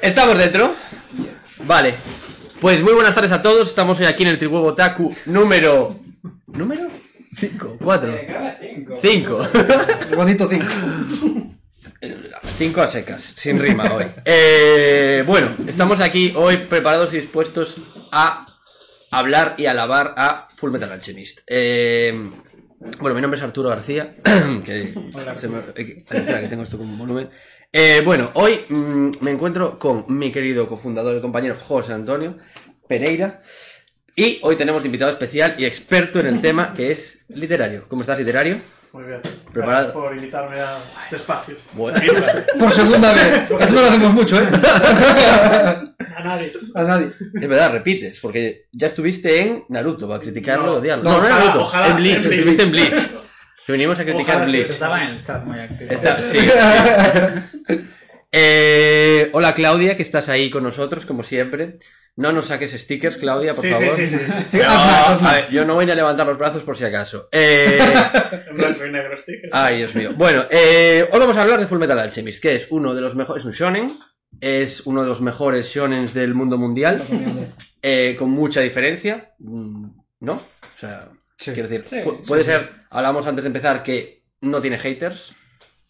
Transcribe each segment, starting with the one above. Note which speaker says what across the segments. Speaker 1: ¿Estamos dentro? Vale. Pues muy buenas tardes a todos. Estamos hoy aquí en el Trihuevo Taku número. ¿Número? 5, 4, 5.
Speaker 2: Bonito 5.
Speaker 1: 5 a secas, sin rima hoy. Eh, bueno, estamos aquí hoy preparados y dispuestos a hablar y alabar a Full Metal Alchemist. Eh, bueno, mi nombre es Arturo García. que se me- eh, que- espera, que tengo esto como volumen. Eh, bueno, hoy mm, me encuentro con mi querido cofundador y compañero José Antonio Pereira. Y hoy tenemos de invitado especial y experto en el tema que es literario. ¿Cómo estás, literario?
Speaker 3: Muy bien.
Speaker 1: Preparado.
Speaker 3: Gracias por invitarme a este espacio.
Speaker 1: Bueno.
Speaker 2: Por segunda vez. Eso no lo hacemos mucho, ¿eh?
Speaker 3: A nadie.
Speaker 2: A nadie.
Speaker 1: Es verdad, repites, porque ya estuviste en Naruto, para criticarlo
Speaker 3: No,
Speaker 1: odiarlo.
Speaker 2: no,
Speaker 1: No, no, en
Speaker 3: ojalá,
Speaker 1: Naruto,
Speaker 3: ojalá,
Speaker 1: en Bleach,
Speaker 3: en Bleach.
Speaker 1: estuviste en Bleach. Que venimos a criticar
Speaker 3: Ojalá,
Speaker 1: Bleach.
Speaker 3: sí,
Speaker 4: Estaba en el chat muy activo.
Speaker 1: Está- sí. Eh, hola Claudia, que estás ahí con nosotros, como siempre. No nos saques stickers, Claudia, por
Speaker 3: Sí, sí,
Speaker 1: favor.
Speaker 3: sí, sí.
Speaker 2: Sí,
Speaker 1: No,
Speaker 2: haz más,
Speaker 1: a
Speaker 2: haz más.
Speaker 1: ver, yo no voy ni a levantar los brazos por si acaso. Eh,
Speaker 3: En blanco y negro sticker.
Speaker 1: Ay, Dios mío. Bueno, eh, hoy vamos a hablar de Full Metal Alchemist, que es uno de los mejores. Es un shonen. Es uno de los mejores shonens del mundo mundial. eh, con mucha diferencia. mm, ¿No? O sea, quiero decir, pu- puede ser. Hablamos antes de empezar que no tiene haters.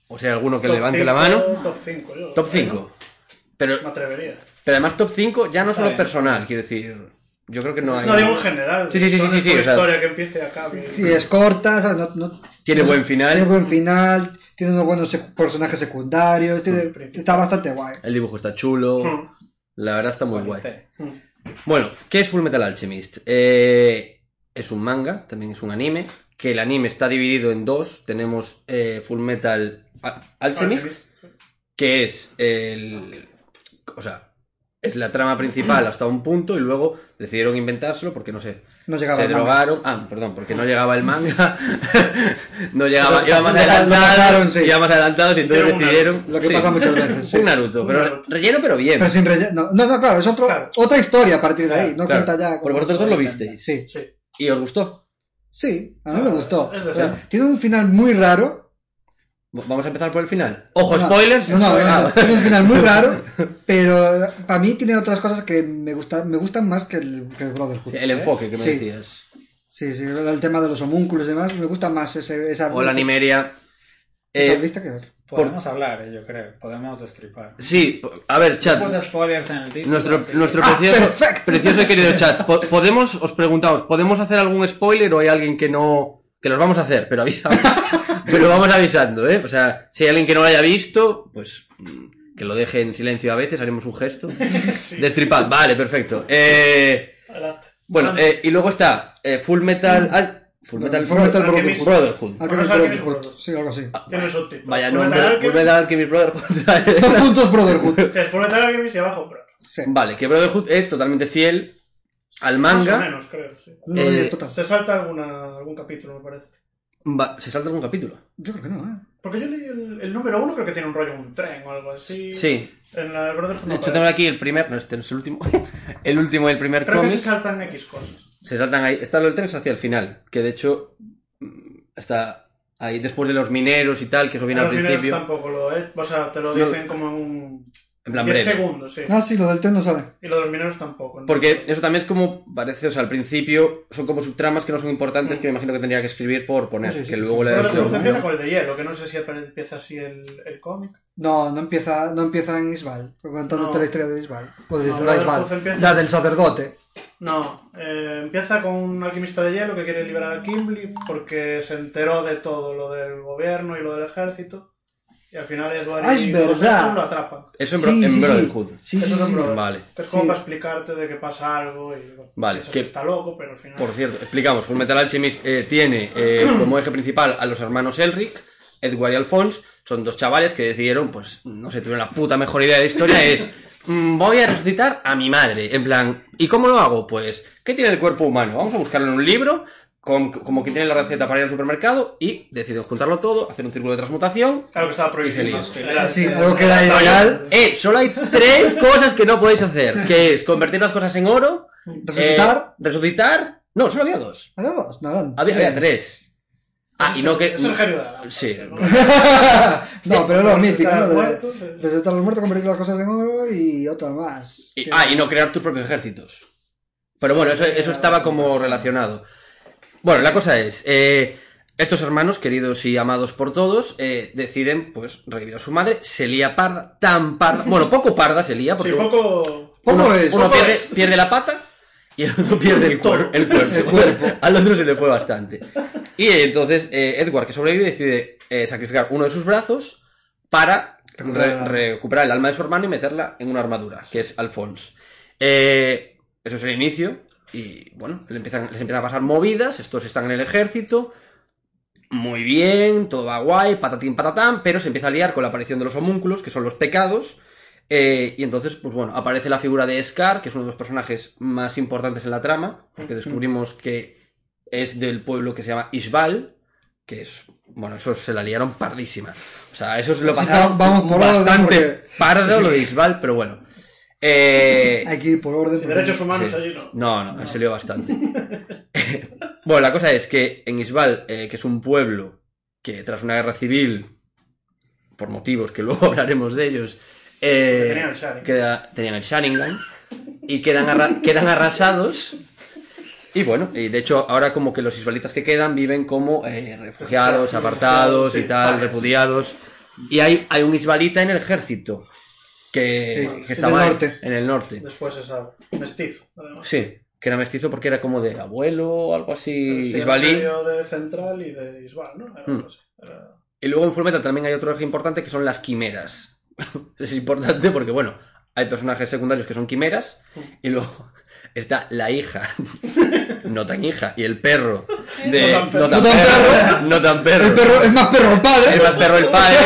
Speaker 1: O sea, alguno que
Speaker 3: Top
Speaker 1: levante
Speaker 3: cinco,
Speaker 1: la mano.
Speaker 3: Top 5. Yo,
Speaker 1: Top
Speaker 3: Eh,
Speaker 1: 5. Pero,
Speaker 3: Me atrevería.
Speaker 1: pero además, top 5 ya no
Speaker 4: Está
Speaker 1: solo
Speaker 4: bien.
Speaker 1: personal, quiero decir. Yo creo que no hay.
Speaker 3: No digo en general.
Speaker 1: Sí, sí, sí,
Speaker 3: solo
Speaker 1: sí, sí,
Speaker 3: por
Speaker 1: o sea-
Speaker 3: historia que empiece acá. bien.
Speaker 2: Sí, es corta, ¿sabes? No, no-
Speaker 1: Tiene
Speaker 2: no-
Speaker 1: buen final.
Speaker 2: Tiene buen final, tiene unos buenos sec- personajes secundarios, tiene- está bastante guay.
Speaker 1: El dibujo está
Speaker 4: Hmm.
Speaker 1: chulo.
Speaker 3: Mm.
Speaker 1: La verdad está muy guay.
Speaker 3: Mm.
Speaker 1: Bueno, ¿qué es Full Metal Alchemist? Eh, es un manga, también es un anime, que el anime está dividido en dos. Tenemos eh, Full Metal A- Alchemist, que es el... O sea, es la trama principal hasta un punto y luego decidieron inventárselo porque no sé.
Speaker 2: No llegaba
Speaker 1: se
Speaker 2: el manga.
Speaker 1: drogaron, ah, perdón, porque no llegaba el manga, no llegaba,
Speaker 2: Los-
Speaker 1: iba más
Speaker 2: lo mataron,
Speaker 1: adelantados,
Speaker 2: sí.
Speaker 1: iba más adelantados y entonces
Speaker 3: Hicieron un
Speaker 1: decidieron
Speaker 2: Lo que
Speaker 1: sí,
Speaker 2: pasa muchas veces. sí.
Speaker 1: un Naruto, pero
Speaker 3: Un Naruto.
Speaker 1: relleno pero bien.
Speaker 2: Pero sin relleno. No, no, claro, es otro,
Speaker 3: Claro.
Speaker 2: otra historia a partir de ahí. No
Speaker 1: Claro,
Speaker 2: cuenta ya.
Speaker 1: Porque vosotros dos lo visteis
Speaker 2: Sí.
Speaker 3: Sí.
Speaker 1: y os gustó.
Speaker 2: Sí, a mí me gustó.
Speaker 3: Es decir-
Speaker 2: O sea, tiene un final muy raro.
Speaker 1: Vamos a empezar por el final. Ojo,
Speaker 2: No,
Speaker 1: spoilers.
Speaker 2: No, no,
Speaker 1: Ah,
Speaker 2: no, tiene un final muy raro, pero eh, para mí tiene otras cosas que me, gustan me gustan más que el, que el Brotherhood. ¿Eh?
Speaker 1: El enfoque que me
Speaker 2: Sí.
Speaker 1: decías.
Speaker 2: Sí, sí, el tema de los homúnculos y demás, me gusta más ese, esa,
Speaker 1: O la
Speaker 2: esa-
Speaker 1: Nimeria.
Speaker 2: esa
Speaker 1: Eh,
Speaker 2: vista que ver.
Speaker 4: Podemos hablar, eh, yo creo. Podemos destripar.
Speaker 1: sí, a ver, chat.
Speaker 4: Puse spoilers en el título.
Speaker 1: Nuestro,
Speaker 4: así que-
Speaker 1: nuestro
Speaker 2: Ah,
Speaker 1: precioso,
Speaker 2: perfecto.
Speaker 1: precioso y querido chat. po- ¿Podemos, os preguntamos, ¿podemos hacer algún spoiler o hay alguien que no. que los vamos a hacer, pero avisamos. pero vamos avisando, ¿eh? O sea, si hay alguien que no lo haya visto, pues. mm, que lo deje en silencio a veces, haremos un gesto. Destripad, vale, perfecto. Eh.
Speaker 3: Adelante.
Speaker 1: Bueno, eh, y luego está eh, Full Metal Al- Full Metal,
Speaker 2: Full Metal
Speaker 1: Brotherhood.
Speaker 3: Brotherhood.
Speaker 2: Ah,
Speaker 1: Brotherhood.
Speaker 2: que no
Speaker 3: Bueno, es
Speaker 2: creo
Speaker 3: Alchemist
Speaker 2: que-
Speaker 3: Brotherhood.
Speaker 2: Sí, algo así.
Speaker 1: Ah,
Speaker 3: Tiene un subtítulo.
Speaker 1: eh, Vaya
Speaker 3: Full
Speaker 1: nombre,
Speaker 3: Metal
Speaker 1: Full
Speaker 3: Alchemist.
Speaker 1: Metal Alchemist
Speaker 2: Dos
Speaker 1: Brotherhood.
Speaker 2: puntos Brotherhood.
Speaker 3: Sí, Full Metal Alchemist y abajo. Pero,
Speaker 2: Sí.
Speaker 1: vale, que Brotherhood es totalmente fiel al
Speaker 3: Más o
Speaker 1: manga.
Speaker 3: menos, creo. sí.
Speaker 2: No,
Speaker 1: Eh,
Speaker 2: es total.
Speaker 3: Se salta alguna, algún capítulo, me parece.
Speaker 1: Va- se salta algún capítulo.
Speaker 2: Yo creo que no, ¿eh?
Speaker 3: Porque yo leí el, el número uno, creo que tiene un rollo, un tren o algo así.
Speaker 1: Sí.
Speaker 3: En la del Brotherhood.
Speaker 1: De
Speaker 3: no
Speaker 1: hecho, tengo
Speaker 3: aparece.
Speaker 1: aquí el primer. No, este no es el último. el último y el primer
Speaker 3: Creo que se
Speaker 1: cómic.
Speaker 3: saltan X cosas.
Speaker 1: Se saltan ahí. Está lo del tren es hacia el final. Que de hecho. mm, Está ahí después de los mineros y tal, que eso viene
Speaker 3: A
Speaker 1: al
Speaker 3: los mineros
Speaker 1: principio.
Speaker 3: Tampoco lo es. O sea, te lo
Speaker 1: No.
Speaker 3: dicen como en un.
Speaker 1: En plan
Speaker 3: 10
Speaker 1: breve.
Speaker 3: segundos, sí.
Speaker 2: Ah, sí, lo del tren no sabe.
Speaker 3: Y lo de los mineros tampoco. ¿no?
Speaker 1: Porque eso también es como, parece, o sea, al principio son como subtramas que no son importantes
Speaker 3: Mm.
Speaker 1: que me imagino que tendría que escribir por poner.
Speaker 2: Sí, sí,
Speaker 1: que
Speaker 2: sí,
Speaker 1: luego
Speaker 2: sí.
Speaker 1: le
Speaker 3: Pero
Speaker 1: das
Speaker 3: la
Speaker 2: Eso,
Speaker 3: producción
Speaker 2: ¿no?
Speaker 3: empieza con el de hielo, que no sé si empieza así el, el cómic.
Speaker 2: No, no empieza, no empieza en Isbal, contándote
Speaker 3: No.
Speaker 2: la historia de Isbal. O de
Speaker 3: No,
Speaker 2: la de
Speaker 3: Brotherhood
Speaker 2: Isbal.
Speaker 3: empieza-
Speaker 2: La del sacerdote.
Speaker 3: No, eh, empieza con un alquimista de hielo que quiere liberar a Kimberly porque se enteró de todo lo del gobierno y lo del ejército. Y al final Edward
Speaker 2: Ah,
Speaker 3: y
Speaker 2: es
Speaker 3: los otros
Speaker 2: verdad.
Speaker 3: lo atrapan.
Speaker 1: Eso en, Bro- en Brotherhood.
Speaker 2: Sí, sí,
Speaker 3: Eso
Speaker 2: sí,
Speaker 3: es en
Speaker 2: sí.
Speaker 3: Brotherhood.
Speaker 1: Vale.
Speaker 3: Que Es como
Speaker 2: Sí.
Speaker 3: para explicarte de que pasa algo y bueno,
Speaker 1: Vale,
Speaker 3: piensas
Speaker 1: que-
Speaker 3: que está loco, pero al final...
Speaker 1: Por cierto, explicamos, Full Metal Alchemist eh, tiene eh, como eje principal a los hermanos Elric. Edward y Alphonse son dos chavales que decidieron, pues, no sé, tuvieron la puta mejor idea de la historia, es, "Mm, voy a resucitar a mi madre, en plan, ¿y cómo lo hago? Pues, ¿qué tiene el cuerpo humano? Vamos a buscarlo en un libro, con- como que tiene la receta para ir al supermercado, y deciden juntarlo todo, hacer un círculo de transmutación.
Speaker 3: Claro que estaba
Speaker 1: Y
Speaker 3: prohibido.
Speaker 1: se
Speaker 3: Era-
Speaker 2: Sí,
Speaker 3: era-
Speaker 2: algo que era ilegal.
Speaker 1: Eh, solo hay tres cosas que no podéis hacer, que es convertir las cosas en oro, eh,
Speaker 2: Resucitar.
Speaker 1: resucitar, no, solo había dos.
Speaker 2: ¿No eran dos? No eran
Speaker 1: Había, había tres. Ah, y no que.
Speaker 3: Es el genio de la lámpara.
Speaker 1: Sí.
Speaker 2: No, pero los míticos,
Speaker 3: Resucitar
Speaker 2: ¿no?
Speaker 3: a
Speaker 2: De-
Speaker 3: muertos, eh.
Speaker 2: Resucitar a los muertos, convertir las cosas en oro y otra más.
Speaker 1: Y- ah, y no crear tus propios ejércitos. Pero bueno, eso, eso estaba como relacionado. Bueno, la cosa es. eh, estos hermanos, queridos y amados por todos, eh, deciden, pues, revivir a su madre. Se lía parda, tan parda. Bueno, poco parda se lía,
Speaker 3: Sí,
Speaker 1: porque
Speaker 3: poco.
Speaker 2: ¿Cómo
Speaker 1: uno,
Speaker 2: es?
Speaker 1: uno
Speaker 3: Poco
Speaker 1: pierde,
Speaker 3: es.
Speaker 1: pierde la pata y el otro pierde el, cuer- el cuerpo.
Speaker 2: El cuerpo.
Speaker 1: Al otro se le fue bastante. Y eh, entonces eh, Edward, que sobrevive, decide eh, sacrificar uno de sus brazos para re-
Speaker 2: Recuperar.
Speaker 1: recuperar el alma de su hermano y meterla en una armadura, que es Alphonse. Eh, eso es el inicio. Y bueno, le empiezan- les empiezan a pasar movidas. Estos están en el ejército. Muy bien, todo va guay, patatín patatán, pero se empieza a liar con la aparición de los homúnculos, que son los pecados. eh, y entonces, pues bueno, aparece la figura de Scar, que es uno de los personajes más importantes en la trama, porque descubrimos que es del pueblo que se llama Isbal, que es, bueno, eso se la liaron pardísima. O sea, eso se lo
Speaker 2: Sí,
Speaker 1: pasaron
Speaker 2: vamos por orden,
Speaker 1: bastante
Speaker 2: porque-
Speaker 1: pardo lo de Isbal, pero bueno. Eh,
Speaker 2: Hay que ir por orden.
Speaker 3: De
Speaker 2: porque-
Speaker 3: derechos humanos
Speaker 1: Sí.
Speaker 3: allí no.
Speaker 1: No, no, se lió bastante. bueno, la cosa es que en Isbal, eh, que es un pueblo que tras una guerra civil, por motivos que luego hablaremos de ellos, eh,
Speaker 3: Tenían el Sharingan.
Speaker 1: queda- tenían el Sharingan y quedan, arra- quedan arrasados. Y bueno, y de hecho ahora como que los isbalitas que quedan viven como eh, refugiados, apartados y
Speaker 3: Sí,
Speaker 1: tal,
Speaker 3: vale.
Speaker 1: repudiados. Y hay, hay un isbalita en el ejército que,
Speaker 2: Sí,
Speaker 1: que
Speaker 2: en
Speaker 1: está
Speaker 2: el
Speaker 1: mal-
Speaker 2: norte.
Speaker 1: en el norte.
Speaker 3: Después es algo. Mestizo, además.
Speaker 1: Sí, que era mestizo porque era como de abuelo o algo así.
Speaker 3: Sí,
Speaker 1: isbalí.
Speaker 3: medio de Central y de Isbal, ¿no? Era
Speaker 1: Hmm.
Speaker 3: algo así. Era-
Speaker 1: Y luego en Fullmetal también hay otro eje importante que son las quimeras. es importante porque, bueno, hay personajes secundarios que son quimeras y luego está la hija, no tan hija, y el perro de
Speaker 3: No tan
Speaker 1: no
Speaker 3: perro.
Speaker 1: tan
Speaker 2: No
Speaker 1: perro, no
Speaker 2: tan
Speaker 1: tan perro.
Speaker 2: El perro es más perro el padre.
Speaker 1: El más perro el padre.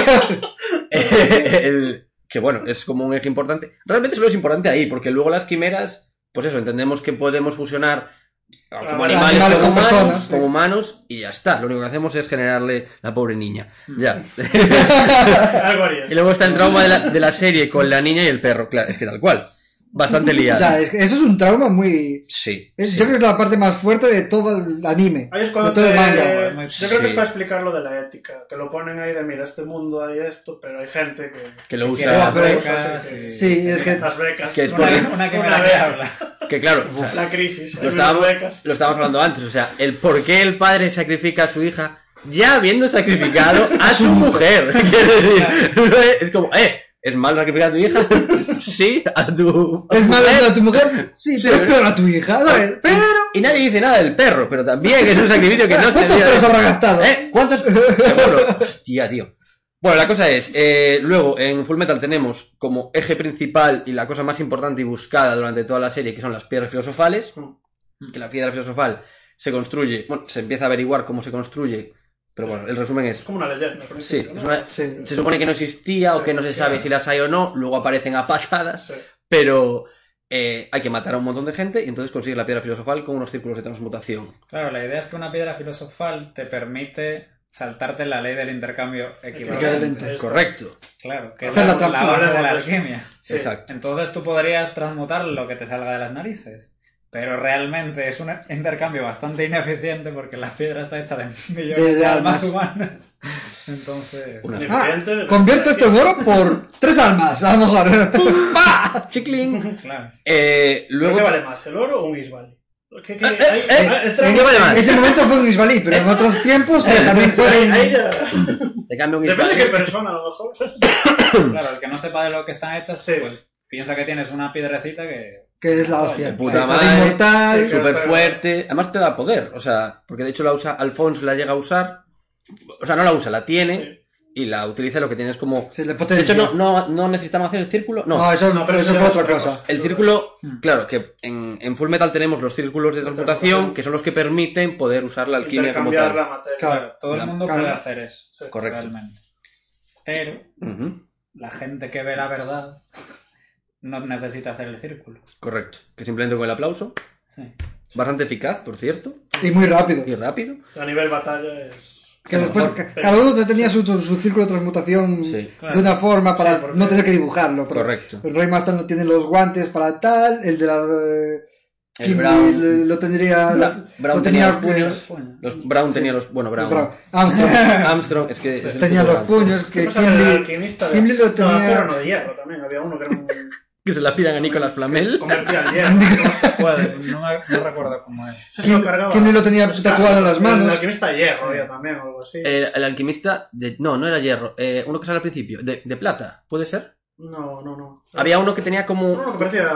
Speaker 1: El- que bueno, es como un eje importante. Realmente solo es importante ahí, porque luego las quimeras, pues eso, entendemos que podemos fusionar como
Speaker 3: Ah,
Speaker 1: animales,
Speaker 2: animales
Speaker 1: como,
Speaker 2: con
Speaker 1: humanos,
Speaker 2: personas, sí.
Speaker 1: como humanos, y ya está. Lo único que hacemos es generarle la pobre niña.
Speaker 3: Mm.
Speaker 1: Ya.
Speaker 3: Algo harías.
Speaker 1: y luego está el trauma de la, de la serie con la niña y el perro. Claro, es que tal cual. Bastante
Speaker 2: Ya, eh.
Speaker 1: liada.
Speaker 2: es que eso es un trauma muy.
Speaker 1: Sí.
Speaker 2: es-
Speaker 1: sí.
Speaker 2: Yo creo que es la parte más fuerte de todo el anime.
Speaker 3: Ahí es cuando
Speaker 2: de todo
Speaker 3: te-
Speaker 2: el manga.
Speaker 4: guay, muy-
Speaker 3: Yo creo que
Speaker 1: Sí.
Speaker 3: es para explicar lo de la ética, que lo ponen ahí de mira, este mundo hay esto, pero hay gente que
Speaker 1: Que lo
Speaker 4: Que las
Speaker 1: usa.
Speaker 2: pero-
Speaker 4: becas y-
Speaker 2: Sí, es que.
Speaker 3: las becas,
Speaker 1: Que es
Speaker 3: una,
Speaker 1: por-
Speaker 4: Una que me la
Speaker 3: vez,
Speaker 4: que habla.
Speaker 1: Que claro. o sea,
Speaker 3: la crisis, hay
Speaker 1: lo
Speaker 3: unas
Speaker 1: estábamos,
Speaker 3: becas.
Speaker 1: lo estábamos hablando antes, o sea, el por qué el padre sacrifica a su hija ya habiendo sacrificado a su mujer. Quiero decir, no es, es como, eh, ¿es malo sacrificar a tu hija? Sí, a tu. a
Speaker 2: ¿Es
Speaker 1: tu
Speaker 2: malo
Speaker 1: mujer.
Speaker 2: a tu mujer? Sí,
Speaker 1: Sí,
Speaker 2: pero es
Speaker 1: pero-
Speaker 2: peor a tu hija, ¿sabes? Pero.
Speaker 1: Y nadie dice nada del perro, pero también es un sacrificio que no se
Speaker 2: ¿Cuántos
Speaker 1: tendría-
Speaker 2: perros habrá gastado?
Speaker 1: ¿Eh? ¿Cuántos? Seguro. Hostia, tío. Bueno, la cosa es, eh, luego en Full Metal tenemos como eje principal y la cosa más importante y buscada durante toda la serie, que son las piedras filosofales. Que la piedra filosofal se construye, bueno, se empieza a averiguar cómo se construye, pero bueno, el resumen es.
Speaker 3: Es como una leyenda. al
Speaker 1: Sí,
Speaker 3: principio,
Speaker 1: es
Speaker 3: ¿no?
Speaker 1: una-
Speaker 2: Sí.
Speaker 1: se supone que no existía o que no se sabe si las hay o no, luego aparecen a patadas
Speaker 3: Sí.
Speaker 1: pero eh, hay que matar a un montón de gente y entonces consigues la piedra filosofal con unos círculos de transmutación.
Speaker 4: Claro, la idea es que una piedra filosofal te permite saltarte la ley del intercambio
Speaker 2: Equivalente.
Speaker 4: equivalente.
Speaker 3: Está.
Speaker 1: Correcto.
Speaker 4: Claro, que es
Speaker 2: Hacer
Speaker 4: la,
Speaker 2: la
Speaker 4: la
Speaker 2: trampa.
Speaker 4: base de la
Speaker 3: Hablemos de eso.
Speaker 4: alquimia.
Speaker 3: Sí.
Speaker 1: Exacto.
Speaker 4: Entonces tú podrías transmutar lo que te salga de las narices. Pero realmente es un intercambio bastante ineficiente porque la piedra está hecha de millones
Speaker 2: De
Speaker 4: de, almas
Speaker 2: almas.
Speaker 4: humanas. Entonces.
Speaker 1: Una-
Speaker 2: Ah,
Speaker 3: Eficiente, de-
Speaker 2: convierto este oro por tres almas, a lo mejor. ¡Pum! ¡Pa!
Speaker 1: Chicling.
Speaker 4: Claro.
Speaker 1: Eh, luego.
Speaker 3: ¿Qué vale más, el oro o un Isbal? ¿Qué, qué,
Speaker 1: Eh, eh,
Speaker 3: ahí-
Speaker 1: eh,
Speaker 3: ah, entra-
Speaker 1: ¿en qué vale más?
Speaker 2: En ese momento fue un Isbalí, pero en otros tiempos que también
Speaker 3: ahí-
Speaker 2: fueron.
Speaker 3: ahí ya-
Speaker 1: Te cambio un
Speaker 3: Depende de qué
Speaker 1: Isbal.
Speaker 3: persona, a lo mejor.
Speaker 4: Claro, el que no sepa de lo que están hechas,
Speaker 3: Sí.
Speaker 4: pues piensa que tienes una piedrecita que.
Speaker 2: Que es la hostia.
Speaker 1: De puta
Speaker 2: Está
Speaker 1: madre.
Speaker 2: inmortal.
Speaker 3: Sí.
Speaker 1: Súper fuerte. Además te da poder. O sea, porque de hecho la usa. Alfonso la llega a usar. O sea, no la usa, la tiene. y la utiliza lo que tienes como...
Speaker 2: Sí,
Speaker 1: De
Speaker 2: le potencia.
Speaker 1: hecho, no, no, no necesitamos hacer el círculo. No,
Speaker 2: No, eso,
Speaker 3: No, pero
Speaker 2: eso es
Speaker 3: Ah, eso ya
Speaker 2: otra
Speaker 3: es otra
Speaker 2: cosa.
Speaker 3: cosa.
Speaker 1: el círculo, claro, que en, en Full Metal tenemos los círculos de transmutación, que son los que permiten poder usar la alquimia como
Speaker 3: intercambiar
Speaker 1: tal.
Speaker 3: la materia.
Speaker 2: Claro.
Speaker 4: Todo el
Speaker 1: Claro.
Speaker 4: mundo puede hacer eso.
Speaker 3: Sí.
Speaker 1: Correcto.
Speaker 4: Realmente. Pero
Speaker 1: Ujú,
Speaker 4: la gente que ve la verdad no necesita hacer el círculo.
Speaker 1: Correcto. Que simplemente con el aplauso,
Speaker 4: Sí.
Speaker 1: bastante eficaz, por cierto,
Speaker 2: Y muy rápido.
Speaker 1: y rápido.
Speaker 3: A nivel batalla es.
Speaker 2: Que después
Speaker 1: Mejor.
Speaker 2: ca- cada uno tenía su, su círculo de transmutación
Speaker 1: Sí.
Speaker 4: Claro.
Speaker 2: de una forma para
Speaker 3: Sí, porque-
Speaker 2: no tener que dibujarlo. pero
Speaker 1: Correcto.
Speaker 2: El Rey Master no tiene los guantes para tal, el de la... eh,
Speaker 1: El
Speaker 2: Kimberly
Speaker 1: Brown.
Speaker 2: le- lo tendría...
Speaker 1: Bra-
Speaker 2: lo
Speaker 1: Brown tenía los
Speaker 2: tenía, eh,
Speaker 1: puños.
Speaker 4: Puño.
Speaker 1: Los Brown tenía los. Bueno, Brown.
Speaker 2: Brown. Armstrong
Speaker 1: Armstrong, es que. es el
Speaker 2: tenía
Speaker 1: puto
Speaker 2: los
Speaker 1: Brown.
Speaker 2: puños que
Speaker 3: ¿Cómo se llama el
Speaker 2: Kimberly...
Speaker 3: alquimista?
Speaker 2: Gimli lo
Speaker 3: No,
Speaker 2: tenía-
Speaker 3: acero no de hierro también. Había uno que era un.
Speaker 1: Que se la pidan a Nicolas Flamel.
Speaker 3: convertía el hierro. ¿no?
Speaker 4: Puede, no, me- no recuerdo cómo es.
Speaker 3: Eso se lo cargaba.
Speaker 2: Gimli lo tenía tatuado en las
Speaker 3: El
Speaker 2: manos.
Speaker 3: alquimista de hierro había también o algo así.
Speaker 1: Eh, el alquimista. De, no, no era hierro. eh, uno que sale al principio. De, de plata, ¿puede ser?
Speaker 3: No, no, no.
Speaker 1: Había uno que tenía
Speaker 3: Uno
Speaker 1: como.
Speaker 3: que parecía.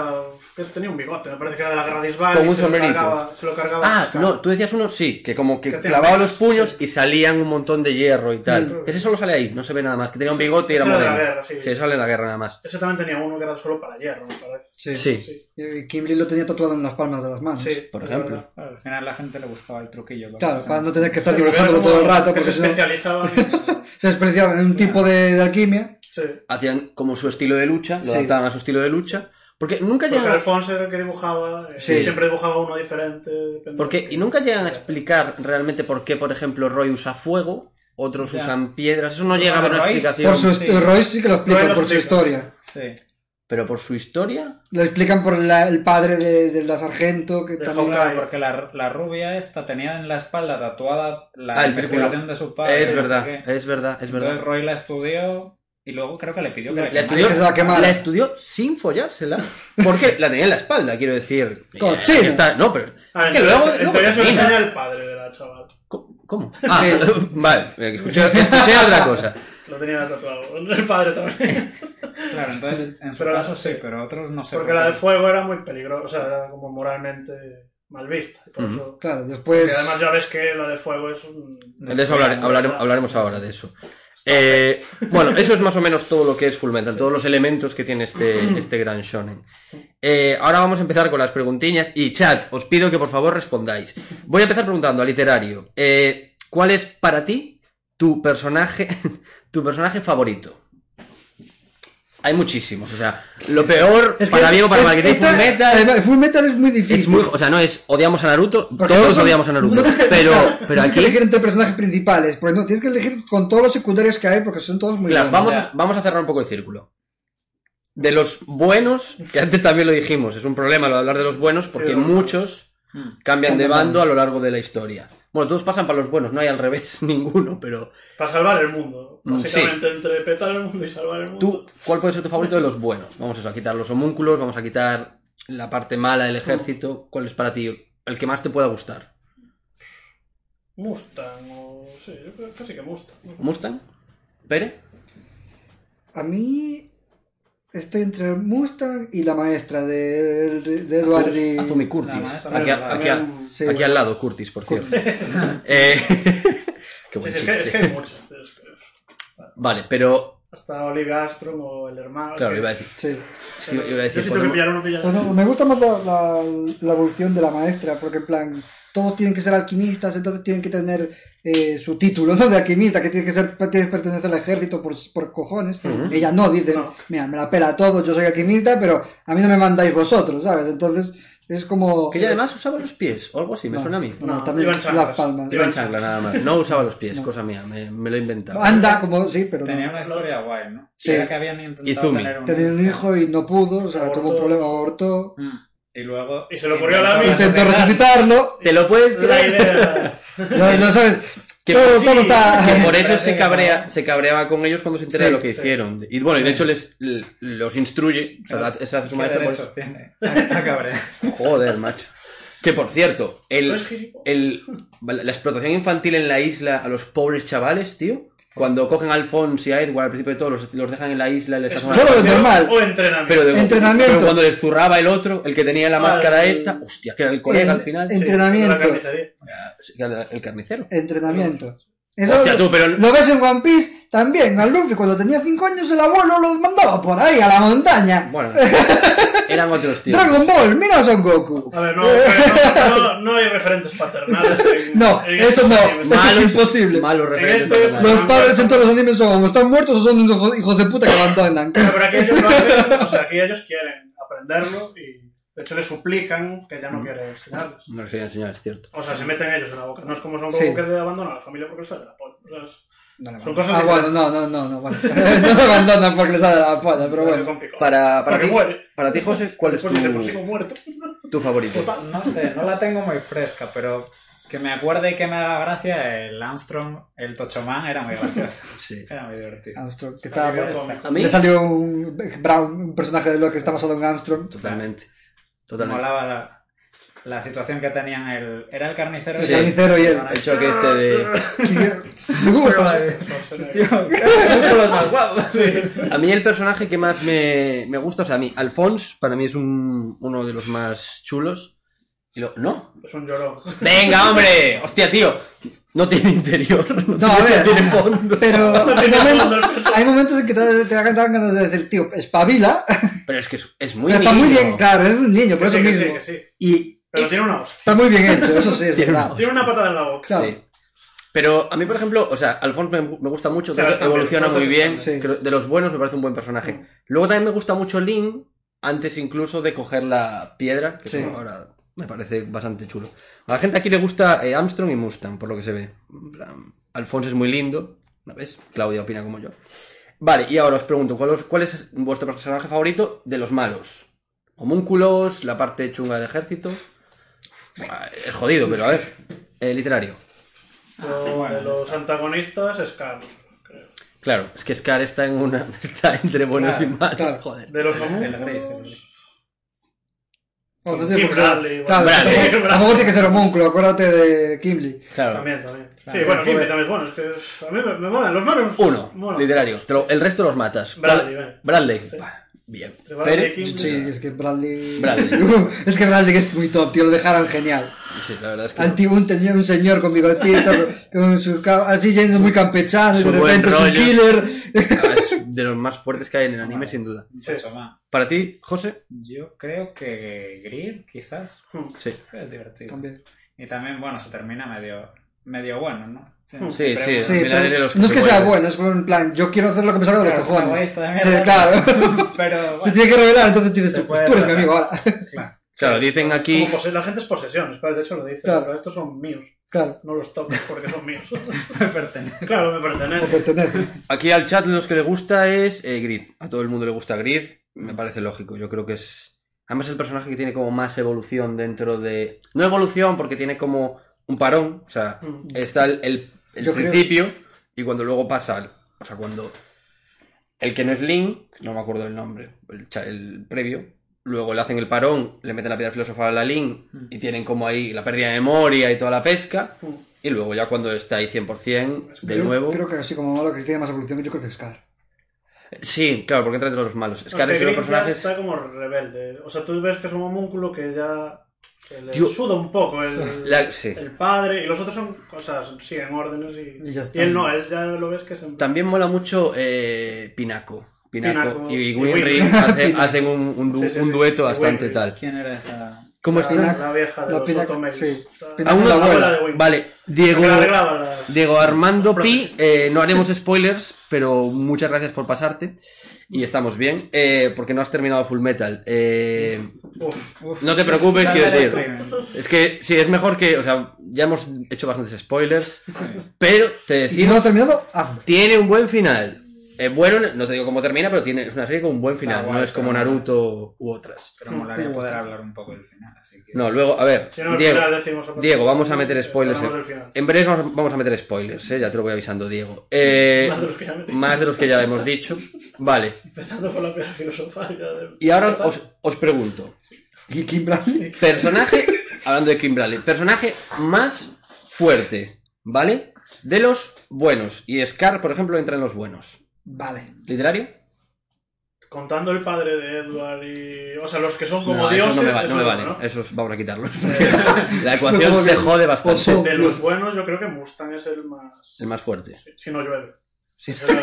Speaker 3: que tenía un bigote, me parece que era de la guerra de Isbal.
Speaker 1: Con
Speaker 3: y
Speaker 1: un
Speaker 3: se lo
Speaker 1: sombrerito.
Speaker 3: cargaba- Se lo cargaba. en
Speaker 1: Ah,
Speaker 3: las caras.
Speaker 1: no, tú decías uno, sí, que como que
Speaker 3: Que tenía
Speaker 1: clavaba
Speaker 3: unos-
Speaker 1: los puños y salían un montón de hierro y tal.
Speaker 3: Mm.
Speaker 1: Ese solo sale ahí, no se ve nada más. Que tenía un bigote y era
Speaker 3: Ese era de la
Speaker 1: moreno.
Speaker 3: guerra, sí.
Speaker 1: Sí, sale en la guerra nada más.
Speaker 3: Ese también tenía uno que era solo para hierro, me parece.
Speaker 1: Sí,
Speaker 3: Sí,
Speaker 2: Y Kimberly lo tenía tatuado en las palmas de las manos.
Speaker 3: sí,
Speaker 1: por
Speaker 3: es
Speaker 1: ejemplo.
Speaker 3: verdad.
Speaker 4: Claro, al final a la gente le gustaba el truquillo. porque
Speaker 2: Claro,
Speaker 4: se-
Speaker 2: para no tener que estar
Speaker 3: Pero era
Speaker 2: dibujándolo
Speaker 3: como
Speaker 2: todo el rato,
Speaker 3: que
Speaker 2: porque
Speaker 3: se
Speaker 2: si no
Speaker 3: especializaban en-
Speaker 2: se especializaba en un tipo de, de alquimia.
Speaker 3: Sí.
Speaker 1: Hacían como su estilo de lucha, lo
Speaker 2: Sí.
Speaker 1: adaptaban a su estilo de lucha. Porque nunca
Speaker 3: Porque
Speaker 1: llegaron.
Speaker 3: Alfonso era el que dibujaba, eh,
Speaker 2: Sí.
Speaker 3: siempre dibujaba uno diferente. depende
Speaker 1: Porque,
Speaker 3: de qué-
Speaker 1: y nunca llegan a explicar realmente por qué, por ejemplo, Roy usa fuego, otros
Speaker 4: Ya.
Speaker 1: usan piedras. Eso no llega a haber una
Speaker 4: Roy,
Speaker 1: explicación.
Speaker 2: Por su
Speaker 4: Sí.
Speaker 2: hist- Royce sí que lo explican,
Speaker 3: Roy lo
Speaker 2: por su
Speaker 3: explica.
Speaker 2: historia.
Speaker 4: Sí.
Speaker 1: Pero por su historia.
Speaker 2: Lo explican por la- el padre de, de la sargento, que
Speaker 3: De
Speaker 2: también...
Speaker 3: Hawkeye.
Speaker 4: Claro, porque la, la rubia esta tenía en la espalda tatuada la
Speaker 1: Ah, el
Speaker 4: investigación
Speaker 1: círculo.
Speaker 4: de su padre.
Speaker 1: es,
Speaker 4: no sé
Speaker 1: verdad,
Speaker 4: qué.
Speaker 1: es verdad, es
Speaker 4: Entonces
Speaker 1: verdad,
Speaker 4: Roy la estudió y luego creo que le pidió que
Speaker 2: La-
Speaker 4: la,
Speaker 1: La
Speaker 4: quemara.
Speaker 1: estudió,
Speaker 2: que se la quemara.
Speaker 1: la estudió sin follársela. Porque la tenía en la espalda, quiero decir.
Speaker 2: Cochino.
Speaker 1: Eh, aquí está- No, pero.
Speaker 3: Ah,
Speaker 1: que
Speaker 3: en
Speaker 1: luego.
Speaker 3: teoría- en
Speaker 1: luego
Speaker 3: teoría se lo
Speaker 1: termina.
Speaker 3: enseña el padre de la chaval.
Speaker 1: ¿Cómo? ¿Cómo? Ah, vale, escuché, escuché otra cosa.
Speaker 3: Lo tenía tatuado. El padre también.
Speaker 4: Claro, entonces en su
Speaker 3: Pues, Pero la-
Speaker 4: caso sí, pero otros no sé.
Speaker 3: Porque
Speaker 4: por
Speaker 3: la
Speaker 4: qué.
Speaker 3: de fuego era muy peligrosa, o sea, era como moralmente mal vista. Por
Speaker 1: Ujú. Pues-
Speaker 3: eso-
Speaker 2: Claro,
Speaker 3: porque
Speaker 2: después...
Speaker 3: además ya ves que la de fuego es un.
Speaker 1: De eso hablare- hablare- hablaremos ahora, de eso. Eh, bueno, eso es más o menos todo lo que es Full Metal, todos los elementos que tiene este, este gran shonen. Eh, ahora vamos a empezar con las preguntiñas y chat, os pido que por favor respondáis. Voy a empezar preguntando al literario, eh, ¿cuál es para ti tu personaje, tu personaje favorito? Hay muchísimos, o sea, lo peor,
Speaker 2: Es que
Speaker 1: para bien o para
Speaker 2: es-
Speaker 1: mal, que tiene
Speaker 2: esta-
Speaker 1: Full Metal...
Speaker 2: además, Full Metal es muy difícil.
Speaker 1: Es muy, o sea, no es odiamos a Naruto,
Speaker 2: Porque
Speaker 1: todos
Speaker 2: no son-
Speaker 1: odiamos a Naruto,
Speaker 2: no tienes que-
Speaker 1: pero,
Speaker 2: claro,
Speaker 1: pero
Speaker 2: tienes que
Speaker 1: aquí
Speaker 2: elegir entre personajes principales, porque no, tienes que elegir con todos los secundarios que hay, porque son todos muy
Speaker 1: Claro,
Speaker 2: buenos.
Speaker 1: vamos a, vamos a cerrar un poco el círculo. De los buenos, que antes también lo dijimos, es un problema lo de hablar de los buenos porque
Speaker 3: Sí, no.
Speaker 1: muchos
Speaker 4: Mm.
Speaker 1: cambian de bando a lo largo de la historia. Bueno, todos pasan para los buenos, no hay al revés ninguno, pero
Speaker 3: Para salvar el mundo.
Speaker 1: Mm,
Speaker 3: Básicamente, entre petar el mundo y salvar el mundo.
Speaker 1: tú, ¿cuál puede ser tu favorito de los buenos? Vamos eso, a quitar los homúnculos, vamos a quitar la parte mala del ejército. ¿Cuál es para ti el que más te pueda gustar?
Speaker 3: Mustang o. Sí, yo creo casi que Mustang. ¿no?
Speaker 1: ¿Mustang? ¿Pere?
Speaker 2: A mí estoy entre Mustang y la maestra de, de Edward y...
Speaker 1: Azumi
Speaker 4: La
Speaker 1: Curtis.
Speaker 4: maestra
Speaker 1: Aquí,
Speaker 4: de
Speaker 1: a-
Speaker 4: la-
Speaker 1: aquí a-
Speaker 2: Sí.
Speaker 1: aquí al lado, Curtis, por cierto. Eh, qué
Speaker 3: Sí,
Speaker 1: buen
Speaker 3: es, que, es que
Speaker 1: chiste.
Speaker 3: hay muchos. es que-
Speaker 1: Vale, pero
Speaker 3: Hasta Olivia Astrom o el hermano.
Speaker 1: Claro,
Speaker 3: que-
Speaker 1: iba a decir.
Speaker 2: Sí.
Speaker 1: es que iba a decir,
Speaker 3: Yo sí tengo que
Speaker 1: podemos-
Speaker 3: pillar uno pillar.
Speaker 2: Pero no, me gusta más la, la- la evolución de la maestra, porque en plan, todos tienen que ser alquimistas, entonces tienen que tener eh, su título ¿no? de alquimista, que tiene que ser, tiene que pertenecer al ejército por, por cojones. Ella no, dice,
Speaker 3: No.
Speaker 2: mira, me la pela todo, yo soy alquimista, pero a mí no me mandáis vosotros, ¿sabes? Entonces es como...
Speaker 1: Que ella además usaba los pies o algo así, me
Speaker 2: No.
Speaker 1: suena a mí.
Speaker 2: No, también
Speaker 3: iban chanclas.
Speaker 2: las palmas.
Speaker 1: Iba
Speaker 3: Iban
Speaker 1: en chancla nada más. No usaba los pies, cosa mía, me, me lo he inventado.
Speaker 2: Anda, como, sí, pero... no.
Speaker 4: Tenía una historia guay, ¿no?
Speaker 2: Sí.
Speaker 4: Era que habían intentado
Speaker 1: Izumi.
Speaker 4: tener un...
Speaker 2: Tenía un hijo y no pudo, o sea,
Speaker 3: Abortó.
Speaker 2: tuvo un problema, abortó.
Speaker 4: Mm. Y luego...
Speaker 3: Y se le ocurrió a la
Speaker 4: intentó
Speaker 3: Miss.
Speaker 2: Intentó resucitarlo,
Speaker 1: ¿Te lo puedes
Speaker 3: La
Speaker 1: creer?
Speaker 3: idea.
Speaker 2: no, no sabes,
Speaker 1: Que
Speaker 2: todo,
Speaker 1: sí,
Speaker 2: todo está...
Speaker 1: Que por eso
Speaker 4: Parece
Speaker 1: se,
Speaker 4: que
Speaker 1: cabrea,
Speaker 4: no.
Speaker 1: se cabreaba con ellos cuando se entera
Speaker 2: Sí,
Speaker 1: de lo que
Speaker 3: sí.
Speaker 1: hicieron. Y bueno, y de hecho les, l- los instruye. O sea,
Speaker 4: Claro.
Speaker 1: la- se hace su
Speaker 4: ¿Qué
Speaker 1: maestra por
Speaker 4: derechos
Speaker 1: eso.
Speaker 4: tiene? Ah, A- a cabrear.
Speaker 1: Joder, macho. Que por cierto,
Speaker 3: No
Speaker 1: el,
Speaker 3: es gilipollas.
Speaker 1: el, la explotación infantil en la isla a los pobres chavales, tío. Cuando cogen a Alphonse y a Edward al principio de todo, los, los dejan en la isla y les hacen una
Speaker 2: Yo lo veo normal.
Speaker 3: O entrenamiento.
Speaker 1: Pero de-
Speaker 2: Entrenamiento.
Speaker 1: pero cuando les zurraba el otro, el que tenía la
Speaker 3: Ah,
Speaker 1: máscara
Speaker 3: el-
Speaker 1: esta, hostia, que era el colega
Speaker 2: el-
Speaker 1: al final,
Speaker 2: el-
Speaker 3: Sí,
Speaker 2: entrenamiento.
Speaker 3: de la carnicería.
Speaker 1: que era el carnicero.
Speaker 2: Entrenamiento. Eso
Speaker 1: Hostia,
Speaker 2: lo-
Speaker 1: tú, pero-
Speaker 2: Lo ves en One Piece también. Al Luffy, cuando tenía 5 años, el abuelo lo mandaba por ahí, a la montaña.
Speaker 1: Bueno, eran otros tíos.
Speaker 2: Dragon Ball, mira a Son Goku.
Speaker 3: A ver, no, pero no, no, no hay referentes paternales. en-
Speaker 2: No,
Speaker 3: en este
Speaker 2: eso no.
Speaker 3: estos animes.
Speaker 2: Eso es imposible.
Speaker 1: Malos referentes.
Speaker 3: este-
Speaker 1: paternales.
Speaker 2: Los padres en todos los animes son o están muertos o son unos hijo- hijos de puta que abandonan.
Speaker 3: Pero, pero aquí ellos lo hacen, o sea, aquí ellos quieren aprenderlo y de hecho le suplican que ya no quiere enseñarles.
Speaker 1: No les quería enseñar, es cierto.
Speaker 3: O sea, se meten ellos en la boca. No es como son
Speaker 2: Sí.
Speaker 3: como que abandona a la familia porque les sale de la polla. O sea, es- Son cosas
Speaker 2: Ah, bueno,
Speaker 3: diferentes.
Speaker 2: no, no, no, no, bueno. No lo abandonan porque les sale la polla, pero
Speaker 3: Es
Speaker 2: bueno.
Speaker 3: complicado.
Speaker 1: Para, para,
Speaker 3: Porque
Speaker 1: ti,
Speaker 3: muere.
Speaker 1: para ti, José, ¿cuál es
Speaker 3: Pues dice, pues sigo
Speaker 1: tu,
Speaker 3: muerto.
Speaker 1: tu favorito?
Speaker 4: No sé, no la tengo muy fresca, pero que me acuerde y que me haga gracia, el Armstrong, el Tochomán era muy gracioso.
Speaker 1: Sí.
Speaker 4: Era muy divertido.
Speaker 2: Armstrong, que Ah, estaba.
Speaker 3: Porque muere.
Speaker 1: A mí,
Speaker 2: Le salió un Brown, un personaje de lo que está basado en Armstrong.
Speaker 1: totalmente. Totalmente.
Speaker 4: Molaba la, la situación que tenían el... Era el carnicero
Speaker 1: Sí.
Speaker 4: el
Speaker 2: carnicero y el-
Speaker 4: Bueno,
Speaker 1: El choque este de.
Speaker 2: Me gusta.
Speaker 4: Tío, los más guapos.
Speaker 1: A mí el personaje que más me, me gusta, o sea, a mí, Alphonse, para mí es un- uno de los más chulos. Y lo- no.
Speaker 3: Es un llorón.
Speaker 1: ¡Venga, hombre! ¡Hostia, tío! No tiene interior. No,
Speaker 2: No, a
Speaker 1: tiene-
Speaker 2: ver.
Speaker 1: no tiene fondo.
Speaker 2: Pero hay momentos, hay momentos en que te, te dan ganas de decir, tío, espabila.
Speaker 1: Pero es que es, es muy
Speaker 2: Pero está muy
Speaker 1: niño.
Speaker 2: bien, claro, es un niño,
Speaker 3: Que
Speaker 2: por eso
Speaker 3: sí, que sí,
Speaker 2: mismo.
Speaker 3: que sí.
Speaker 1: Y
Speaker 3: Pero
Speaker 1: es-
Speaker 3: tiene una hostia.
Speaker 2: Está muy bien hecho, eso sí, es
Speaker 1: Tiene
Speaker 2: verdad.
Speaker 1: una-
Speaker 3: Tiene una patada en la boca.
Speaker 2: Claro.
Speaker 1: Sí. Pero a mí, por ejemplo, o sea, Alphonse me, me gusta mucho, creo
Speaker 3: Claro,
Speaker 1: que
Speaker 3: también,
Speaker 1: evoluciona muy
Speaker 3: Alphonse
Speaker 1: bien.
Speaker 2: también. Sí. Mm.
Speaker 1: creo- de los buenos me parece un buen personaje. Luego también me gusta mucho Link, antes incluso de coger la piedra, que
Speaker 2: Sí.
Speaker 1: como ahora me parece bastante chulo. A la gente aquí le gusta eh, Armstrong y Mustang, por lo que se ve. En plan, Alphonse es muy lindo, ¿no ves? Claudia opina como yo. Vale, y ahora os pregunto, ¿cuál, os- cuál es vuestro personaje favorito de los malos? Homúnculos, la parte chunga del ejército. Ah, Es jodido, pero a ver. Eh, literario.
Speaker 3: Yo,
Speaker 4: bueno.
Speaker 3: de los
Speaker 1: Ah,
Speaker 3: antagonistas es Carlos, creo.
Speaker 1: Claro, es que Scar está en una. está entre buenos
Speaker 4: Claro,
Speaker 1: y malos.
Speaker 2: claro.
Speaker 1: Joder.
Speaker 3: De los
Speaker 4: El Grace, el
Speaker 3: homúnculos.
Speaker 4: Grace.
Speaker 2: Bueno, no tiene
Speaker 3: Kim
Speaker 2: por qué ser-
Speaker 3: Bradley,
Speaker 2: claro,
Speaker 1: bueno.
Speaker 2: tampoco-
Speaker 3: Bradley.
Speaker 2: Tampoco tiene que ser homúnculo, acuérdate de Kimberly.
Speaker 1: Claro.
Speaker 3: También, también. Sí,
Speaker 2: Claro.
Speaker 3: bueno, Kimbe
Speaker 2: Joder.
Speaker 3: también es bueno. Es que es- a mí me, me molan. Los malos.
Speaker 1: Uno,
Speaker 3: Molan.
Speaker 1: literario. Te lo- el resto los matas.
Speaker 3: Bradley,
Speaker 1: Bra-
Speaker 3: vale.
Speaker 1: Bradley.
Speaker 3: Sí.
Speaker 1: Bah, Bien.
Speaker 3: Te vale
Speaker 1: Pero-
Speaker 3: de Kim-
Speaker 2: Sí, es que Bradley.
Speaker 1: Bradley.
Speaker 2: es que Bradley es muy top, tío, lo dejaron genial.
Speaker 1: Sí, la verdad es que.
Speaker 2: Al tío, un, tenía un señor con bigotito, con su, ca- así yendo muy campechano, y
Speaker 1: Su
Speaker 2: de
Speaker 1: buen
Speaker 2: repente es un
Speaker 1: rollo.
Speaker 2: killer.
Speaker 1: Ah, es de los más fuertes que hay en el anime,
Speaker 4: Vale.
Speaker 1: sin duda.
Speaker 4: El
Speaker 3: Sí.
Speaker 4: Tochomán.
Speaker 1: Para ti, José.
Speaker 4: Yo creo que Grid, quizás,
Speaker 3: Hmm.
Speaker 1: Sí.
Speaker 4: es divertido.
Speaker 2: También.
Speaker 4: Y también, bueno, se termina medio, medio bueno, ¿no?
Speaker 1: Sí,
Speaker 4: pero-
Speaker 1: sí.
Speaker 2: Sí,
Speaker 1: Mira,
Speaker 2: pero
Speaker 1: de los que
Speaker 2: no es
Speaker 1: se
Speaker 2: que sea
Speaker 1: vuelven.
Speaker 2: bueno, es como en plan, yo quiero hacer lo que me salga de los
Speaker 4: Claro, es una
Speaker 2: cojones.
Speaker 4: egoísta de
Speaker 2: Sí,
Speaker 4: mierda.
Speaker 2: claro.
Speaker 4: Pero
Speaker 2: Se
Speaker 4: bueno,
Speaker 2: tiene que revelar, entonces tienes
Speaker 4: Se
Speaker 2: tú, pues
Speaker 4: puede
Speaker 2: tú eres mi
Speaker 4: tratar.
Speaker 2: amigo ahora.
Speaker 4: claro.
Speaker 1: Claro, dicen aquí.
Speaker 3: Como pose- la gente es posesión, espera, de hecho lo dice,
Speaker 2: Claro.
Speaker 3: pero estos son míos,
Speaker 2: Claro,
Speaker 3: no los toques porque son míos.
Speaker 4: me pertenece.
Speaker 3: claro, me
Speaker 2: me
Speaker 3: pertenece.
Speaker 2: pertenece.
Speaker 1: Aquí al chat los que le gusta es eh, Grid. A todo el mundo le gusta Grid.
Speaker 2: Mm.
Speaker 1: Me parece lógico. Yo creo que es. Además, el personaje que tiene como más evolución dentro de. No evolución, porque tiene como un parón. O sea,
Speaker 3: Mm.
Speaker 1: está el, el- el
Speaker 2: Yo creo-
Speaker 1: principio. Y cuando luego pasa. al- O sea, cuando. El que no es Link, no me acuerdo el nombre, el, cha- el previo. Luego le hacen el parón, le meten la piedra filosofal a la Link.
Speaker 4: Mm.
Speaker 1: Y tienen como ahí la pérdida de memoria y toda la pesca.
Speaker 3: Mm.
Speaker 1: Y luego ya cuando está ahí 100%, de
Speaker 2: Yo
Speaker 1: nuevo.
Speaker 2: Creo que así como malo que tiene más evolución, yo creo que es Scar.
Speaker 1: Sí, claro, porque entra entre los malos. Es que ahora
Speaker 3: Aunque
Speaker 1: es de los
Speaker 3: Green ya
Speaker 1: personajes.
Speaker 3: está como rebelde, o sea, tú ves que es un homúnculo que ya que le
Speaker 1: Tío.
Speaker 3: suda un poco el,
Speaker 1: La- sí.
Speaker 3: el padre, y los otros son cosas, siguen órdenes y,
Speaker 2: Y ya está.
Speaker 3: él no, él ya lo ves que es en
Speaker 1: También mola mucho eh, Pinaco. Pinaco.
Speaker 3: Pinaco
Speaker 1: y
Speaker 3: y
Speaker 1: Winry
Speaker 3: Winry.
Speaker 1: hace- hacen un, un du-
Speaker 3: Sí, sí,
Speaker 1: un
Speaker 3: sí.
Speaker 1: dueto bastante
Speaker 3: Winry.
Speaker 1: tal.
Speaker 4: ¿Quién era esa?
Speaker 1: ¿Cómo
Speaker 3: la,
Speaker 1: está?
Speaker 3: la vieja de
Speaker 2: la
Speaker 3: los
Speaker 2: pina-
Speaker 3: Otomeis.
Speaker 2: sí.
Speaker 3: Está-
Speaker 2: Pina-
Speaker 1: A uno-
Speaker 2: la
Speaker 3: abuela
Speaker 2: abuela.
Speaker 3: de Win.
Speaker 1: Vale,
Speaker 3: La que
Speaker 1: Diego,
Speaker 3: le arreglaba las-
Speaker 1: Diego Armando
Speaker 3: las
Speaker 1: Pi,
Speaker 3: prótesis.
Speaker 1: eh, no haremos spoilers, pero muchas gracias por pasarte. Y estamos bien, eh, porque no has terminado Full Metal. Eh,
Speaker 3: Uf,
Speaker 4: Uf,
Speaker 1: No te preocupes,
Speaker 4: dale
Speaker 1: quiero
Speaker 4: al
Speaker 1: decir.
Speaker 4: streaming.
Speaker 1: es que sí, es mejor que. O sea, ya hemos hecho bastantes spoilers, pero te
Speaker 2: Y
Speaker 1: decimos.
Speaker 2: si no lo has terminado, hazlo.
Speaker 1: Tiene un buen final. Eh, bueno, no te digo cómo termina, pero tiene, es una serie con un buen
Speaker 4: Está
Speaker 1: final.
Speaker 4: guay,
Speaker 1: no es como
Speaker 4: está guay.
Speaker 1: Naruto u otras.
Speaker 4: Pero molaría poder hablar un poco del final, así que...
Speaker 1: No, luego, a ver,
Speaker 3: si no, al
Speaker 1: Diego,
Speaker 3: final decimos a-
Speaker 1: Diego, vamos a meter
Speaker 3: Eh,
Speaker 1: spoilers.
Speaker 3: hablamos
Speaker 1: eh.
Speaker 3: del final.
Speaker 1: En breve vamos, vamos a meter spoilers, eh, ya te lo voy avisando, Diego. Eh,
Speaker 3: Más de los que ya metí.
Speaker 1: más de los que ya hemos dicho. Vale,
Speaker 3: Empezando con la piedra filosofal. ya de-
Speaker 1: y ahora os, os pregunto.
Speaker 2: Y Kim Bradley.
Speaker 1: Personaje, hablando de Kim Bradley, personaje más fuerte, ¿vale? De los buenos. Y Scar, por ejemplo, entra en los buenos.
Speaker 2: Vale.
Speaker 1: ¿Literario?
Speaker 3: contando el padre de Edward y. O sea, los que son como
Speaker 1: No, esos no
Speaker 3: dioses.
Speaker 1: me, va-
Speaker 3: eso
Speaker 1: no me
Speaker 3: no,
Speaker 1: valen.
Speaker 3: ¿no?
Speaker 1: Esos vamos a quitarlos.
Speaker 3: Eh,
Speaker 1: La ecuación
Speaker 2: Supongo
Speaker 1: se
Speaker 2: que-
Speaker 1: jode bastante.
Speaker 2: Ojo.
Speaker 3: de
Speaker 2: Dios.
Speaker 3: los buenos, yo creo que Mustang es el más.
Speaker 1: El más fuerte.
Speaker 3: Si no llueve.
Speaker 1: Sí.
Speaker 3: Pero-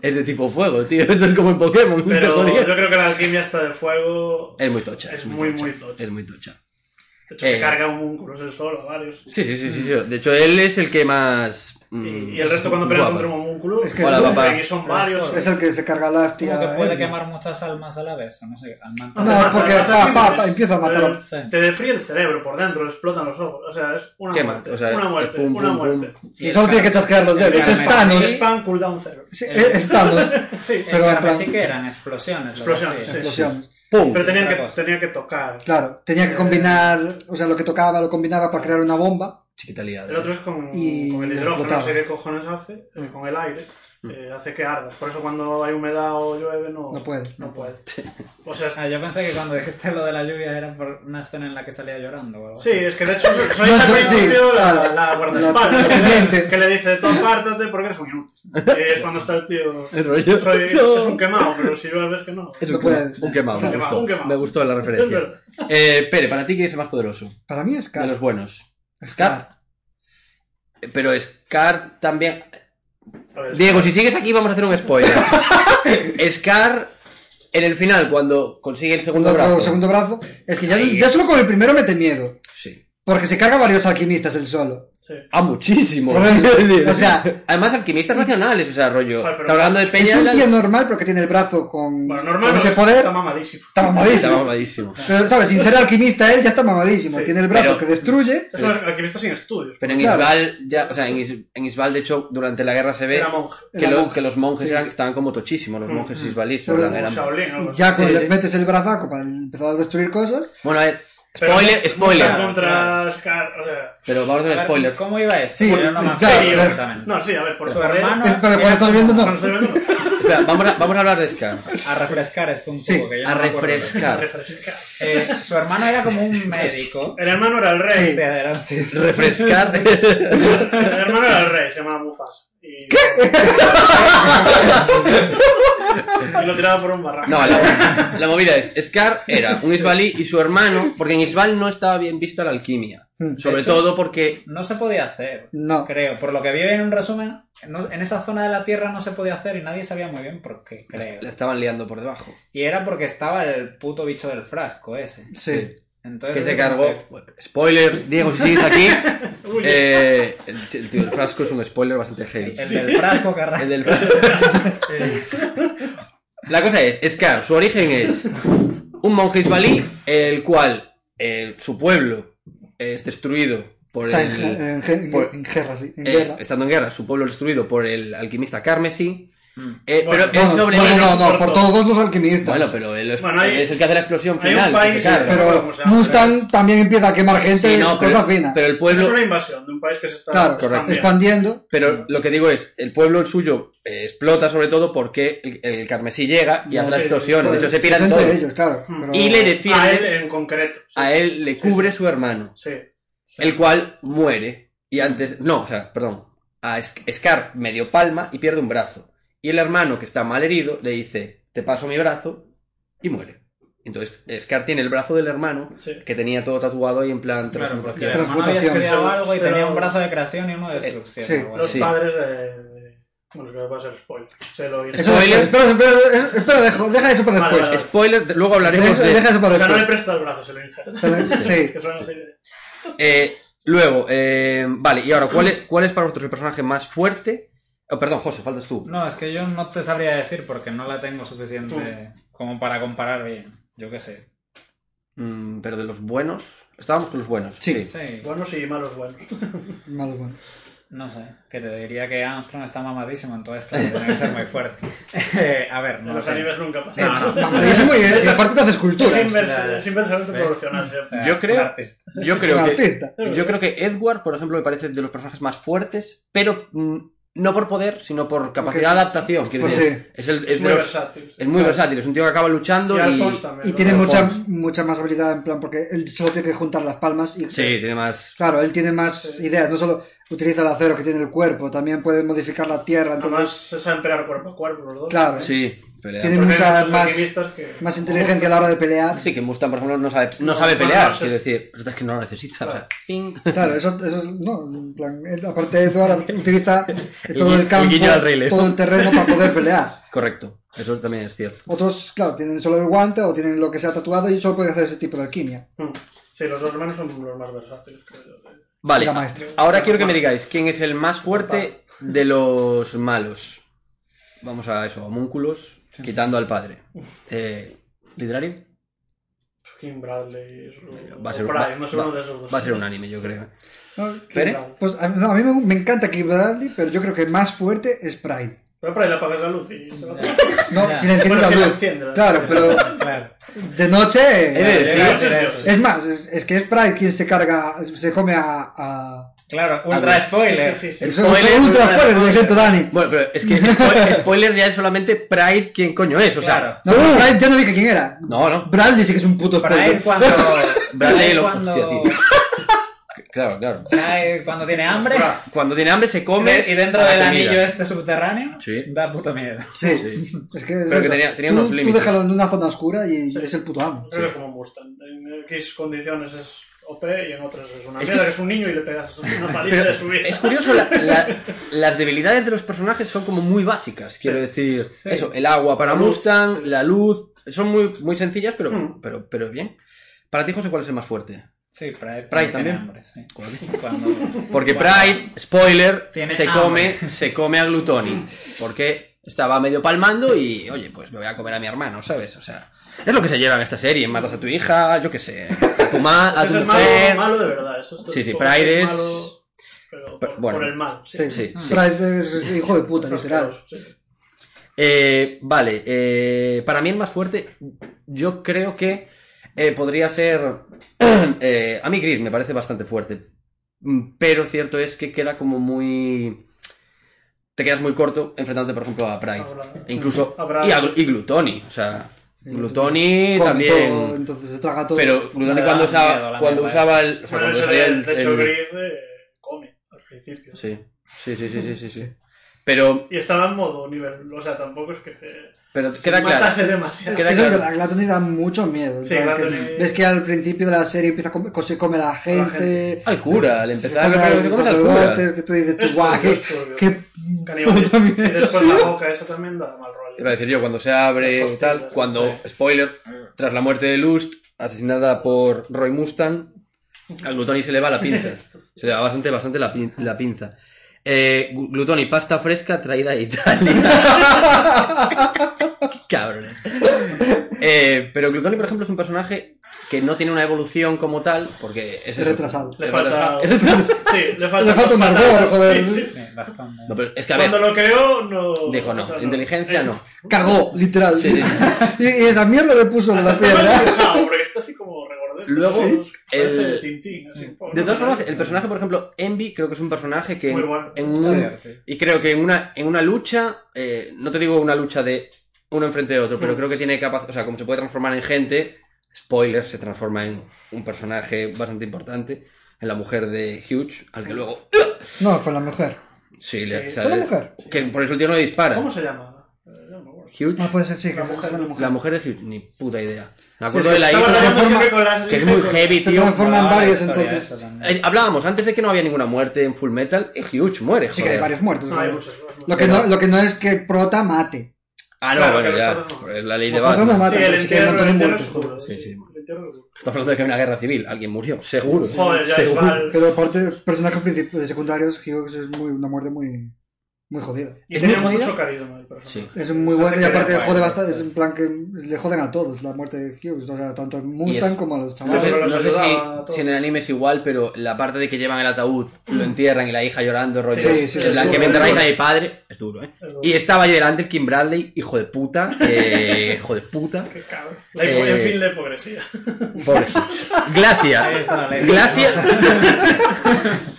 Speaker 1: Es de tipo fuego, tío. Esto es como en Pokémon. te
Speaker 3: Pero
Speaker 1: jodía.
Speaker 3: yo creo que la alquimia está de fuego.
Speaker 1: Es muy tocha.
Speaker 3: Es muy, muy tocha.
Speaker 1: Es muy tocha.
Speaker 3: De hecho, se
Speaker 1: eh,
Speaker 3: carga un músculo solo a varios.
Speaker 1: Sí, sí, sí, sí, sí. De hecho, él es el que más.
Speaker 3: Y,
Speaker 1: mm,
Speaker 3: y el resto, cuando pelean
Speaker 1: guapas.
Speaker 3: contra un músculo,
Speaker 2: Es que-
Speaker 1: Hola, papá.
Speaker 3: son varios.
Speaker 2: Es el que se carga la
Speaker 4: Como
Speaker 2: hostia.
Speaker 4: que puede
Speaker 2: eh.
Speaker 4: quemar muchas almas a la vez, o no sé, al
Speaker 2: No,
Speaker 4: mantener-
Speaker 2: porque pa, pa, pa, empieza a matar a-
Speaker 3: Eh, Te desfríe el cerebro por dentro, explotan los ojos. O sea, es una
Speaker 1: Quema,
Speaker 3: muerte.
Speaker 1: o sea,
Speaker 3: una
Speaker 1: es
Speaker 3: muerte,
Speaker 1: pum,
Speaker 3: una
Speaker 1: pum, pum.
Speaker 3: muerte.
Speaker 2: Y solo tiene que chasquear los dedos. Es ¿eh? Thanos.
Speaker 3: Es pan cooldown cero.
Speaker 2: Sí, es es Thanos.
Speaker 3: Sí,
Speaker 4: El
Speaker 2: Pero en plan-
Speaker 4: carmesí que eran explosiones. lo que
Speaker 3: Explosiones,
Speaker 4: hacía.
Speaker 3: sí.
Speaker 2: Explosiones.
Speaker 1: ¡Pum!
Speaker 3: pero tenían
Speaker 4: otra
Speaker 3: que,
Speaker 4: cosa.
Speaker 3: tenían que tocar.
Speaker 2: Claro, tenía
Speaker 1: Eh.
Speaker 2: que combinar, o sea, lo que tocaba lo combinaba para crear una bomba.
Speaker 1: Chiquita liada.
Speaker 3: El otro es con,
Speaker 2: Y
Speaker 3: con el hidrógeno,
Speaker 2: explotaba.
Speaker 3: no sé qué cojones hace, eh, con el aire, eh, hace que arda. Por eso cuando hay humedad o llueve no,
Speaker 2: No puede.
Speaker 3: No puede. O sea,
Speaker 4: Ah, yo pensé que cuando dijiste lo de la lluvia era por una escena en la que salía llorando o algo
Speaker 3: Sí,
Speaker 4: así.
Speaker 3: es que de hecho soy
Speaker 2: No,
Speaker 3: al
Speaker 2: sí,
Speaker 3: principio
Speaker 2: sí,
Speaker 3: la,
Speaker 2: claro.
Speaker 3: la
Speaker 2: La-
Speaker 3: guardaespaldas
Speaker 2: la
Speaker 3: que le-
Speaker 2: teniente.
Speaker 3: que le dice, tú apártate porque eres un inútil. Y es cuando está el tío,
Speaker 1: El rollo.
Speaker 3: soy,
Speaker 1: No.
Speaker 3: es un quemado, pero si yo ves que no.
Speaker 1: Es
Speaker 2: No
Speaker 1: un, quemado,
Speaker 2: puedes.
Speaker 1: un quemado,
Speaker 3: Un
Speaker 1: me
Speaker 3: quemado,
Speaker 1: gustó.
Speaker 3: un quemado.
Speaker 1: Me gustó la
Speaker 3: Es
Speaker 1: referencia.
Speaker 3: verdad.
Speaker 1: Eh, Pere, para ti, ¿quién es el más poderoso?
Speaker 2: Para mí es
Speaker 1: De los
Speaker 2: Scar.
Speaker 1: buenos.
Speaker 2: Scar.
Speaker 1: Eh, Pero Scar también.
Speaker 3: A ver,
Speaker 1: Diego, si sigues aquí, vamos a hacer un spoiler. Scar, en el final, cuando consigue el segundo
Speaker 2: Otro
Speaker 1: brazo.
Speaker 2: segundo brazo. Es que ya,
Speaker 1: Ahí.
Speaker 2: ya solo con el primero mete miedo.
Speaker 1: Sí.
Speaker 2: Porque se carga varios alquimistas el solo.
Speaker 3: sí.
Speaker 1: Ah, muchísimo.
Speaker 2: Por eso, o sea-
Speaker 1: además, alquimistas nacionales, o sea, rollo.
Speaker 3: Joder, pero-
Speaker 1: Está hablando de
Speaker 2: Es
Speaker 1: Peña.
Speaker 2: un
Speaker 1: la-
Speaker 2: tío normal, pero que tiene el brazo con,
Speaker 3: Bueno, normal
Speaker 2: con
Speaker 3: no,
Speaker 2: ese
Speaker 3: está
Speaker 2: poder.
Speaker 3: mamadísimo.
Speaker 2: Está
Speaker 1: Está
Speaker 2: mamadísimo.
Speaker 1: mamadísimo.
Speaker 2: Pero, ¿sabes? Sin ser alquimista, él ya está mamadísimo.
Speaker 3: Sí,
Speaker 2: tiene el brazo
Speaker 1: pero-
Speaker 2: que destruye.
Speaker 3: Es un alquimista sin estudios.
Speaker 1: Pero en
Speaker 2: Claro.
Speaker 1: Isbal, ya, o sea, en, Is- en Isbal, de hecho, durante la guerra se ve
Speaker 3: Era monje.
Speaker 1: que,
Speaker 2: Era
Speaker 1: lo-
Speaker 2: monje.
Speaker 1: que los monjes
Speaker 2: Sí.
Speaker 1: eran- estaban como tochísimos,
Speaker 4: Mm,
Speaker 1: los monjes isbalíes.
Speaker 2: Pero-
Speaker 1: eran-
Speaker 3: Un
Speaker 1: eran-
Speaker 3: Shaolin, algo
Speaker 2: Y
Speaker 3: así.
Speaker 2: ya cuando
Speaker 1: Sí,
Speaker 2: le
Speaker 1: sí.
Speaker 2: metes el brazaco para empezar a destruir cosas.
Speaker 1: Bueno, a ver,
Speaker 3: Pero
Speaker 1: spoiler,
Speaker 3: lucha
Speaker 1: spoiler.
Speaker 3: contra Scar, o sea...
Speaker 1: Pero vamos a
Speaker 4: A
Speaker 1: hacer
Speaker 4: ver,
Speaker 1: spoiler.
Speaker 4: ¿Cómo iba eso?
Speaker 2: Sí,
Speaker 4: Yo no me
Speaker 2: claro,
Speaker 4: acuerdo
Speaker 2: claro.
Speaker 4: exactamente.
Speaker 3: No, sí, a ver, por
Speaker 4: Su
Speaker 3: poder-
Speaker 4: hermano-
Speaker 2: Es para cuando
Speaker 4: era
Speaker 2: estás viendo,
Speaker 3: Cuando
Speaker 2: no.
Speaker 3: estoy viendo, no.
Speaker 1: Espera, vamos, a, vamos a hablar de Scar.
Speaker 4: A refrescar esto un poco.
Speaker 2: Sí,
Speaker 4: que yo
Speaker 1: A
Speaker 4: no me acuerdo.
Speaker 1: refrescar.
Speaker 3: Refresca.
Speaker 4: Eh, su hermano era como un médico.
Speaker 3: El hermano era el rey.
Speaker 4: Este era un chiste.
Speaker 1: Refrescar.
Speaker 3: El hermano era el rey, se llamaba Mufasa. Y... y lo tiraba por un barranco.
Speaker 1: No, la, la movida es, Scar era un isbalí y su hermano, porque en Isbal no estaba bien vista la alquimia.
Speaker 2: Mm.
Speaker 1: Sobre todo porque...
Speaker 4: No se podía hacer.
Speaker 2: No.
Speaker 4: Creo, por lo que vi en un resumen, no- en esta zona de la Tierra no se podía hacer y nadie sabía muy bien por qué, creo.
Speaker 1: La estaban liando por debajo.
Speaker 4: Y era porque estaba el puto bicho del frasco ese.
Speaker 2: Sí.
Speaker 4: Entonces,
Speaker 1: Que se
Speaker 4: como
Speaker 1: cargó...
Speaker 4: que-
Speaker 1: Spoiler, Diego, si sigues aquí... eh, el, el tío del frasco es un spoiler bastante heavy.
Speaker 4: El del frasco que arrastra.
Speaker 1: El del- La cosa es, Scar, su origen es un monje isbalí, el cual eh, su pueblo es destruido por
Speaker 2: Está en,
Speaker 1: el...
Speaker 2: ge- en ge- en
Speaker 1: por-
Speaker 2: guerra, sí. En
Speaker 1: eh,
Speaker 2: guerra.
Speaker 1: Estando en guerra, su pueblo es destruido por el alquimista Carmesí.
Speaker 4: Mm.
Speaker 1: eh,
Speaker 3: Bueno,
Speaker 1: pero él
Speaker 2: Bueno,
Speaker 1: sobre-
Speaker 2: no, no, no,
Speaker 3: por
Speaker 2: por
Speaker 3: todo.
Speaker 2: todos los alquimistas.
Speaker 1: Bueno, pero él es,
Speaker 3: Bueno, hay-
Speaker 1: él es el que hace la explosión
Speaker 3: hay un
Speaker 1: final.
Speaker 3: país-
Speaker 1: que se carga.
Speaker 3: Pero
Speaker 2: Pero
Speaker 3: o sea,
Speaker 2: Mustang también empieza a quemar gente,
Speaker 1: Sí, no,
Speaker 2: cosa
Speaker 1: pero,
Speaker 2: fina.
Speaker 1: pero el
Speaker 3: Es
Speaker 1: pueblo...
Speaker 3: una invasión de un país que se está
Speaker 2: claro,
Speaker 1: correcto.
Speaker 3: expandiendo.
Speaker 2: expandiendo.
Speaker 1: Pero lo que digo es, el pueblo el suyo eh, explota sobre todo porque el, el carmesí llega y
Speaker 2: No,
Speaker 1: hace la
Speaker 3: sí,
Speaker 1: explosión. De
Speaker 2: pues,
Speaker 1: hecho, se
Speaker 2: es
Speaker 1: piran
Speaker 2: entre
Speaker 1: todos.
Speaker 2: ellos, claro.
Speaker 3: Hmm.
Speaker 2: pero-
Speaker 1: Y le
Speaker 3: A
Speaker 1: defiende...
Speaker 3: él en concreto. sí.
Speaker 1: a él le cubre su hermano,
Speaker 3: Sí.
Speaker 1: el cual muere. Y antes, no, o sea, perdón, a Sc- Scar medio palma y pierde un brazo. Y el hermano, que está mal herido, le dice, te paso mi brazo y muere. Entonces, Scar tiene el brazo del hermano,
Speaker 3: Sí.
Speaker 1: que tenía todo tatuado ahí en plan
Speaker 4: Claro, porque el
Speaker 1: transmutación.
Speaker 4: hermano había
Speaker 2: Transmutación.
Speaker 4: estudiado algo y
Speaker 3: Pero-
Speaker 4: tenía un brazo de creación y uno de destrucción.
Speaker 2: sí.
Speaker 4: algo
Speaker 3: Los
Speaker 4: así.
Speaker 1: Eh, Sí.
Speaker 3: padres de... de- Bueno, es que va a ser spoiler. Se lo hizo.
Speaker 2: Eso después,
Speaker 1: Spoiler. Pues,
Speaker 2: espera, espera, Eh, espera, dejo- deja eso para
Speaker 3: Vale,
Speaker 2: después.
Speaker 3: vale,
Speaker 1: Spoiler, de- luego hablaremos
Speaker 2: Deja-
Speaker 1: de...
Speaker 2: deja eso para
Speaker 3: O sea, no le
Speaker 2: después.
Speaker 3: presta el brazo, se lo injerta.
Speaker 2: Se le- sí.
Speaker 3: Que suena así de-
Speaker 1: Eh, luego, eh, vale, y ahora, ¿cuál es, ¿cuál es para vosotros el personaje más fuerte? Oh, perdón, José, faltas tú.
Speaker 4: No, es que yo no te sabría decir porque no la tengo suficiente como para comparar bien. Yo qué sé.
Speaker 1: Mm, pero de los buenos... Estábamos con los buenos.
Speaker 2: Sí.
Speaker 4: Sí,
Speaker 3: Buenos y malos buenos.
Speaker 2: Malo, malo.
Speaker 4: no sé. Que te diría que Armstrong está mamadísimo, entonces claro, tiene que ser muy fuerte. Eh, a ver,
Speaker 3: En
Speaker 4: no lo
Speaker 3: los
Speaker 4: sé.
Speaker 3: animes nunca pasa.
Speaker 4: No, no.
Speaker 2: Mamadísimo y, y aparte te haces
Speaker 3: Es
Speaker 2: esculturas. Es
Speaker 3: inversamente es inversamente
Speaker 4: ¿Ves?
Speaker 3: proporcional
Speaker 4: O sea,
Speaker 3: siempre.
Speaker 1: Yo creo-
Speaker 4: un artista.
Speaker 1: Yo
Speaker 2: un
Speaker 1: creo que...
Speaker 2: artista.
Speaker 3: eh.
Speaker 1: Yo creo que Edward, por ejemplo, me parece de los personajes más fuertes, pero mm, no por poder, sino por capacidad
Speaker 2: Ok.
Speaker 1: de adaptación. quiero
Speaker 2: Pues
Speaker 1: decir. Es, el- es
Speaker 3: Es
Speaker 1: de
Speaker 3: muy
Speaker 1: los-
Speaker 3: versátil.
Speaker 1: es muy
Speaker 3: Claro.
Speaker 1: versátil, es un tío que acaba luchando
Speaker 3: Y
Speaker 1: y...
Speaker 3: Alphonse también.
Speaker 2: Y
Speaker 3: ¿no?
Speaker 2: tiene
Speaker 1: Los
Speaker 2: mucha,
Speaker 1: Hawks.
Speaker 2: mucha más habilidad, en plan, porque él solo tiene que juntar las palmas y...
Speaker 1: Sí, tiene más...
Speaker 2: Claro, él tiene más ideas, no solo utiliza el acero que tiene el cuerpo, también puede modificar la tierra, entonces...
Speaker 3: Además, se saben pelear cuerpo a cuerpo los dos.
Speaker 2: Claro.
Speaker 1: Sí, pelea.
Speaker 2: Tiene
Speaker 3: Porque hay
Speaker 2: mucha
Speaker 3: muchos
Speaker 2: más-
Speaker 3: alquimistas que-
Speaker 2: Más inteligencia a la hora de pelear.
Speaker 1: Sí, que Mustang, por ejemplo, no sabe, no
Speaker 3: No,
Speaker 1: sabe
Speaker 3: no, no
Speaker 1: pelear,
Speaker 3: sé.
Speaker 1: quiero decir. Pero es que no lo necesita, o sea,
Speaker 3: Claro.
Speaker 1: ping.
Speaker 2: Claro, eso, eso es- no, en plan, él, aparte de eso, ahora utiliza todo
Speaker 1: gui-
Speaker 2: el campo,
Speaker 1: el guiño al Rey León.
Speaker 2: todo el terreno para poder pelear.
Speaker 1: Correcto, eso también es cierto.
Speaker 2: Otros, claro, tienen solo el guante o tienen lo que sea tatuado y solo pueden hacer ese tipo de alquimia.
Speaker 3: Mm. Sí, los dos hermanos son los más versátiles, creo yo. de-
Speaker 1: Vale,
Speaker 2: La maestra.
Speaker 1: ahora quiero que me digáis quién es el más fuerte de los malos. Vamos a eso, homúnculos, quitando al padre. Eh, ¿Literario?
Speaker 3: Kim Bradley y su-
Speaker 1: Va a
Speaker 3: o
Speaker 1: ser,
Speaker 3: Prime,
Speaker 1: va-
Speaker 3: no sé,
Speaker 1: va-
Speaker 3: uno de esos dos.
Speaker 1: va a ser un anime, yo creo.
Speaker 2: No,
Speaker 3: Kim
Speaker 1: ¿Pere?
Speaker 3: Bradley.
Speaker 2: pues a, no, a mí me, me encanta Keith Bradley, pero yo creo que más fuerte es Pride.
Speaker 3: Pero para él apagas la luz y se va.
Speaker 2: No,
Speaker 4: Ya.
Speaker 2: si le enciende
Speaker 3: Bueno,
Speaker 2: la
Speaker 3: si la
Speaker 2: luz.
Speaker 3: enciende, la
Speaker 2: Claro, pero
Speaker 4: Claro.
Speaker 2: de noche.
Speaker 1: He de
Speaker 4: Yo iba a decir
Speaker 3: decir-
Speaker 4: eso.
Speaker 2: Es más, es, es que es Pride quien se carga, se come a. a...
Speaker 4: Claro, ultra spoiler.
Speaker 3: Sí, sí, sí.
Speaker 1: El
Speaker 2: Eso es un
Speaker 1: spoiler,
Speaker 2: ultra
Speaker 1: ultra
Speaker 2: spoiler, lo
Speaker 1: spoiler.
Speaker 2: siento, Dani.
Speaker 1: Bueno, pero es que spo- spoiler ya es solamente Pride quién coño es, o sea.
Speaker 2: No, Pride ya no dije quién era.
Speaker 1: No, no.
Speaker 2: Bradley sí que es un puto
Speaker 4: Para
Speaker 2: spoiler.
Speaker 4: él cuando.
Speaker 1: Bradley
Speaker 4: Pride
Speaker 1: lo-
Speaker 4: cuando,
Speaker 1: hostia, tío. Claro, claro.
Speaker 4: Pride cuando tiene hambre.
Speaker 1: Cuando tiene hambre se come.
Speaker 4: Y dentro
Speaker 1: a la
Speaker 4: del
Speaker 1: comida.
Speaker 4: anillo este subterráneo.
Speaker 1: Sí.
Speaker 4: Da puto miedo.
Speaker 2: Sí.
Speaker 1: Sí.
Speaker 2: Es que, es
Speaker 1: Pero que
Speaker 2: eso.
Speaker 1: tenía- tenía
Speaker 2: tú,
Speaker 1: unos
Speaker 2: tú
Speaker 1: límites.
Speaker 2: déjalo en una zona oscura y es el puto amo.
Speaker 3: Creo que es como un Mustang. En X condiciones es OP y en otras es una
Speaker 1: Es que
Speaker 3: mierda,
Speaker 1: es-
Speaker 3: que es un niño y le pegas una paliza
Speaker 1: Pero
Speaker 3: de su vida.
Speaker 1: es curioso, la- la- las debilidades de los personajes son como muy básicas, quiero decir.
Speaker 4: Sí.
Speaker 1: Eso, el agua para
Speaker 3: La luz,
Speaker 1: Mustang,
Speaker 3: sí.
Speaker 1: la luz, son muy, muy sencillas, pero,
Speaker 3: Mm.
Speaker 1: pero, pero bien. Para ti, José, ¿cuál es el más fuerte?
Speaker 4: Sí, Pride. cuando
Speaker 1: Pride
Speaker 4: tiene
Speaker 1: también.
Speaker 4: hambre, sí. Cuando-
Speaker 1: Porque
Speaker 4: cuando-
Speaker 1: Pride, spoiler,
Speaker 4: Tiene
Speaker 1: se
Speaker 4: hambre.
Speaker 1: come, se come a Glutoni. Porque estaba medio palmando y, oye, pues me voy a comer a mi hermano, ¿sabes? O sea, es lo que se lleva en esta serie. Matas a tu hija, yo qué sé, a tu, ma- a tu
Speaker 3: Ese es
Speaker 1: mujer.
Speaker 3: malo, malo de verdad. Eso es-
Speaker 1: Sí, sí,
Speaker 3: porque
Speaker 1: Pride es-
Speaker 3: malo, pero
Speaker 1: Pero,
Speaker 3: por,
Speaker 1: bueno.
Speaker 3: por el mal.
Speaker 2: Sí,
Speaker 1: Sí, sí.
Speaker 2: Pride es hijo de puta, literal.
Speaker 3: Asqueroso, sí.
Speaker 1: Eh, vale, eh, para mí el más fuerte, yo creo que eh, podría ser. eh, a mí Grid me parece bastante fuerte. Mm, Pero cierto es que queda como muy. Te quedas muy corto enfrentándote, por ejemplo, a Pride.
Speaker 3: Habrá-
Speaker 1: E incluso.
Speaker 3: habrá-
Speaker 1: Y, a- y Glutoni, o sea. Glutoni
Speaker 2: Come
Speaker 1: también.
Speaker 2: todo, entonces se traga todo.
Speaker 1: Pero Glutoni
Speaker 4: Me da
Speaker 1: cuando usaba,
Speaker 4: miedo la
Speaker 1: cuando
Speaker 4: mierda,
Speaker 1: usaba el. O sea,
Speaker 3: eh. Bueno,
Speaker 1: cuando
Speaker 3: eso
Speaker 1: usaba
Speaker 3: de,
Speaker 1: el.
Speaker 3: de hecho,
Speaker 1: el-
Speaker 3: Gris eh, come al principio.
Speaker 1: Sí, sí, sí, sí, sí, sí, sí. Pero,
Speaker 3: Y estaba en modo nivel. O sea, tampoco es que eh,
Speaker 1: pero
Speaker 3: se
Speaker 1: queda claro.
Speaker 3: matase demasiado.
Speaker 1: Queda
Speaker 2: Eso es
Speaker 1: claro.
Speaker 2: verdad, Glatoni da mucho miedo. o
Speaker 3: Sí,
Speaker 2: sea, que
Speaker 3: Glatoni-
Speaker 2: Ves que al principio de la serie empieza a comer, se come la gente.
Speaker 1: Al cura, al
Speaker 2: se
Speaker 1: empezar a
Speaker 2: come
Speaker 1: ver
Speaker 2: al
Speaker 1: que comes al cura.
Speaker 2: sacerdote, que tú dices, tú,
Speaker 3: Es
Speaker 2: guau,
Speaker 3: turbio,
Speaker 2: qué,
Speaker 3: es turbio.
Speaker 2: qué puta
Speaker 3: Canibalismo. Y
Speaker 2: mierda.
Speaker 3: después la boca, esa también da
Speaker 1: Iba
Speaker 3: mal
Speaker 1: a
Speaker 3: rollo.
Speaker 1: decir yo, cuando se abre
Speaker 3: Las
Speaker 1: y tal,
Speaker 3: costumbres,
Speaker 1: cuando, spoiler, tras la muerte de Lust, asesinada por Roy Mustang, al Glutoni se le va la pinza. Se le va bastante, bastante la, pin- la pinza. Eh, Gu- Glutoni, pasta fresca traída de Italia. Cabrones. Eh, pero Glutoni, por ejemplo, es un personaje que no tiene una evolución como tal, porque es eso.
Speaker 2: Retrasado.
Speaker 3: Le falta.
Speaker 1: Es retrasado.
Speaker 3: Sí, le falta.
Speaker 2: Le falta un
Speaker 3: más
Speaker 2: árbol,
Speaker 3: patadas.
Speaker 2: joder.
Speaker 3: Sí, sí, sí.
Speaker 4: Sí, bastante.
Speaker 1: No, pero es que a ver,
Speaker 3: Cuando lo creó, no.
Speaker 1: dijo no,
Speaker 3: o sea,
Speaker 1: inteligencia
Speaker 3: Es-
Speaker 1: no.
Speaker 2: Cagó, literal.
Speaker 1: Sí, sí, sí.
Speaker 2: y, y esa mierda le puso en la ¿eh?
Speaker 3: Está mal
Speaker 2: piedra.
Speaker 3: dibujado, porque está así como regordete.
Speaker 1: Luego,
Speaker 3: Sí.
Speaker 1: el-
Speaker 3: Parece de Tintín, así, un poco,
Speaker 1: De
Speaker 3: ¿no?
Speaker 1: todas formas, el personaje, por ejemplo, Envy, creo que es un personaje que
Speaker 3: Muy
Speaker 1: en-
Speaker 3: bueno.
Speaker 1: en un- y creo que en una, en una lucha, eh, no te digo una lucha de uno enfrente de otro,
Speaker 3: Mm.
Speaker 1: pero creo que tiene capacidad, o sea, como se puede transformar en gente, spoiler, se transforma en un personaje bastante importante, en la mujer de Hughes, al que luego...
Speaker 2: No, con la mujer.
Speaker 1: Sí, le,
Speaker 3: Sí.
Speaker 1: sale-
Speaker 2: Con la mujer.
Speaker 1: Que por eso el tío no le dispara.
Speaker 3: ¿Cómo se llama? Eh, no me acuerdo.
Speaker 1: Hughes,
Speaker 2: No puede ser, sí, que
Speaker 3: La
Speaker 2: es
Speaker 3: mujer,
Speaker 2: con la
Speaker 3: la
Speaker 1: la
Speaker 2: mujer.
Speaker 1: mujer de Hughes, ni puta idea. Me
Speaker 2: Ah, pues-
Speaker 1: acuerdo
Speaker 2: Sí, es
Speaker 1: de
Speaker 2: que
Speaker 1: la
Speaker 3: Estaba
Speaker 1: hija,
Speaker 3: hablando
Speaker 2: transforma-
Speaker 3: siempre con las-
Speaker 1: que es muy heavy,
Speaker 2: se
Speaker 1: tío.
Speaker 2: transforma- Forman
Speaker 4: Molaba la
Speaker 2: varios,
Speaker 4: historia
Speaker 2: entonces.
Speaker 4: esa también.
Speaker 1: Eh, hablábamos antes de que no había ninguna muerte en Full Metal, y Hughes muere,
Speaker 2: Sí, que hay
Speaker 1: joder.
Speaker 2: varios muertos.
Speaker 3: No, hay
Speaker 2: claro.
Speaker 3: muchas cosas.
Speaker 2: Lo que, no, lo que no es que Prota mate.
Speaker 1: Ah, no,
Speaker 3: Claro,
Speaker 1: bueno,
Speaker 3: que
Speaker 1: ya.
Speaker 3: los patos no.
Speaker 1: Es la ley de
Speaker 2: Los patos no
Speaker 1: Batman.
Speaker 2: matan,
Speaker 3: Sí, el
Speaker 2: pero sí que hay un
Speaker 3: entierro,
Speaker 2: montón
Speaker 3: el
Speaker 2: de
Speaker 3: entierro
Speaker 2: muertos.
Speaker 3: es duro. ¿eh?
Speaker 1: Sí, sí.
Speaker 3: El entierro es duro.
Speaker 1: Estamos hablando de que hay una guerra civil. Alguien murió, seguro.
Speaker 3: Joder, ya
Speaker 1: seguro.
Speaker 3: igual.
Speaker 2: Pero aparte, personajes princip- secundarios, Hughes es muy, una muerte muy, muy jodida.
Speaker 3: Y
Speaker 1: ¿Es
Speaker 3: tiene
Speaker 1: muy jodida?
Speaker 3: mucho carisma el personaje.
Speaker 1: Sí.
Speaker 2: Es muy
Speaker 3: O sea,
Speaker 2: buena
Speaker 3: te
Speaker 2: y
Speaker 3: crea
Speaker 2: aparte
Speaker 3: guay,
Speaker 2: jode
Speaker 3: ¿no?
Speaker 2: bastante. Es en plan que le joden a todos la muerte de Hughes. O sea, tanto a Mustang
Speaker 1: es-
Speaker 2: como a los
Speaker 1: No sé,
Speaker 2: chavales.
Speaker 3: Claro, pero
Speaker 1: no
Speaker 3: los
Speaker 1: sé
Speaker 3: ayudaba
Speaker 1: si,
Speaker 3: a todos.
Speaker 1: si en el anime es igual, pero la parte de que llevan el ataúd, lo entierran y la hija llorando, rollo.
Speaker 3: Sí,
Speaker 2: sí,
Speaker 1: en plan,
Speaker 2: es
Speaker 1: que me
Speaker 2: duro,
Speaker 1: enterráis
Speaker 3: es
Speaker 1: a
Speaker 3: duro.
Speaker 1: mi padre. Es duro, ¿eh?
Speaker 3: Es duro.
Speaker 1: Y estaba allí delante el Kim Bradley, hijo de puta. Eh, hijo de puta.
Speaker 3: Qué cabrón. La hipo-
Speaker 1: Eh,
Speaker 3: En fin, la hipocresía.
Speaker 1: Pobre. Gracias.
Speaker 4: Ahí está la ley.
Speaker 1: Gracias.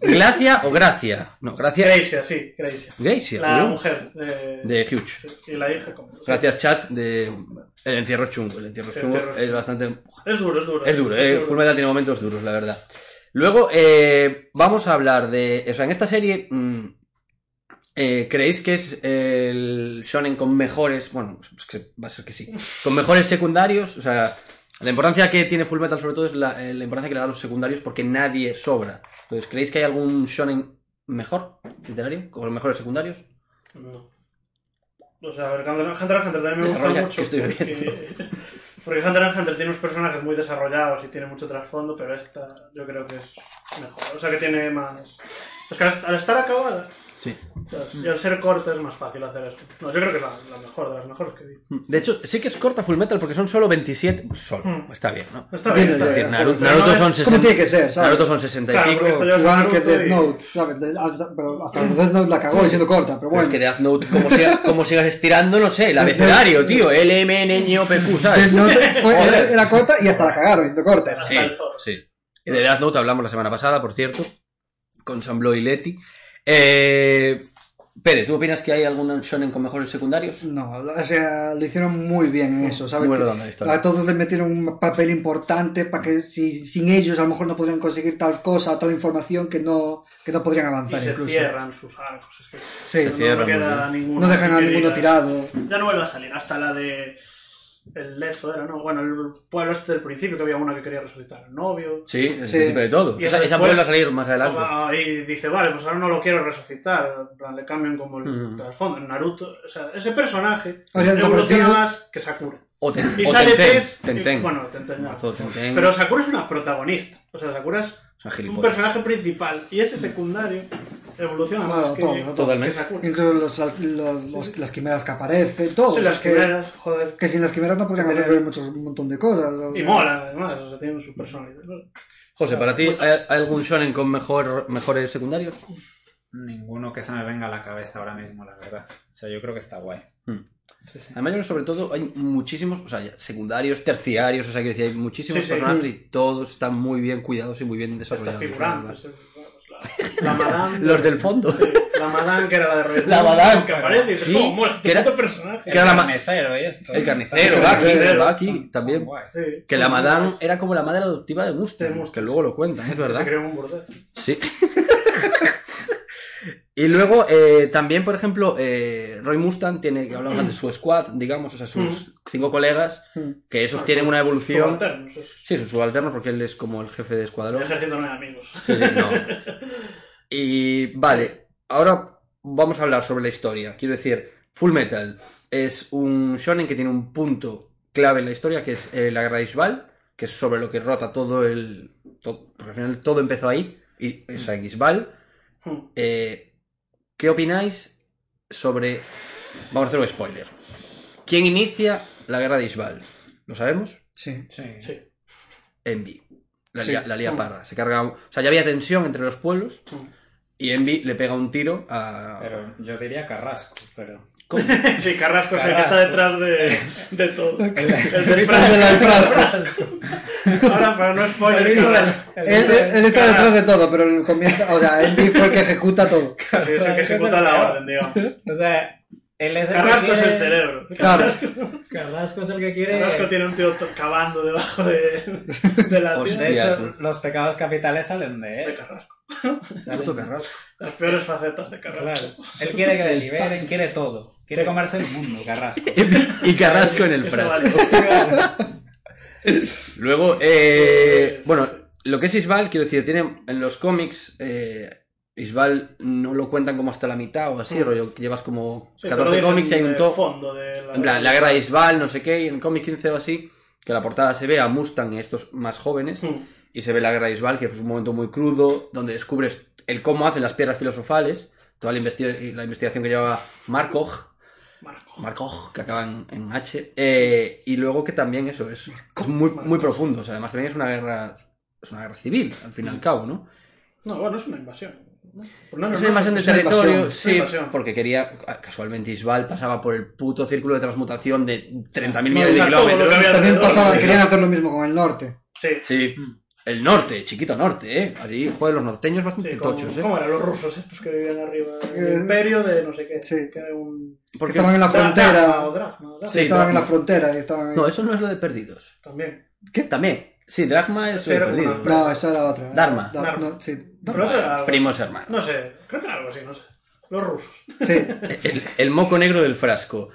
Speaker 1: ¿Glacia o Gracia? No, Gracia.
Speaker 3: Gracia, sí, Gracia.
Speaker 1: Gracia,
Speaker 3: La
Speaker 1: ¿no?
Speaker 3: mujer de,
Speaker 1: De Huge.
Speaker 3: Y la hija. como-
Speaker 1: Gracias, chat. De... El encierro es chungo. El encierro es
Speaker 3: El
Speaker 1: chungo
Speaker 3: encierro es
Speaker 1: es bastante
Speaker 3: Es duro, es duro.
Speaker 1: Es duro, eh. Full Metal tiene momentos duros, la verdad. Luego, eh, vamos a hablar de. O sea, en esta serie. mm, eh, ¿Creéis que es el shonen con mejores. Bueno, es que va a ser que sí. Con mejores secundarios. O sea, la importancia que tiene Full Metal, sobre todo, es la, eh, la importancia que le da a los secundarios porque nadie sobra. Entonces, ¿creéis que hay algún shonen mejor, literario? ¿Con mejores secundarios?
Speaker 3: No. O sea, a ver, Hunter x Hunter también me gusta
Speaker 1: Desarrolla,
Speaker 3: mucho.
Speaker 1: que estoy
Speaker 3: porque- Porque Hunter x Hunter tiene unos personajes muy desarrollados y tiene mucho trasfondo, pero esta yo creo que es mejor. O sea, que tiene más. Es que al al estar acabada
Speaker 1: Sí.
Speaker 3: ¿sabes?
Speaker 1: Mm.
Speaker 3: y al ser corta es más fácil hacer eso. No, yo creo que es la, la mejor, de las mejores que vi.
Speaker 1: De hecho, sí que es corta Full Metal porque son solo 27. Solo. pues
Speaker 3: Mm.
Speaker 1: Está bien, ¿no?
Speaker 3: Está
Speaker 2: Bien,
Speaker 3: bien.
Speaker 2: ya,
Speaker 1: Es
Speaker 3: está
Speaker 1: decir,
Speaker 3: bien.
Speaker 1: Naruto,
Speaker 3: Pero no
Speaker 1: Naruto
Speaker 3: es-
Speaker 1: son 60.
Speaker 2: tiene que ser, ¿sabes?
Speaker 1: Naruto son 60 y
Speaker 3: Claro, porque
Speaker 1: pico.
Speaker 3: esto ya es
Speaker 2: Igual que
Speaker 3: Naruto
Speaker 2: Death
Speaker 3: y-
Speaker 2: Note, ¿sabes? De- hasta- Pero hasta Death Note la cagó diciendo corta, pero
Speaker 1: Pero
Speaker 2: bueno.
Speaker 1: Es que Death Note, como, siga- como sigas estirando, no sé, el abecedario, tío. L, M, N, Ñ, O, P, Q, ¿sabes?
Speaker 2: Death Note fue, era,
Speaker 1: Joder.
Speaker 2: era corta y hasta la cagaron diciendo corta.
Speaker 3: Hasta
Speaker 1: Sí,
Speaker 3: el zorro.
Speaker 1: sí. Y de Death Note hablamos la semana pasada, por cierto, con Sambló y Leti. Eh, Pere, ¿tú opinas que hay algún shonen con mejores secundarios?
Speaker 2: No, o sea, lo hicieron muy bien en eso, ¿sabes?
Speaker 1: Muy
Speaker 2: Que
Speaker 1: redonda la historia.
Speaker 2: A todos les metieron un papel importante para que si, sin ellos a lo mejor no podrían conseguir tal cosa, tal información que no, que no podrían
Speaker 3: Y
Speaker 2: avanzar
Speaker 3: se
Speaker 2: incluso.
Speaker 3: cierran sus arcos. Es que
Speaker 2: Sí. Se
Speaker 3: no,
Speaker 1: cierran,
Speaker 3: queda ninguno.
Speaker 2: No dejan a
Speaker 3: que
Speaker 2: ninguno
Speaker 3: digas,
Speaker 2: tirado.
Speaker 3: Ya no vuelve a salir. Hasta la de. El Lezo era, ¿no? Bueno, el pueblo este del principio que había una que quería resucitar al novio.
Speaker 1: Sí, es
Speaker 2: Sí.
Speaker 1: el principio de todo.
Speaker 3: Y
Speaker 1: Esa, esa
Speaker 3: después-
Speaker 1: vuelve a salir más adelante.
Speaker 3: Ah, Y dice, vale, pues ahora no lo quiero resucitar. En plan, le cambian como el
Speaker 1: Mm.
Speaker 3: trasfondo. En Naruto, o sea, ese personaje
Speaker 2: Habría
Speaker 3: evoluciona
Speaker 2: desaparecido.
Speaker 3: más que Sakura.
Speaker 1: O, ten,
Speaker 3: Y
Speaker 1: o
Speaker 3: sale
Speaker 1: Tenten,
Speaker 3: Tess. y-
Speaker 1: Tenten.
Speaker 3: Bueno, Tenten no.
Speaker 1: Mazo, Tenten.
Speaker 3: Pero Sakura es una protagonista. O sea, Sakura es
Speaker 1: es una
Speaker 3: un
Speaker 1: gilipollas.
Speaker 3: personaje principal. Y
Speaker 2: Mm.
Speaker 3: ese secundario evoluciona
Speaker 2: Bueno,
Speaker 3: más que,
Speaker 2: todo, todo.
Speaker 3: que
Speaker 1: Totalmente.
Speaker 3: Sakura.
Speaker 2: Incluso los, los- los- las quimeras que aparecen, todo. o
Speaker 3: Sí,
Speaker 2: sea,
Speaker 3: Pues las
Speaker 2: que,
Speaker 3: primeras, joder.
Speaker 2: que sin las quimeras no podrían
Speaker 3: Que
Speaker 2: hacer
Speaker 3: tienen-
Speaker 2: muchos, un montón de cosas. o
Speaker 3: Y
Speaker 2: sea.
Speaker 3: mola, además, o sea, tienen su personalidad.
Speaker 1: José, ¿para ti hay, hay algún shonen con mejor, mejores secundarios?
Speaker 4: Ninguno que se me venga a la cabeza ahora mismo, la verdad. O sea, yo creo que está guay.
Speaker 1: Hmm. Además, yo creo, sobre todo, hay muchísimos, o sea, ya, secundarios, terciarios, o sea, que decir, hay muchísimos
Speaker 3: Sí, sí.
Speaker 1: personajes y todos están muy bien cuidados y muy bien
Speaker 3: Estas
Speaker 1: desarrollados.
Speaker 3: figurantes. eh, La, la madame.
Speaker 1: Los del fondo.
Speaker 3: Sí, La madame que era la de Roy.
Speaker 1: La madame.
Speaker 3: Que aparece y dices,
Speaker 1: Sí,
Speaker 3: "Cómo mola este
Speaker 1: que era-
Speaker 3: puto personaje.
Speaker 1: que era la ma-
Speaker 4: carnicero y esto.
Speaker 1: El carnicero,
Speaker 4: Está-
Speaker 1: va aquí,
Speaker 3: carnicero.
Speaker 1: va aquí
Speaker 4: Está
Speaker 1: también.
Speaker 4: guay.
Speaker 3: Sí.
Speaker 1: Que la madame era como la madre adoptiva de
Speaker 3: De
Speaker 1: Mustang,
Speaker 3: Mustang.
Speaker 1: que luego lo cuentan, es
Speaker 3: Se
Speaker 1: verdad.
Speaker 3: creó un burdel.
Speaker 1: Sí. y luego, eh, también, por ejemplo, eh, Roy Mustang tiene, que hablamos antes, su squad, digamos, o sea, sus cinco colegas,
Speaker 2: Mm.
Speaker 1: que
Speaker 3: Ah,
Speaker 1: esos tienen una evolución.
Speaker 3: Subalternos, es-
Speaker 1: Sí, sus subalternos, porque él es como el jefe de
Speaker 3: El
Speaker 1: escuadrón.
Speaker 3: ejército no hay amigos.
Speaker 1: Sí, sí, no. Y vale, ahora vamos a hablar sobre la historia. Quiero decir, Full Metal es un shonen que tiene un punto clave en la historia, que es eh, la guerra de Isbal, que es sobre lo que rota todo el... to- porque al final todo empezó ahí, y, o sea, en Isbal.
Speaker 3: Hmm.
Speaker 1: Eh, ¿Qué opináis sobre... Vamos a hacer un spoiler. ¿Quién inicia la guerra de Isbal? ¿Lo sabemos?
Speaker 2: Sí.
Speaker 4: Sí.
Speaker 3: Sí.
Speaker 1: Envy. La
Speaker 2: Sí.
Speaker 1: lía, la lía parda. Se carga... un- O sea, ya había tensión entre los pueblos. Y Envy le pega un tiro a.
Speaker 4: Pero yo diría Carrasco, pero.
Speaker 1: ¿Cómo?
Speaker 3: Sí, Carrasco es el que está detrás de, de todo. El del
Speaker 2: El de la
Speaker 3: frasco.
Speaker 2: frasca.
Speaker 3: Ahora, para no spoiler,
Speaker 4: El-
Speaker 3: Carrasco.
Speaker 4: el-
Speaker 2: Él, él- él
Speaker 3: Ah.
Speaker 2: está detrás de todo, pero él comienza, o sea, Envy fue el que ejecuta todo.
Speaker 3: Sí, es el que ejecuta la orden, digamos.
Speaker 4: O sea, él es el
Speaker 3: Carrasco
Speaker 4: que
Speaker 3: es
Speaker 4: quiere...
Speaker 3: el cerebro.
Speaker 2: Claro.
Speaker 4: Carrasco es el que
Speaker 1: Eh,
Speaker 4: quiere.
Speaker 3: Carrasco tiene un tío to- cavando debajo de, de la
Speaker 1: Hostia.
Speaker 4: De
Speaker 3: tierra.
Speaker 4: hecho,
Speaker 1: Tú.
Speaker 4: los pecados capitales salen de
Speaker 3: De
Speaker 4: él.
Speaker 3: Carrasco.
Speaker 4: salen-
Speaker 1: Puto Carrasco.
Speaker 3: Las peores facetas de Carrasco.
Speaker 4: Claro. Él quiere que le liberen, quiere todo. Quiere comerse el mundo, Carrasco.
Speaker 1: Y Carrasco en el
Speaker 3: Eso
Speaker 1: frasco.
Speaker 3: vale.
Speaker 1: Luego, eh,
Speaker 3: Pues-
Speaker 1: bueno, lo que es Isbal, quiero decir, tiene en los cómics. Eh, Isbal no lo cuentan como hasta la mitad o así,
Speaker 3: Mm.
Speaker 1: rollo, que llevas como
Speaker 3: Sí,
Speaker 1: 14
Speaker 3: pero
Speaker 1: cómics y hay
Speaker 3: dicen
Speaker 1: un
Speaker 3: de
Speaker 1: top.
Speaker 3: fondo de la...
Speaker 1: En plan, la guerra de Isbal, no sé qué, y en cómic 15 o así, que la portada se ve a Mustang y estos más jóvenes.
Speaker 3: Hmm.
Speaker 1: y se ve la guerra de Isbal, que es un momento muy crudo, donde descubres el cómo hacen las piedras filosofales, toda la, investi- la investigación que llevaba Markov,
Speaker 3: Marco.
Speaker 1: Markov, que acaba en, en H, eh, y luego que también eso es, es muy, muy profundo, o sea, además también es una guerra es una guerra civil, al fin y al cabo, ¿no?
Speaker 3: No, bueno, es una invasión. ¿no? Pues Mm. no,
Speaker 1: Es
Speaker 3: no,
Speaker 1: una invasión de
Speaker 2: es una
Speaker 1: territorio,
Speaker 2: invasión,
Speaker 3: es una
Speaker 1: sí,
Speaker 3: invasión.
Speaker 1: porque quería, casualmente Isbal pasaba por el puto círculo de transmutación de 30.000
Speaker 2: No,
Speaker 1: millones de
Speaker 3: exacto, lo que
Speaker 1: kilómetros.
Speaker 3: había
Speaker 2: También
Speaker 3: alrededor,
Speaker 2: pasaba,
Speaker 3: sí.
Speaker 2: querían hacer lo mismo con el norte.
Speaker 3: Sí,
Speaker 1: Sí. El norte, chiquito norte, ¿eh? Allí, joder, los norteños bastante
Speaker 3: Sí, como-
Speaker 1: tochos, ¿eh?
Speaker 3: ¿Cómo eran los rusos estos que vivían arriba?
Speaker 2: Eh,
Speaker 3: El imperio de no sé qué.
Speaker 2: sí.
Speaker 3: Que era un...
Speaker 2: Que
Speaker 1: Porque-
Speaker 2: estaban en la
Speaker 3: Dra-
Speaker 2: frontera.
Speaker 3: dracma o dracma, dracma.
Speaker 1: Sí.
Speaker 2: estaban en la
Speaker 1: dracma.
Speaker 2: frontera y estaban.
Speaker 1: No, eso no es lo de perdidos.
Speaker 3: También.
Speaker 1: ¿Qué? También. Sí, Dracma es
Speaker 3: Sí,
Speaker 1: lo de
Speaker 3: era como
Speaker 1: perdidos.
Speaker 3: una-
Speaker 2: No, esa era otra. ¿eh?
Speaker 1: Dharma.
Speaker 2: Da-
Speaker 3: Dharma.
Speaker 2: no, sí.
Speaker 3: Pero otro era algo-
Speaker 1: Primos hermanos.
Speaker 3: No sé, creo que era algo así, no sé. Los rusos.
Speaker 2: Sí.
Speaker 1: El, el moco negro del frasco.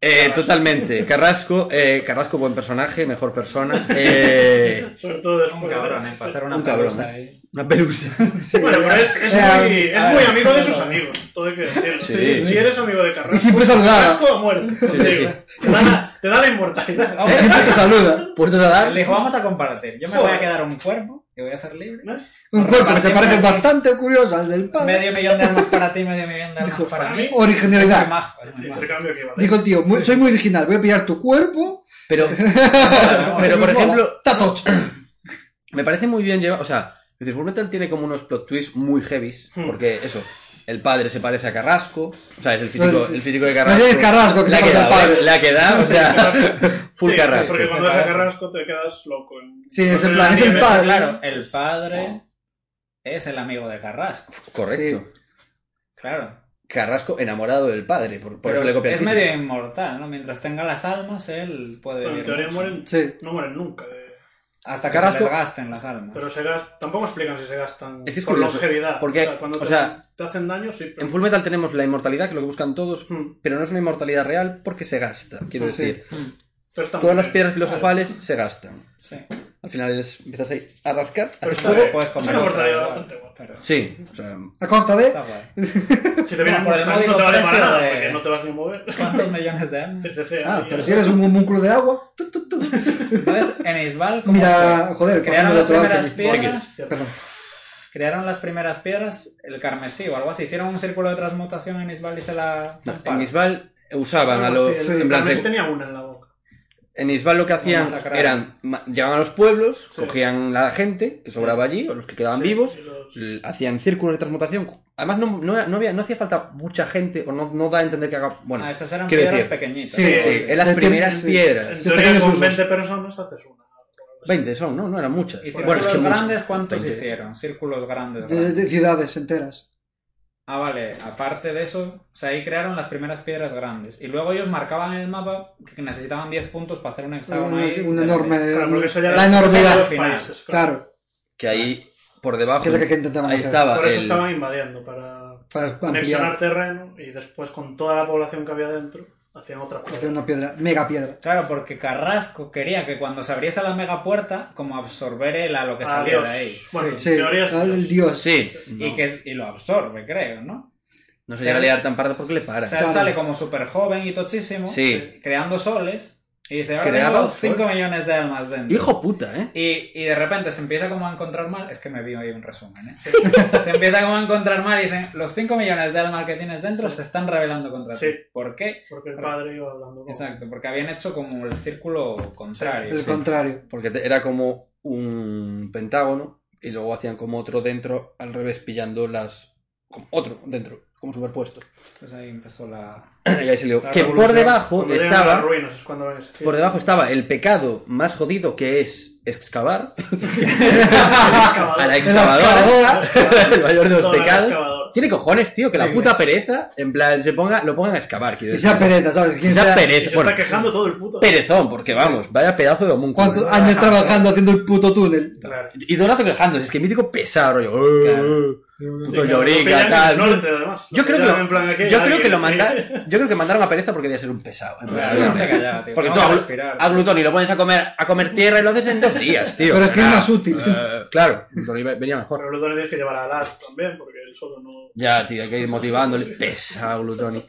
Speaker 1: Eh, totalmente. Carrasco, eh, Carrasco, buen personaje, mejor persona. Eh,
Speaker 3: Sobre todo después.
Speaker 4: Un cabrón, ¿eh? Pasar una
Speaker 1: Un cabrón,
Speaker 4: pelusa
Speaker 1: ¿eh?
Speaker 4: ahí.
Speaker 1: una pelusa.
Speaker 3: Bueno, pero es, es
Speaker 2: Eh,
Speaker 3: muy, es
Speaker 4: a
Speaker 3: muy
Speaker 4: ver.
Speaker 3: amigo de sus amigos. Todo hay que decirlo.
Speaker 1: Sí.
Speaker 3: Si- Si eres amigo de Carrasco.
Speaker 2: Y siempre saludaba.
Speaker 3: Carrasco a muerte.
Speaker 1: sí,
Speaker 3: te, digo. Te, da la, te da la inmortalidad.
Speaker 4: Vamos,
Speaker 2: Siempre te saluda.
Speaker 1: Puestos a dar.
Speaker 4: Le dijo, vamos a compartir. Yo me voy a
Speaker 3: Joder.
Speaker 4: quedar un cuerpo y voy a ser libre.
Speaker 3: ¿No?
Speaker 2: Un cuerpo que se parece
Speaker 4: Repartimos-
Speaker 2: bastante curioso al del padre.
Speaker 4: Medio millón de almas para ti, medio millón de almas para
Speaker 3: para
Speaker 4: mí.
Speaker 3: mí.
Speaker 4: Es muy
Speaker 2: Originalidad.
Speaker 4: majo, es muy majo.
Speaker 3: Intercambio equivalente.
Speaker 2: Dijo el tío, muy- soy muy original, voy a pillar tu cuerpo.
Speaker 1: Pero, pero por
Speaker 2: Mola.
Speaker 1: ejemplo,
Speaker 2: Está tocho.
Speaker 1: me parece muy bien llevado. O sea, es decir, Fullmetal tiene como unos plot twists muy heavies.
Speaker 3: Hmm.
Speaker 1: Porque eso, el padre se parece a Carrasco. O sea, es el físico, el físico de
Speaker 2: No
Speaker 1: Carrasco.
Speaker 2: tienes Carrasco, que
Speaker 1: Le
Speaker 2: se
Speaker 1: ha
Speaker 2: parece al
Speaker 1: quedado, ¿eh?
Speaker 2: padre.
Speaker 1: le ha quedado, o sea, full
Speaker 3: Sí,
Speaker 1: Carrasco.
Speaker 3: Porque
Speaker 4: se
Speaker 3: cuando ves a
Speaker 4: parece.
Speaker 3: Carrasco te quedas loco. en-
Speaker 2: Sí, es
Speaker 3: Porque
Speaker 2: en plan,
Speaker 3: la
Speaker 2: es el
Speaker 3: nieve-
Speaker 2: padre.
Speaker 4: Claro,
Speaker 1: pues,
Speaker 4: el padre
Speaker 1: oh.
Speaker 4: es el amigo de Carrasco.
Speaker 1: Correcto.
Speaker 4: Claro.
Speaker 1: Carrasco enamorado del padre, por, por
Speaker 4: Pero
Speaker 1: eso le copia el
Speaker 4: es
Speaker 1: físico.
Speaker 4: medio inmortal, ¿no? Mientras tenga las almas, él puede
Speaker 3: Bueno, en
Speaker 4: vivir
Speaker 3: teoría
Speaker 4: mucho.
Speaker 3: mueren,
Speaker 2: Sí.
Speaker 3: no mueren nunca. eh.
Speaker 4: Hasta que
Speaker 1: Carrasco-
Speaker 4: se les gasten las almas.
Speaker 3: Pero se gastan, tampoco explican si se gastan
Speaker 1: Es que es
Speaker 3: por
Speaker 1: curioso,
Speaker 3: longevidad.
Speaker 1: porque,
Speaker 3: o sea, cuando
Speaker 1: o
Speaker 3: te,
Speaker 1: sea,
Speaker 3: te hacen daño, sí. Pero...
Speaker 1: En Full Metal tenemos la inmortalidad, que es lo que buscan todos,
Speaker 3: Hmm,
Speaker 1: pero no es una inmortalidad real porque se gasta. Quiero
Speaker 2: Sí.
Speaker 1: decir,
Speaker 3: pero está
Speaker 1: todas
Speaker 3: muy
Speaker 1: las
Speaker 3: bien.
Speaker 1: piedras filosofales se gastan.
Speaker 4: Sí.
Speaker 1: Al final es- empiezas ahí a rascar.
Speaker 3: Pero
Speaker 1: haces
Speaker 3: está
Speaker 1: fuego.
Speaker 3: bien.
Speaker 4: Puedes
Speaker 3: Es
Speaker 4: comer
Speaker 3: una
Speaker 4: otra,
Speaker 3: mortalidad
Speaker 4: igual,
Speaker 3: bastante guapa.
Speaker 4: pero-
Speaker 1: Sí, o sea,
Speaker 2: A costa de.
Speaker 4: Está guay.
Speaker 3: Si te vienen
Speaker 4: Bueno, por el
Speaker 3: mostrando, no te
Speaker 4: módico
Speaker 3: va a deparar
Speaker 4: precio
Speaker 3: nada,
Speaker 4: de-
Speaker 3: porque no te vas ni a mover.
Speaker 4: ¿Cuántos millones de almas?
Speaker 3: etc.
Speaker 2: Ah, pero si eres un homúnculo de agua. tu, tu, tu.
Speaker 4: Entonces, en Isbal, ¿cómo
Speaker 2: Mira,
Speaker 4: fue?
Speaker 2: joder, pasando
Speaker 4: crearon las
Speaker 2: al otro lado
Speaker 4: primeras
Speaker 2: que me-
Speaker 4: piedras,
Speaker 2: Perdón.
Speaker 4: crearon las primeras piedras, el carmesí o algo así. Hicieron un círculo de transmutación en Isbal y se la...
Speaker 1: no, en Isbal usaban a los...
Speaker 3: Sí,
Speaker 2: en
Speaker 3: el
Speaker 1: plan,
Speaker 3: Carmesí
Speaker 1: se-
Speaker 3: tenía una en la boca.
Speaker 1: En Isbal lo que hacían
Speaker 4: masacraban.
Speaker 1: eran... ma- Llegaban a los pueblos,
Speaker 3: Sí.
Speaker 1: cogían a la gente que sobraba allí, o los que quedaban
Speaker 3: Sí,
Speaker 1: vivos,
Speaker 3: y los-
Speaker 1: l- eh, hacían círculos de transmutación. Además, no, no, no había, no hacía falta mucha gente, o no, no da a entender que haga... Bueno,
Speaker 4: Ah, esas eran
Speaker 1: quiero
Speaker 4: piedras
Speaker 1: decir,
Speaker 4: pequeñitas.
Speaker 2: Sí,
Speaker 4: ¿no?
Speaker 3: sí,
Speaker 1: sí, en las
Speaker 2: Sí,
Speaker 1: primeras
Speaker 2: sí.
Speaker 1: piedras.
Speaker 3: En
Speaker 2: de
Speaker 3: teoría
Speaker 2: pequeños
Speaker 3: con
Speaker 2: usos.
Speaker 3: 20 personas haces una.
Speaker 1: 20 son, ¿no? No eran muchas.
Speaker 4: ¿Y
Speaker 1: Bueno, es
Speaker 4: círculos
Speaker 1: que muchas.
Speaker 4: grandes cuántos
Speaker 1: 20.
Speaker 4: hicieron? Círculos grandes.
Speaker 2: De,
Speaker 4: grandes.
Speaker 2: de ciudades enteras.
Speaker 4: Ah, vale. Aparte de eso, o sea, ahí crearon las primeras piedras grandes. Y luego ellos marcaban en el mapa que necesitaban 10 puntos para hacer un hexágono
Speaker 2: Un-
Speaker 4: ahí.
Speaker 2: un enorme.
Speaker 3: Claro, porque eso ya
Speaker 2: Eh, la
Speaker 3: era-
Speaker 2: enormidad.
Speaker 3: los países, claro.
Speaker 2: Claro,
Speaker 1: Que ahí, por debajo...
Speaker 2: que es lo que intentamos
Speaker 1: Ahí
Speaker 2: hacer.
Speaker 1: estaba
Speaker 3: Por eso
Speaker 1: el-
Speaker 3: estaban invadiendo, para
Speaker 2: para ampliar.
Speaker 3: anexionar terreno y después con toda la población que había dentro hacían otra cosa.
Speaker 2: Hacer una piedra, mega piedra.
Speaker 4: Claro, porque Carrasco quería que cuando se abriese la mega puerta, como absorber el a lo que salía
Speaker 3: Adiós.
Speaker 4: de ahí.
Speaker 3: Ah, Bueno,
Speaker 2: Sí,
Speaker 3: en teoría es-
Speaker 2: el dios.
Speaker 1: Sí.
Speaker 4: Y, que, y lo absorbe, creo, ¿no?
Speaker 1: No se llega a liar tan parda porque le para.
Speaker 4: O sea, él
Speaker 2: Claro.
Speaker 4: sale como súper joven y tochísimo,
Speaker 1: Sí.
Speaker 4: creando soles, y dice, ahora
Speaker 1: Creaba
Speaker 4: tengo
Speaker 1: un sol.
Speaker 4: 5 millones de almas dentro.
Speaker 1: Hijo puta, ¿eh?
Speaker 4: Y, y de repente se empieza como a encontrar mal. Es que me vi hoy un resumen, ¿eh? Se empieza como a encontrar mal y dicen: Los 5 millones de almas que tienes dentro se están rebelando contra
Speaker 3: Sí.
Speaker 4: ti. ¿Por qué?
Speaker 3: Porque el padre iba hablando con...
Speaker 4: Exacto, porque habían hecho como el círculo contrario.
Speaker 2: El
Speaker 1: Sí.
Speaker 2: contrario.
Speaker 1: Porque te- era como un pentágono y luego hacían como otro dentro, al revés, pillando las... como otro dentro, como superpuesto.
Speaker 4: Entonces Pues ahí empezó la.
Speaker 1: y ahí se lió.
Speaker 3: la
Speaker 1: Que por
Speaker 3: revolución.
Speaker 1: debajo
Speaker 3: Cuando llegan las
Speaker 1: estaba...
Speaker 3: ruinas es cuando ven ese sitio.
Speaker 1: Por debajo estaba el pecado más jodido que es excavar a la
Speaker 2: En la
Speaker 1: excavadora,
Speaker 2: excavadora.
Speaker 1: el Eh, mayor de los
Speaker 3: Todo el
Speaker 1: pecados.
Speaker 3: excavador.
Speaker 1: Tiene cojones, tío, que la
Speaker 4: Sí.
Speaker 1: puta pereza, en plan, se ponga, lo pongan a excavar. quiero
Speaker 2: Y
Speaker 1: decir.
Speaker 2: sea pereta, ¿sabes? ¿Quién
Speaker 1: Que sea
Speaker 3: Y se
Speaker 1: pereza. Bueno,
Speaker 3: está quejando todo el puto.
Speaker 1: perezón, porque vamos, vaya pedazo de homúnculo.
Speaker 2: ¿Cuántos años trabajando haciendo el puto túnel?
Speaker 3: Claro.
Speaker 1: Y Donato quejándose, es que mítico pesado, rollo. "Eh,
Speaker 4: Claro.
Speaker 1: eh". Puto llorica,
Speaker 3: pillan
Speaker 1: tal.
Speaker 3: en el norte, además.
Speaker 1: Yo creo que
Speaker 3: pillan en
Speaker 1: lo,
Speaker 3: plan aquí,
Speaker 1: yo creo que
Speaker 3: alguien
Speaker 1: lo
Speaker 3: que-
Speaker 1: manda, yo creo que mandaron a Pereza porque debía ser un pesado. en verdad.
Speaker 4: No se callaba, tío.
Speaker 1: Porque
Speaker 4: Tengo
Speaker 1: tú
Speaker 4: que
Speaker 1: a, glu-
Speaker 4: respirar.
Speaker 1: a Glutón y lo pones a comer, a comer tierra y lo haces en dos días, tío.
Speaker 2: Pero es que es
Speaker 1: Ah,
Speaker 2: más útil.
Speaker 1: eh, claro, Glutón iba- venía mejor.
Speaker 3: Pero Blutoni tienes que llevar a Las también, porque él solo no...
Speaker 1: Ya, tío, hay que ir motivándole. Pesado, Glutoni.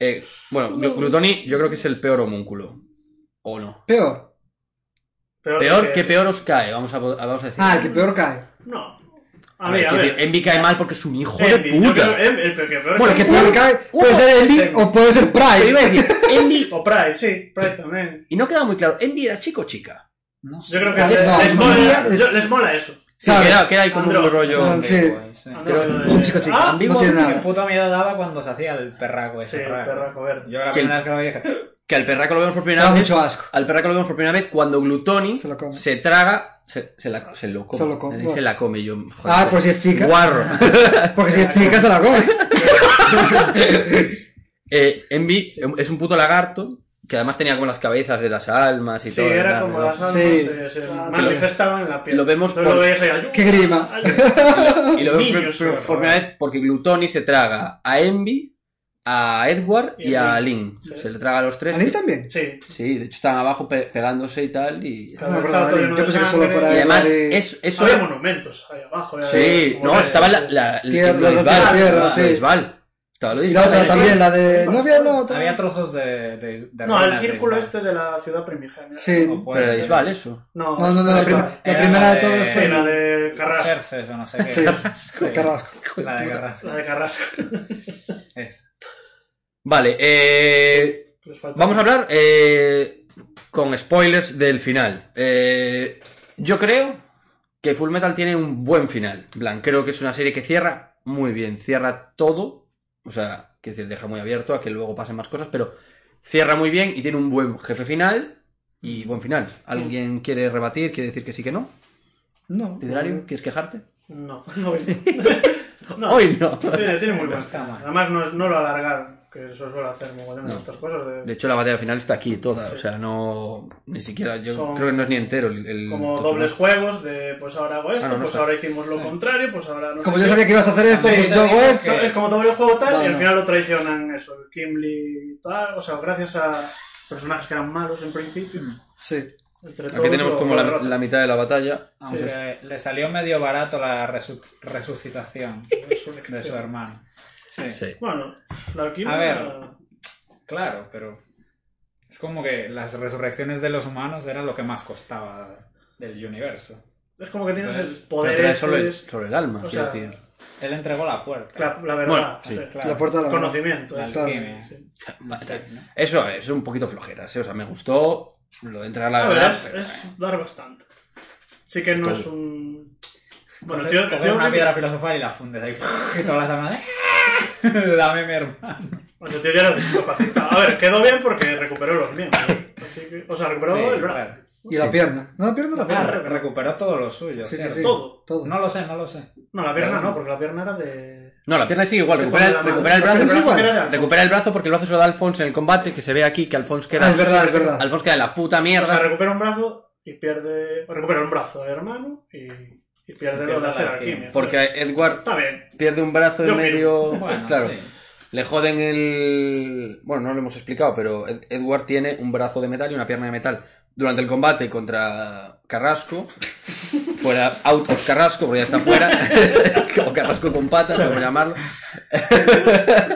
Speaker 1: Eh, bueno, Glu- Glutoni yo creo que es el peor homúnculo. ¿O no?
Speaker 2: Peor.
Speaker 1: Peor,
Speaker 3: que-
Speaker 1: que peor os cae? Vamos a, vamos a decir.
Speaker 2: Ah, el que peor cae.
Speaker 3: No. A
Speaker 1: A
Speaker 3: ver,
Speaker 1: ver,
Speaker 3: a
Speaker 1: quiero
Speaker 3: ver.
Speaker 1: decir, Envy cae mal porque es un hijo de
Speaker 3: Envy, yo creo-
Speaker 1: puta.
Speaker 3: Envy, el que peor
Speaker 1: Bueno,
Speaker 2: El que
Speaker 3: que-
Speaker 2: peor cae puede ser Envy o puede ser
Speaker 1: Pero Ah, iba a
Speaker 2: Pride.
Speaker 1: decir, Envy.
Speaker 3: O Pride, sí, Pride también.
Speaker 1: Y no queda muy claro, ¿Envy era chico o chica?
Speaker 4: No sé.
Speaker 3: Yo creo que
Speaker 2: No,
Speaker 3: les,
Speaker 2: no,
Speaker 3: les
Speaker 2: no,
Speaker 3: mola,
Speaker 2: es-
Speaker 3: yo- les mola eso.
Speaker 1: Sí,
Speaker 2: Claro.
Speaker 1: queda, queda ahí como un
Speaker 3: Andro-
Speaker 1: rollo.
Speaker 2: Andro- sí.
Speaker 4: guay, sí.
Speaker 3: Ah, no,
Speaker 1: Pero
Speaker 3: lo de-
Speaker 2: un chico chico.
Speaker 3: Ah,
Speaker 1: ambiguo,
Speaker 2: No tiene
Speaker 4: Qué
Speaker 2: nada.
Speaker 4: puto miedo daba cuando se hacía el perraco ese.
Speaker 3: Sí, el
Speaker 4: raro.
Speaker 3: perraco verde.
Speaker 4: Yo la
Speaker 1: Que el-
Speaker 4: primera vez que lo vi dije:
Speaker 1: Que al perraco lo vemos por
Speaker 2: Me
Speaker 1: primera
Speaker 2: da
Speaker 1: vez.
Speaker 2: mucho asco.
Speaker 1: Al perraco lo vemos por primera vez cuando Glutoni
Speaker 2: Se lo come.
Speaker 1: se traga, Se, se la, se lo come.
Speaker 2: Se lo come,
Speaker 1: Eh,
Speaker 2: bueno.
Speaker 1: se la come yo. joder.
Speaker 2: Ah, pues si es chica.
Speaker 1: Guarro.
Speaker 2: Porque si es chica se la come.
Speaker 1: Eh, Envy es un puto lagarto que además tenía como las cabezas de las almas y
Speaker 3: Sí,
Speaker 1: todo.
Speaker 3: era
Speaker 1: ¿verdad?
Speaker 3: como las almas
Speaker 2: Sí.
Speaker 3: se, se
Speaker 2: Ah,
Speaker 3: manifestaban en la piel.
Speaker 1: lo vemos
Speaker 3: Entonces
Speaker 1: por-
Speaker 3: lo veías ahí, ay,
Speaker 2: Qué grima.
Speaker 1: Y lo vemos
Speaker 3: Niños,
Speaker 1: por- por,
Speaker 3: pero-
Speaker 1: por primera vez porque Glutoni se traga a Envy, a Edward y,
Speaker 3: Y a
Speaker 1: a Link.
Speaker 3: Sí.
Speaker 1: Se le traga a los tres.
Speaker 2: ¿Alín también?
Speaker 3: Sí.
Speaker 1: Sí, de hecho están abajo pe- pegándose y tal. Y,
Speaker 2: No me acordaba de Alín. Yo pensé que solo
Speaker 1: y
Speaker 2: fuera
Speaker 3: Y
Speaker 1: además,
Speaker 2: de-
Speaker 1: es- eso
Speaker 3: Había
Speaker 1: era-
Speaker 3: monumentos ahí abajo. ya
Speaker 1: Sí,
Speaker 3: de-
Speaker 1: no,
Speaker 3: como de-
Speaker 1: estaba la, la, el-
Speaker 2: Tierra,
Speaker 1: lo de
Speaker 2: la
Speaker 1: Isbal,
Speaker 2: tierra,
Speaker 1: lo
Speaker 2: sí.
Speaker 1: de Isbal. Estaba lo de
Speaker 2: Y la otra
Speaker 1: Isbal.
Speaker 2: también, la de. No había la otra.
Speaker 4: Había trozos de. de, de
Speaker 3: No, el
Speaker 4: ruinas de
Speaker 3: círculo
Speaker 4: Isbal.
Speaker 3: este de la ciudad primigenia.
Speaker 2: Sí.
Speaker 4: O puede
Speaker 1: Pero era
Speaker 4: ser.
Speaker 1: Isbal, eso.
Speaker 3: No,
Speaker 2: No, no, no, la,
Speaker 3: es
Speaker 2: prim-
Speaker 3: la-
Speaker 2: la
Speaker 4: Era
Speaker 2: primera
Speaker 4: la
Speaker 2: de todas
Speaker 4: de-
Speaker 3: sí, la
Speaker 2: fue.
Speaker 4: Eh,
Speaker 3: de Carrasco.
Speaker 4: Xerxes o no sé qué.
Speaker 2: Sí,
Speaker 4: Sí,
Speaker 2: de Carrasco.
Speaker 4: La de Carrasco.
Speaker 3: La de Carrasco.
Speaker 4: Es.
Speaker 1: Vale, eh,
Speaker 3: Les falta-
Speaker 1: Vamos a hablar eh, con spoilers del final. Eh, yo creo que Full Metal tiene un buen final. En plan, creo que es una serie que cierra muy bien. Cierra todo. O sea, que decir, deja muy abierto a que luego pasen más cosas, pero cierra muy bien y tiene un buen jefe final y buen final. ¿Alguien quiere rebatir? ¿Quiere decir que sí que no?
Speaker 2: No.
Speaker 1: ¿Literario? ¿Quieres quejarte?
Speaker 3: No, hoy no. Eh. no.
Speaker 1: Hoy no.
Speaker 3: Tiene, tiene muy buen
Speaker 4: Está mal.
Speaker 3: Además, no, es- no lo alargaron, que eso suele hacer mogollón en
Speaker 1: No.
Speaker 3: estas cosas. De,
Speaker 1: De hecho, la batalla final está aquí toda. O sea, no. Ni siquiera. Yo
Speaker 3: Son
Speaker 1: creo que no es ni entero. el- el-
Speaker 3: como
Speaker 1: todo
Speaker 3: dobles
Speaker 1: final.
Speaker 3: juegos de pues ahora hago esto,
Speaker 1: Ah, no, no
Speaker 3: pues
Speaker 1: está.
Speaker 3: ahora hicimos lo contrario, pues ahora no.
Speaker 2: Como
Speaker 3: sé
Speaker 2: yo
Speaker 3: qué.
Speaker 2: sabía que ibas a hacer esto,
Speaker 4: Sí,
Speaker 2: pues
Speaker 4: ya
Speaker 2: yo hago
Speaker 4: digo
Speaker 2: esto.
Speaker 4: que-
Speaker 3: Es como doble juego tal,
Speaker 2: No,
Speaker 3: y al
Speaker 2: no.
Speaker 3: final lo traicionan eso, el Kimli y tal. O sea, gracias a personajes que eran malos en principio.
Speaker 2: Sí.
Speaker 3: Entre
Speaker 1: Mm. Aquí
Speaker 3: todos,
Speaker 1: tenemos
Speaker 3: lo-
Speaker 1: como
Speaker 3: lo
Speaker 1: la,
Speaker 3: derrotan.
Speaker 1: la mitad de la batalla.
Speaker 4: Aunque le salió medio barato la resu- resucitación de su hermano. Sí.
Speaker 1: Sí.
Speaker 3: Bueno, la Kimli.
Speaker 4: A ver.
Speaker 3: la-
Speaker 4: Claro, pero. Es como que las resurrecciones de los humanos era lo que más costaba del universo.
Speaker 3: Es como que tienes
Speaker 4: Entonces,
Speaker 3: el
Speaker 1: Pero
Speaker 3: poder.
Speaker 1: trae
Speaker 3: ese,
Speaker 1: solo el,
Speaker 3: es-
Speaker 1: solo el alma,
Speaker 3: o
Speaker 1: quiero
Speaker 3: sea,
Speaker 1: decir.
Speaker 4: Él entregó la puerta.
Speaker 3: la, la verdad.
Speaker 1: Bueno,
Speaker 3: o sea,
Speaker 1: sí.
Speaker 4: Claro.
Speaker 2: La puerta de la mano.
Speaker 3: Conocimiento.
Speaker 4: La
Speaker 3: eso.
Speaker 4: alquimia.
Speaker 3: Sí.
Speaker 4: Sí, ¿no?
Speaker 1: Eso es un poquito flojera, ¿sí? O sea, me gustó lo de entrar a la
Speaker 3: A ver,
Speaker 1: verdad.
Speaker 3: es,
Speaker 1: pero-
Speaker 3: es dar bastante. Sí que no
Speaker 1: Todo.
Speaker 3: es un. Bueno, el
Speaker 4: Coger-
Speaker 3: tío, el
Speaker 4: coger
Speaker 3: tío
Speaker 4: una
Speaker 3: que-
Speaker 4: piedra filosofal y la fundes ahí. Y todas las almas. ¡eh! Dame mi hermano.
Speaker 3: O sea, el tío ya era discapacitado. A ver, quedó bien porque recuperó los miembros. Así que- o sea, recuperó
Speaker 4: Sí,
Speaker 3: el brazo.
Speaker 4: claro.
Speaker 2: Y la pierna. No, la pierna
Speaker 4: Ah,
Speaker 2: también.
Speaker 4: re- recuperó todo lo suyo.
Speaker 2: Sí, sí,
Speaker 4: ¿cierto?
Speaker 2: sí.
Speaker 3: Todo.
Speaker 2: Todo.
Speaker 4: No lo sé, no lo sé.
Speaker 3: No, la pierna
Speaker 4: Claro.
Speaker 3: no, porque la pierna era de.
Speaker 1: No, la pierna sigue igual. Recupera, el-
Speaker 3: Cuando la-
Speaker 1: recupera el
Speaker 3: la
Speaker 1: brazo.
Speaker 3: pierna
Speaker 2: pero-
Speaker 3: era de
Speaker 1: pero-
Speaker 3: Alfonso.
Speaker 1: Recupera el brazo porque el brazo se lo da Alfonso en el combate, que se ve aquí que Alfonso queda.
Speaker 2: Ah, es verdad, es verdad.
Speaker 1: Alfonso queda de la puta
Speaker 3: O sea,
Speaker 1: mierda.
Speaker 3: recupera un brazo y pierde. o Recupera un brazo de hermano y, y pierde lo
Speaker 4: pierde
Speaker 3: de
Speaker 4: la
Speaker 3: hacer
Speaker 4: alquimia.
Speaker 3: alquimia.
Speaker 1: Porque Edward
Speaker 3: Está bien.
Speaker 1: pierde un brazo
Speaker 3: Yo
Speaker 1: en
Speaker 3: firmo.
Speaker 1: medio.
Speaker 4: Bueno,
Speaker 1: claro.
Speaker 4: sí.
Speaker 1: Le joden el. Bueno, no lo hemos explicado, pero Ed- Edward tiene un brazo de metal y una pierna de metal. Durante el combate contra Carrasco, fuera out of Carrasco, porque ya está fuera, o Carrasco con patas, como llamarlo,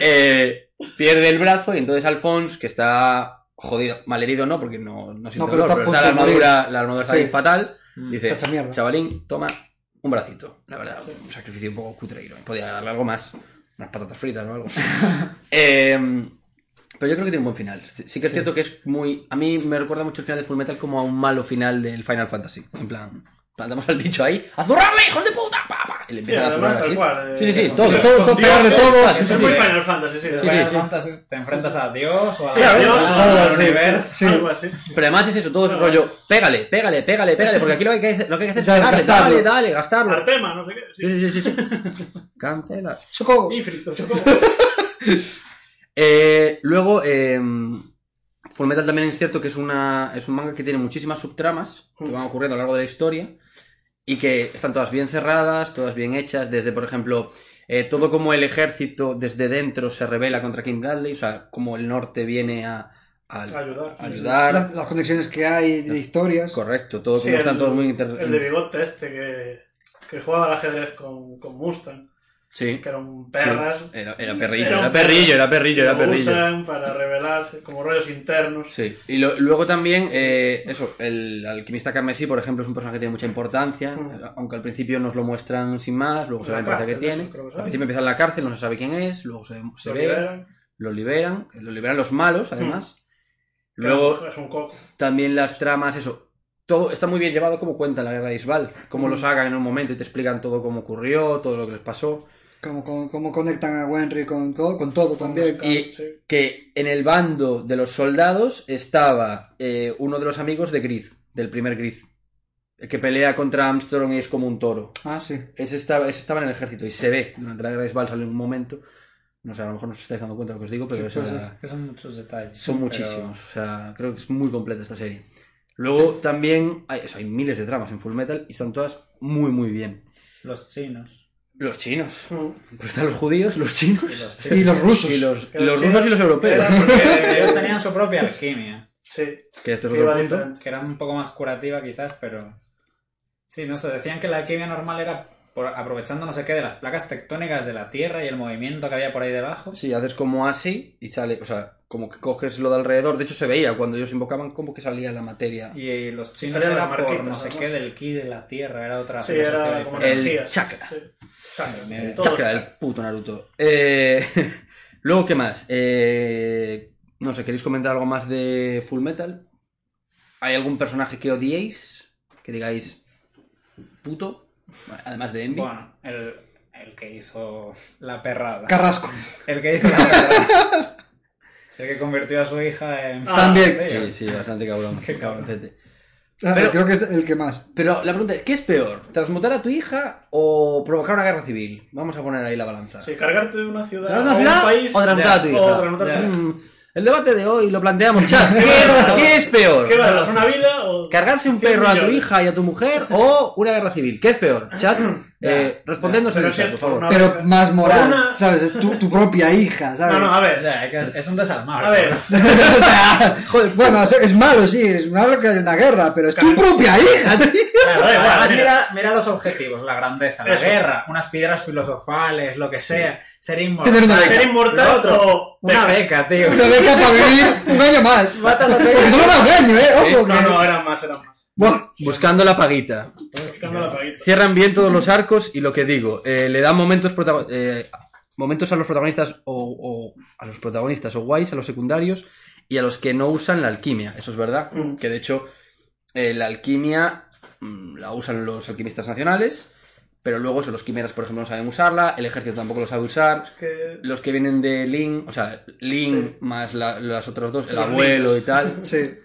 Speaker 1: eh, pierde el brazo y entonces Alphonse, que está jodido, malherido no, porque no, no siente
Speaker 2: No,
Speaker 1: dolor,
Speaker 2: pero está a
Speaker 1: pero está la
Speaker 2: punto de
Speaker 1: armadura, la armadura está
Speaker 2: Sí.
Speaker 1: ahí fatal,
Speaker 4: Mm.
Speaker 1: dice,
Speaker 2: Está hecha mierda.
Speaker 1: chavalín, toma un bracito, la verdad, un sacrificio un poco cutre, ¿no? podía darle algo más, unas patatas fritas o algo. Eh, pero yo creo que tiene un buen final. Sí sí que es cierto que es muy. A mí me recuerda mucho el final de Full Metal como a un malo final del Final Fantasy. En plan, plantamos al bicho ahí, ¡a zurrarle, hijos de puta! Pa, pa, y le
Speaker 3: Sí,
Speaker 1: empiezan a
Speaker 3: además,
Speaker 1: zurrar
Speaker 3: tal
Speaker 1: así.
Speaker 3: cual. eh,
Speaker 1: Sí, sí, sí,
Speaker 3: con
Speaker 1: todo,
Speaker 3: dioses,
Speaker 2: todo,
Speaker 3: con
Speaker 2: todo,
Speaker 3: dioses.
Speaker 2: peor de todo, sí,
Speaker 3: Es
Speaker 4: sí,
Speaker 3: muy
Speaker 4: sí.
Speaker 3: Final Fantasy, sí.
Speaker 4: Final
Speaker 1: sí, sí.
Speaker 4: Fantasy eh, te enfrentas a Dios o a,
Speaker 3: Sí, a Dios,
Speaker 4: al
Speaker 3: a
Speaker 2: algo así.
Speaker 4: universo.
Speaker 2: Sí.
Speaker 3: Algo así.
Speaker 1: Pero además es eso, todo ese rollo. Pégale, pégale, pégale, pégale. Porque aquí lo que hay que hacer, lo que hay que hacer es
Speaker 2: Ya,
Speaker 1: pegarle,
Speaker 2: gastarlo.
Speaker 1: dale, dale, gastarlo.
Speaker 3: Artema, no sé qué. Sí.
Speaker 1: Sí, sí, sí, sí. Cancela.
Speaker 2: Choco.
Speaker 3: Ifrit, chocó.
Speaker 1: Eh, luego, eh, Fullmetal también es cierto que es, una, es un manga que tiene muchísimas subtramas que
Speaker 3: Mm.
Speaker 1: van ocurriendo a lo largo de la historia y que están todas bien cerradas, todas bien hechas, desde, por ejemplo, eh, todo como el ejército desde dentro se revela contra King Bradley, o sea, como el norte viene a, a-
Speaker 3: Ayudar.
Speaker 1: a ayudar.
Speaker 2: Las, las conexiones que hay de historias.
Speaker 1: Correcto, todo
Speaker 3: Sí,
Speaker 1: como están
Speaker 3: el-
Speaker 1: todos muy inter-
Speaker 3: El de bigote este que, que jugaba al ajedrez con, con Mustang,
Speaker 1: Sí,
Speaker 3: que era un
Speaker 1: sí.
Speaker 3: perras.
Speaker 1: Era, era perrillo,
Speaker 3: Era un
Speaker 1: era perrillo, era perrillo, era
Speaker 3: Lo
Speaker 1: perrillo.
Speaker 3: usan para revelarse, como rollos internos.
Speaker 1: Sí, y lo- luego también, eh, eso, el alquimista carmesí, por ejemplo, es un personaje que tiene mucha importancia, eh,
Speaker 3: Mm.
Speaker 1: aunque al principio nos lo muestran sin más, luego se
Speaker 3: La
Speaker 1: ve la importancia que
Speaker 3: cárcel,
Speaker 1: tiene.
Speaker 3: eso creo que
Speaker 1: Al
Speaker 3: sabe.
Speaker 1: principio empieza en la cárcel, no se sabe quién es, luego se, se
Speaker 3: Lo
Speaker 1: ve,
Speaker 3: liberan.
Speaker 1: lo liberan, eh, lo liberan los malos, además. Luego
Speaker 3: Claro, es un coco.
Speaker 1: también las tramas, eso. Todo está muy bien llevado como cuenta la guerra de Isbal, cómo lo sacan en un momento y te explican todo cómo ocurrió, todo lo que les pasó.
Speaker 2: Como, como, como conectan a Wenry con, todo- con todo también.
Speaker 3: Claro,
Speaker 1: y-
Speaker 3: sí.
Speaker 1: que en el bando de los soldados estaba eh, uno de los amigos de Griz, del primer Griz. el que pelea contra Armstrong y es como un toro.
Speaker 2: Ah, sí.
Speaker 1: Ese estaba, ese estaba en el ejército y se ve durante la guerra de Isbal sale en un momento. No sé, a lo mejor no os estáis dando cuenta de lo que os digo, pero
Speaker 2: Sí,
Speaker 1: esa
Speaker 2: puede
Speaker 1: era-
Speaker 2: ser.
Speaker 4: Que son muchos detalles.
Speaker 1: son
Speaker 4: pero-
Speaker 1: muchísimos. O sea, creo que es muy completa esta serie. Luego también hay, o sea, hay miles de tramas en Full Metal y están todas muy, muy bien.
Speaker 4: Los chinos.
Speaker 1: Los chinos.
Speaker 3: Mm.
Speaker 1: Pues están los judíos, los chinos.
Speaker 4: Y los
Speaker 2: Y
Speaker 4: chinos.
Speaker 2: los rusos.
Speaker 1: Y los,
Speaker 3: Que
Speaker 1: y los
Speaker 3: los
Speaker 1: rusos y los
Speaker 3: chinos
Speaker 1: europeos.
Speaker 3: eran-
Speaker 4: Porque Eh, ellos tenían su propia alquimia,
Speaker 3: Sí,
Speaker 1: Que esto es
Speaker 3: sí,
Speaker 1: otro
Speaker 3: va
Speaker 1: punto.
Speaker 3: diferente.
Speaker 4: que era un poco más curativa quizás, pero... Sí, no sé, decían que la alquimia normal era por- aprovechando no sé qué de las placas tectónicas de la Tierra y el movimiento que había por ahí debajo.
Speaker 1: Sí, haces como así y sale, o sea, como que coges lo de alrededor. De hecho, se veía cuando ellos invocaban como que salía la materia.
Speaker 4: Y, eh, los chinos
Speaker 3: Salían
Speaker 4: era
Speaker 3: las
Speaker 4: por
Speaker 3: marquitas,
Speaker 4: no sé
Speaker 3: además.
Speaker 4: qué del ki de la Tierra, era otra...
Speaker 3: Sí,
Speaker 4: filosofía
Speaker 3: era como
Speaker 4: diferente.
Speaker 1: El
Speaker 3: energías.
Speaker 1: chakra.
Speaker 3: Sí.
Speaker 4: Madre mía.
Speaker 1: El
Speaker 3: todo
Speaker 1: chakra
Speaker 3: el
Speaker 1: del puto Naruto. Eh, Luego, ¿qué más? Eh, No sé, ¿queréis comentar algo más de Full Metal? ¿Hay algún personaje que odiéis? Que digáis puto, además de Envy.
Speaker 4: Bueno, el, el que hizo la perrada.
Speaker 2: Carrasco.
Speaker 4: El que hizo la perrada. El que convirtió a su hija en...
Speaker 3: Ah,
Speaker 2: También.
Speaker 1: Sí, sí, bastante cabrón.
Speaker 4: Qué cabrón.
Speaker 1: cabroncete.
Speaker 2: Ah,
Speaker 1: Pero-
Speaker 2: Creo que es el que más.
Speaker 1: Pero la pregunta es, ¿qué es peor? ¿Transmutar a tu hija o provocar una guerra civil? Vamos a poner ahí la balanza.
Speaker 3: Sí, cargarte de una ciudad
Speaker 1: ¿Cargar una
Speaker 3: o un
Speaker 1: ciudad
Speaker 3: país
Speaker 1: o transmutar a tu hija?
Speaker 3: o transmutar a tu
Speaker 4: Ya.
Speaker 3: hija.
Speaker 1: Mm, El debate de hoy lo planteamos, chat. ¿Qué, qué es peor?
Speaker 3: ¿Qué vale, una vida o...?
Speaker 1: ¿Cargarse un
Speaker 3: cien
Speaker 1: perro a tu
Speaker 3: millones?
Speaker 1: hija y a tu mujer o una guerra civil? ¿Qué es peor? Chat, eh, respondednos en
Speaker 3: Pero
Speaker 1: el
Speaker 3: si
Speaker 1: chat,
Speaker 3: es
Speaker 1: por
Speaker 3: por
Speaker 1: favor.
Speaker 3: una-
Speaker 2: Pero más moral,
Speaker 3: Una-
Speaker 2: ¿sabes? Es tu, tu propia hija, ¿sabes?
Speaker 3: No, no, a
Speaker 4: O
Speaker 3: ver,
Speaker 4: sea, hay que- es un desalmado.
Speaker 3: a ver.
Speaker 2: o
Speaker 4: ¿no?
Speaker 2: sea, joder, bueno, es, es malo, sí, es malo que haya una guerra, pero es tu propia hija, tío.
Speaker 4: Claro,
Speaker 3: Da igual,
Speaker 4: además,
Speaker 3: mira.
Speaker 4: mira, mira los objetivos, la grandeza, la
Speaker 3: Eso.
Speaker 4: guerra, unas piedras filosofales, lo que sea, ser
Speaker 2: Tener una
Speaker 4: inmortal.
Speaker 2: beca.
Speaker 3: ¿Ser inmortal
Speaker 4: Lo otro,
Speaker 3: o...?
Speaker 4: Una
Speaker 3: becas?
Speaker 4: beca, tío.
Speaker 2: Una beca para vivir un año más.
Speaker 4: Mátalo, tío.
Speaker 2: Porque solo era un año, ¿eh? Ojo,
Speaker 3: No,
Speaker 2: que-
Speaker 3: no, eran más, eran más.
Speaker 2: Buah,
Speaker 1: Buscando la paguita.
Speaker 3: Buscando la paguita.
Speaker 1: Cierran bien todos los arcos y lo que digo, eh, le dan momentos, protago- eh, momentos a los protagonistas o, o a los protagonistas o guays, a los secundarios y a los que no usan la alquimia, eso es verdad,
Speaker 3: Mm.
Speaker 1: que de hecho eh, la alquimia mm, la usan los alquimistas nacionales, pero luego eso, los quimeras por ejemplo no saben usarla, el ejército tampoco lo sabe usar,
Speaker 3: Que...
Speaker 1: los que vienen de Lin, o sea, Lin
Speaker 3: Sí.
Speaker 1: más la- las otras dos, el
Speaker 3: Los
Speaker 1: abuelo
Speaker 3: niños.
Speaker 1: y tal,
Speaker 2: Sí,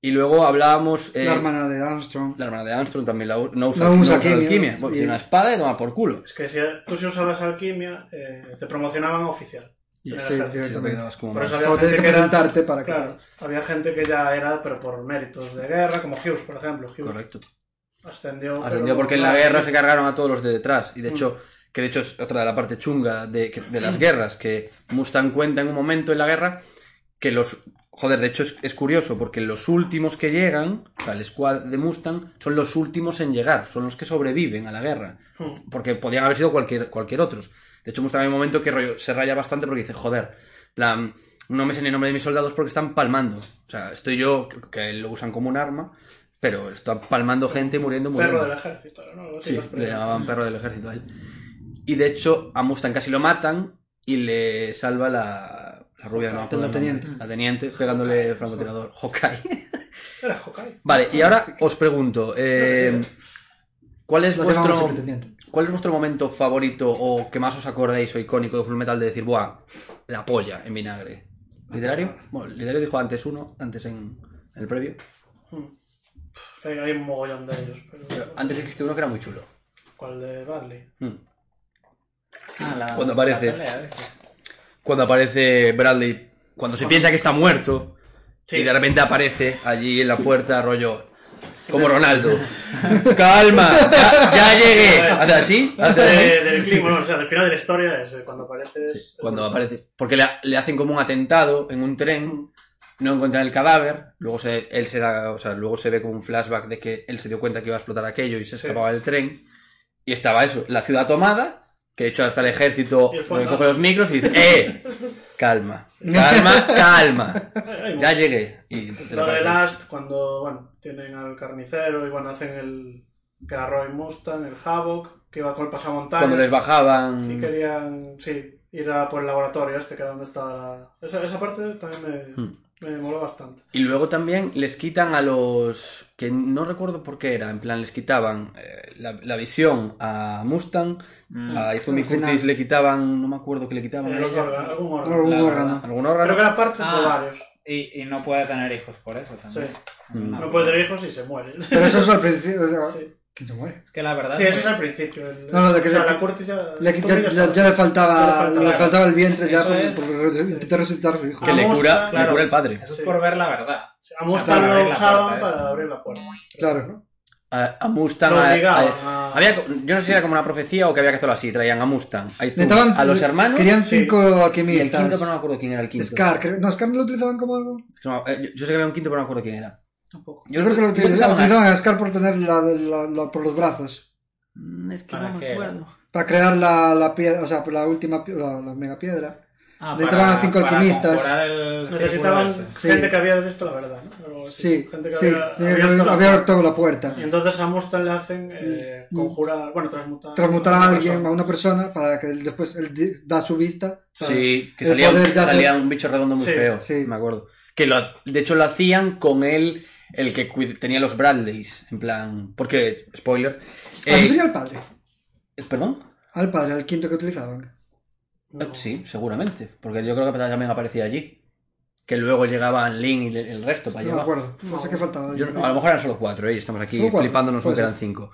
Speaker 1: y luego hablábamos... eh,
Speaker 2: la hermana de Armstrong.
Speaker 1: la hermana de Armstrong también la u- no usa,
Speaker 2: No
Speaker 1: no usa
Speaker 2: usa alquimia.
Speaker 1: alquimia. Bueno,
Speaker 2: Bien.
Speaker 1: tiene una espada y toma por culo.
Speaker 3: Es que si tú si usabas alquimia, eh, te promocionaban oficial.
Speaker 1: Sí,
Speaker 3: En el
Speaker 2: sí,
Speaker 3: ejército.
Speaker 1: Sí,
Speaker 2: Exactamente.
Speaker 1: te quedabas como
Speaker 3: Por
Speaker 1: más.
Speaker 3: eso había
Speaker 2: Como
Speaker 3: gente
Speaker 2: tienes que
Speaker 3: era-
Speaker 2: presentarte para que...
Speaker 3: Claro, había gente que ya era, pero por méritos de guerra, como Hughes, por ejemplo. Hughes
Speaker 1: Correcto.
Speaker 3: ascendió. pero
Speaker 1: Ascendió
Speaker 3: no-
Speaker 1: porque en la
Speaker 3: no-
Speaker 1: guerra se cargaron a todos los de detrás. Y
Speaker 3: Mm.
Speaker 1: de hecho, que de hecho es otra de la parte chunga de, que- de las guerras, que Mustang cuenta en un momento en la guerra que los... Joder, de hecho es, es curioso porque los últimos que llegan, o sea, el squad de Mustang, son los últimos en llegar, son los que sobreviven a la guerra.
Speaker 3: Mm.
Speaker 1: Porque podían haber sido cualquier, cualquier otros. De hecho, Mustang hay un momento que rollo, se raya bastante porque dice, joder, plan, no me sé ni el nombre de mis soldados porque están palmando. O sea, estoy yo, que, que lo usan como un arma, pero están palmando gente y muriendo, muriendo.
Speaker 3: Perro del ejército, ¿no? Algo así,
Speaker 1: Sí,
Speaker 3: los
Speaker 1: le
Speaker 3: primeros.
Speaker 1: llamaban perro del ejército a él. Y de hecho, a Mustang casi lo matan y le salva la, la rubia, no me acuerdo
Speaker 2: La
Speaker 1: el nombre.
Speaker 2: teniente.
Speaker 1: La teniente, pegándole el francotirador. Hawkeye.
Speaker 3: Era Hawkeye.
Speaker 1: vale, y ahora os pregunto, eh, ¿cuál es
Speaker 2: Lo llamamos el
Speaker 1: vuestro...
Speaker 2: pretendiente.
Speaker 1: ¿Cuál es vuestro momento favorito o que más os acordáis o icónico de Full Metal de decir, buah, la polla en vinagre? ¿Literario? Bueno, Literario dijo antes uno, antes en, en el previo.
Speaker 3: Mm. Es que Hay, hay un mogollón de ellos. Pero...
Speaker 1: Pero antes existe uno que era muy chulo.
Speaker 3: ¿Cuál de Bradley?
Speaker 1: Mm.
Speaker 4: Ah, la-
Speaker 1: Cuando aparece.
Speaker 4: la pelea, ¿eh?
Speaker 1: Cuando aparece Bradley, cuando se piensa que está muerto
Speaker 3: Sí.
Speaker 1: y de repente aparece allí en la puerta, rollo, como Ronaldo. ¡Calma! ¡Ya, ya llegué! ¿Hace así?
Speaker 3: De-
Speaker 1: ¿Hace así?
Speaker 3: del clima, bueno, o sea, del final de la historia es eh, cuando apareces.
Speaker 1: Sí, cuando aparece. Porque le, le hacen como un atentado en un tren, no encuentran el cadáver, luego se, él se da, o sea, luego se ve como un flashback de que él se dio cuenta que iba a explotar aquello y se
Speaker 3: Sí.
Speaker 1: escapaba del tren. Y estaba eso, la ciudad tomada, que de hecho hasta el ejército
Speaker 3: Y el fondo.
Speaker 1: recoge los micros y dice, ¡eh! Calma, calma, calma.
Speaker 3: Hay- hay
Speaker 1: Ya llegué. Y te- te
Speaker 3: Lo de
Speaker 1: aparece.
Speaker 3: Last, cuando bueno, tienen al carnicero y bueno, hacen el que era Roy Mustang, el Havoc, que iba con el pasamontañas
Speaker 1: Cuando les
Speaker 3: y
Speaker 1: bajaban...
Speaker 3: querían sí, ir a por el laboratorio este que era donde estaba la... esa, esa parte también me,
Speaker 1: Hmm.
Speaker 3: me moló bastante.
Speaker 1: Y luego también les quitan a los... que no recuerdo por qué era, en plan, les quitaban eh, la, la visión a Mustang,
Speaker 4: Mm.
Speaker 1: A Izumi
Speaker 2: Al final.
Speaker 1: Curtis le quitaban, no me acuerdo que le quitaban.
Speaker 3: Eh,
Speaker 1: a
Speaker 3: los
Speaker 1: ella.
Speaker 3: órganos, algún órgano.
Speaker 2: Algún
Speaker 1: La-
Speaker 2: órgano.
Speaker 1: algún
Speaker 3: Creo
Speaker 1: órgano.
Speaker 3: que era parte
Speaker 4: Ah.
Speaker 3: de varios.
Speaker 4: Y, y no puede tener hijos por eso
Speaker 3: Sí.
Speaker 4: también.
Speaker 1: Ah.
Speaker 4: Una
Speaker 3: No
Speaker 4: puta.
Speaker 3: puede tener hijos y se muere.
Speaker 2: Pero eso es al principio. o sea,
Speaker 3: Sí.
Speaker 2: ¿Quién se muere?
Speaker 4: Es que la verdad
Speaker 3: Sí,
Speaker 4: es
Speaker 3: eso es
Speaker 4: que
Speaker 3: al principio. el-
Speaker 2: No, no, de que
Speaker 3: o sea,
Speaker 2: se-
Speaker 3: la Curtis ya.
Speaker 2: Le,
Speaker 3: tú
Speaker 2: ya,
Speaker 3: miras
Speaker 2: ya-
Speaker 3: a-
Speaker 2: ya le faltaba,
Speaker 3: ya
Speaker 2: le faltaba el vientre ya
Speaker 4: Eso
Speaker 2: por,
Speaker 4: es-
Speaker 2: por re- intentar resucitar a su hijo.
Speaker 1: Que le
Speaker 3: Vamos,
Speaker 1: cura, le
Speaker 4: claro.
Speaker 1: cura el padre.
Speaker 4: eso es
Speaker 3: Sí.
Speaker 4: por ver la verdad.
Speaker 3: A Mustang
Speaker 4: Claro,
Speaker 3: lo
Speaker 4: abrir la
Speaker 3: usaban
Speaker 4: puerta,
Speaker 3: para
Speaker 4: eso.
Speaker 3: abrir la puerta.
Speaker 2: Claro.
Speaker 1: A, a Mustang.
Speaker 3: Lo
Speaker 1: a-
Speaker 3: obligaban
Speaker 1: a-
Speaker 3: a-
Speaker 1: había, yo no sé si era como una profecía o que había que hacerlo así. Traían a Mustang, a, Izumi,
Speaker 2: Necesitaban,
Speaker 1: a los hermanos.
Speaker 2: Querían
Speaker 3: Sí.
Speaker 2: cinco
Speaker 1: Y el quinto, pero no me
Speaker 2: alquimistas.
Speaker 1: acuerdo quién era el quinto.
Speaker 2: Scar, creo- no, Scar no lo utilizaban como algo.
Speaker 1: Es que no- eh, yo- yo sé que había un quinto, pero no me acuerdo quién era.
Speaker 3: Tampoco.
Speaker 2: Yo creo que lo
Speaker 1: Yo
Speaker 2: utilizaban,
Speaker 1: pensaba-
Speaker 3: eh.
Speaker 2: utilizaban a Scar por tener la, la- la- por los brazos.
Speaker 1: Mm, Es que
Speaker 4: ¿Para
Speaker 1: no me
Speaker 4: qué era?
Speaker 1: acuerdo.
Speaker 2: Para crear la, la piedra, o sea, la última pi- la, la mega piedra.
Speaker 4: Ah,
Speaker 2: Necesitaban a cinco
Speaker 4: para
Speaker 2: alquimistas.
Speaker 4: conjurar el
Speaker 3: Necesitaban
Speaker 4: círculo ese.
Speaker 2: Sí.
Speaker 3: gente que había visto la verdad, ¿no? Algo así.
Speaker 2: Sí,
Speaker 3: Oh, Gente que
Speaker 2: sí,
Speaker 3: había,
Speaker 2: tenía que
Speaker 3: abierto
Speaker 2: haber
Speaker 3: la
Speaker 2: abierto la puerta.
Speaker 3: Y entonces a Mustang le hacen eh, conjurar, bueno, transmutar.
Speaker 2: Transmutar a
Speaker 3: una
Speaker 2: alguien,
Speaker 3: persona.
Speaker 2: a una persona, para que él después él di- da su vista. o sea,
Speaker 1: Sí, que
Speaker 2: el
Speaker 1: salía, un,
Speaker 2: poder de hacer-
Speaker 1: salía un bicho redondo muy
Speaker 3: Sí,
Speaker 1: feo.
Speaker 2: sí.
Speaker 1: Me acuerdo. Que lo, de hecho lo hacían con él, el que cuid- tenía los Bradleys. En plan. Porque, spoiler.
Speaker 2: Ah, no
Speaker 1: eh,
Speaker 2: sería el padre.
Speaker 1: ¿Perdón?
Speaker 2: Al padre, al quinto que utilizaban.
Speaker 3: No.
Speaker 1: Sí, seguramente. Porque yo creo que también aparecía allí. Que luego llegaban Lin y el resto para
Speaker 2: No me
Speaker 1: llevar.
Speaker 2: acuerdo. No sé qué faltaba.
Speaker 1: Yo- a lo mejor eran solo cuatro, ¿eh? Y estamos aquí
Speaker 2: Solo cuatro,
Speaker 1: flipándonos
Speaker 2: puede
Speaker 1: porque eran
Speaker 2: ser.
Speaker 1: cinco.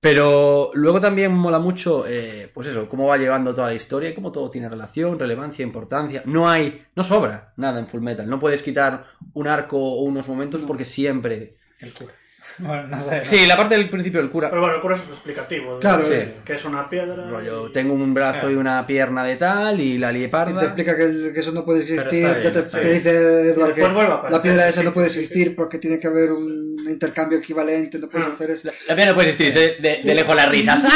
Speaker 1: Pero luego también mola mucho, eh, pues eso, cómo va llevando toda la historia y cómo todo tiene relación, relevancia, importancia. No hay, no sobra nada en Full Metal. No puedes quitar un arco o unos momentos porque siempre.
Speaker 4: El cura. Bueno, no sé.
Speaker 1: Sí, la parte del principio del cura.
Speaker 3: Pero bueno, el cura es explicativo. de-
Speaker 2: Claro.
Speaker 1: Sí.
Speaker 3: Que es una piedra.
Speaker 1: Rollo,
Speaker 3: y-
Speaker 1: tengo un brazo y una pierna de tal y la
Speaker 2: Y
Speaker 1: lieparda.
Speaker 2: te explica que, el- que eso no puede existir.
Speaker 4: Pero
Speaker 2: ya
Speaker 4: está
Speaker 2: te,
Speaker 4: bien, está
Speaker 2: te
Speaker 4: bien.
Speaker 2: dice Edward
Speaker 3: Y después
Speaker 2: que
Speaker 3: vuelve a aparecer.
Speaker 2: la piedra esa
Speaker 3: Sí,
Speaker 2: no puede
Speaker 3: sí, sí.
Speaker 2: existir porque tiene que haber un intercambio equivalente. No puedes
Speaker 3: Ah.
Speaker 2: hacer eso.
Speaker 1: La pierna puede existir, ¿eh? de, de lejos las risas.
Speaker 2: No,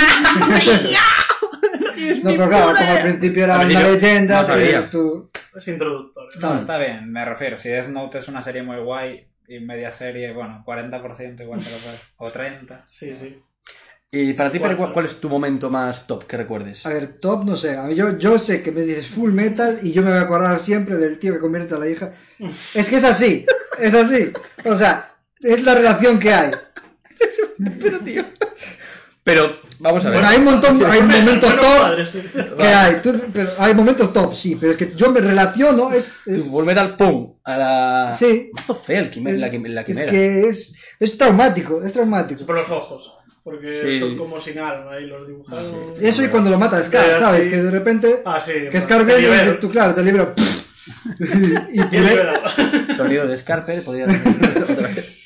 Speaker 2: pero claro, como al principio era
Speaker 1: Al
Speaker 2: una
Speaker 1: principio
Speaker 2: leyenda,
Speaker 1: no
Speaker 2: pues
Speaker 1: sabía.
Speaker 2: tú.
Speaker 3: Es ¿eh? introductorio.
Speaker 4: No, está bien, me refiero. Si Death Note es una serie muy guay y media serie, bueno, 40% igual te lo puedes. O 30%.
Speaker 3: Sí, sí.
Speaker 1: Y para ti, Pere, ¿cuál,
Speaker 3: Cuatro.
Speaker 1: cuál es tu momento más top que recuerdes?
Speaker 2: A ver, top, no sé. A mí, yo, yo sé que me dices full metal y yo me voy a acordar siempre del tío que convierte a la hija. Es que es así, es así. O sea, es la relación que hay.
Speaker 1: Pero, vamos a ver.
Speaker 2: Bueno, hay un montón, hay momentos
Speaker 3: Bueno,
Speaker 2: top
Speaker 3: padre, sí.
Speaker 2: que hay. Tú- pero hay momentos top, sí, pero es que yo me relaciono, es. es-
Speaker 1: Tu volver al pum, a la...
Speaker 2: sí.
Speaker 1: Mazo feo el quime-
Speaker 2: Es,
Speaker 1: la, quime- la
Speaker 2: es
Speaker 1: quimera.
Speaker 2: que es, es traumático, es
Speaker 3: Es
Speaker 2: traumático.
Speaker 3: por los ojos. Porque
Speaker 1: Sí.
Speaker 3: son como sin alma y los dibujaron.
Speaker 1: Sí.
Speaker 2: Eso y cuando lo mata a Scar,
Speaker 3: Pero
Speaker 2: ¿sabes?
Speaker 3: sí.
Speaker 2: Que de repente.
Speaker 3: Ah, sí.
Speaker 2: Ah, que Scar
Speaker 3: te
Speaker 2: viene y dice,
Speaker 3: libero.
Speaker 2: tú, claro, te libro. y
Speaker 3: Te
Speaker 2: pule-
Speaker 3: libero.
Speaker 1: Sonido de Scarper, podría ser otra vez.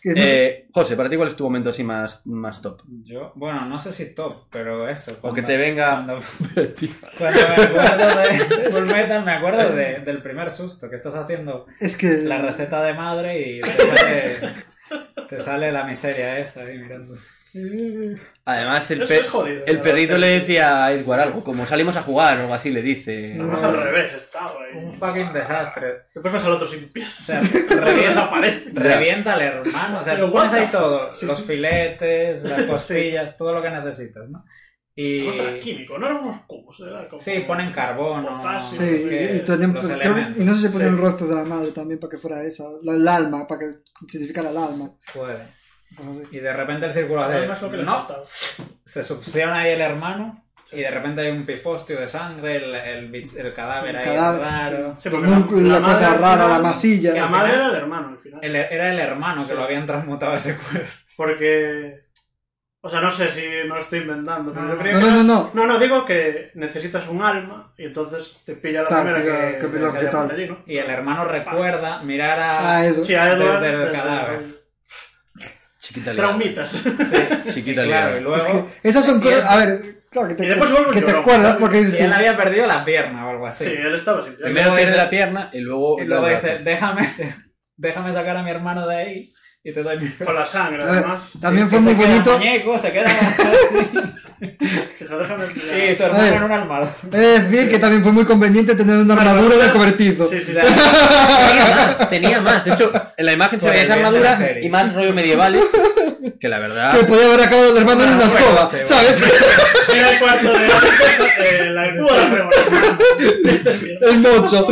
Speaker 2: que no sé,
Speaker 1: Eh, José, para ti, ¿cuál es tu momento así más, más top?
Speaker 4: Yo, bueno, no sé si top, pero eso.
Speaker 1: O que te venga...
Speaker 4: Cuando,
Speaker 1: Pero, tío,
Speaker 4: cuando me acuerdo de Full Metal, me acuerdo de- del primer susto que estás haciendo
Speaker 2: es que. eh,
Speaker 4: la receta de madre y te sale, te sale la miseria esa ahí mirando.
Speaker 1: Además, el,
Speaker 3: Eso
Speaker 1: pe-
Speaker 3: es jodido,
Speaker 1: el
Speaker 3: la
Speaker 1: perrito
Speaker 3: verdad.
Speaker 1: le decía a Edward algo, como salimos a jugar o algo así, le dice...
Speaker 3: Más al revés estaba. ahí.
Speaker 4: Un fucking desastre.
Speaker 3: Después vas al otro sin piernas.
Speaker 4: O sea,
Speaker 3: Y
Speaker 4: reviesa
Speaker 3: desaparece.
Speaker 4: Revienta al hermano, o sea,
Speaker 3: Pero
Speaker 4: tú pones
Speaker 3: guarda.
Speaker 4: ahí todo,
Speaker 3: Sí,
Speaker 4: los
Speaker 3: sí.
Speaker 4: filetes, las costillas, todo lo que necesitas, ¿no? Y
Speaker 3: Además era químico, no eran unos cubos. Era como...
Speaker 4: sí, ponen carbono,
Speaker 2: Sí,
Speaker 3: Potasio,
Speaker 4: no sé
Speaker 3: y-
Speaker 4: qué,
Speaker 2: y, tenían-
Speaker 4: los
Speaker 2: creo-
Speaker 4: elementos,
Speaker 2: y no sé si ponían
Speaker 3: Sí.
Speaker 2: el rostro de la madre también para que fuera esa, la, el alma, para que significara el alma.
Speaker 4: joder.
Speaker 2: cosas así.
Speaker 4: Y de repente el círculo hace,
Speaker 3: Además, lo que le
Speaker 4: no,
Speaker 3: faltaba.
Speaker 4: se succiona ahí el hermano y de repente hay un pifostio de sangre, el, el, bich- el cadáver
Speaker 2: El
Speaker 4: ahí
Speaker 2: cadáver.
Speaker 4: raro.
Speaker 3: Sí, porque
Speaker 2: Como un- la,
Speaker 3: madre
Speaker 2: cosa
Speaker 3: al
Speaker 2: rara, la
Speaker 3: final-
Speaker 2: masilla.
Speaker 3: La
Speaker 4: al
Speaker 3: madre
Speaker 4: final-
Speaker 3: era el hermano al final.
Speaker 4: El- era el hermano que
Speaker 3: Sí.
Speaker 4: lo habían transmutado a ese cuerpo.
Speaker 3: Porque. O sea, no sé si me lo estoy inventando. Pero
Speaker 4: No,
Speaker 3: yo
Speaker 4: no,
Speaker 3: creía
Speaker 2: no,
Speaker 3: que
Speaker 2: no,
Speaker 3: era-
Speaker 2: no,
Speaker 3: no, digo que necesitas un alma y entonces te pilla la
Speaker 2: Claro,
Speaker 3: primera
Speaker 2: que-
Speaker 3: que,
Speaker 2: que
Speaker 3: se-
Speaker 2: pilla-
Speaker 3: que
Speaker 2: ¿qué
Speaker 3: haya por
Speaker 2: tal?
Speaker 3: allí, ¿no?
Speaker 4: Y el hermano recuerda mirar a...
Speaker 2: Ah, Edu.
Speaker 3: Sí, a Edward.
Speaker 4: Desde el
Speaker 3: desde-
Speaker 4: cadáver.
Speaker 1: Chiquita liada.
Speaker 3: Traumitas.
Speaker 1: Chiquita
Speaker 4: claro,
Speaker 1: liada.
Speaker 4: y luego...
Speaker 2: Es que esas son
Speaker 4: Y él-
Speaker 2: cosas. A ver, claro que te,
Speaker 3: y después vuelve un
Speaker 2: que te
Speaker 3: llorón.
Speaker 2: acuerdas porque dices
Speaker 4: Y él
Speaker 2: tú,
Speaker 4: había perdido la pierna o algo así.
Speaker 3: Sí, él estaba sin piernas.
Speaker 1: Primero
Speaker 4: luego
Speaker 1: pierde
Speaker 4: dice-
Speaker 1: la pierna y
Speaker 2: Oh,
Speaker 1: luego...
Speaker 4: Y luego
Speaker 1: la-
Speaker 4: dice, déjame, déjame sacar a mi hermano de ahí y te doy mi...
Speaker 3: Con la sangre,
Speaker 2: a ver,
Speaker 3: además.
Speaker 2: También
Speaker 4: Y
Speaker 2: fue
Speaker 4: se
Speaker 2: muy
Speaker 4: queda
Speaker 2: bonito.
Speaker 4: muñeco, se queda así.
Speaker 3: Dijo, déjame.
Speaker 4: y su
Speaker 2: A
Speaker 4: hermano
Speaker 2: ver.
Speaker 4: en un armado.
Speaker 2: Es decir, que también fue muy conveniente tener una armadura del cobertizo.
Speaker 3: Sí, sí, sí.
Speaker 1: Tenía más, tenía más. De hecho, en la imagen se
Speaker 4: Por
Speaker 1: veía
Speaker 4: el
Speaker 1: esa
Speaker 3: Pues,
Speaker 4: bien de la
Speaker 1: armadura
Speaker 4: serie.
Speaker 1: y más rollo medievales. Que la verdad.
Speaker 2: Que podía haber acabado el hermano en
Speaker 4: Ah,
Speaker 2: una
Speaker 4: bueno,
Speaker 2: escoba,
Speaker 4: sí, bueno.
Speaker 2: ¿sabes?
Speaker 3: Era el cuarto de eh, la cuba de la remolacha.
Speaker 2: El mocho.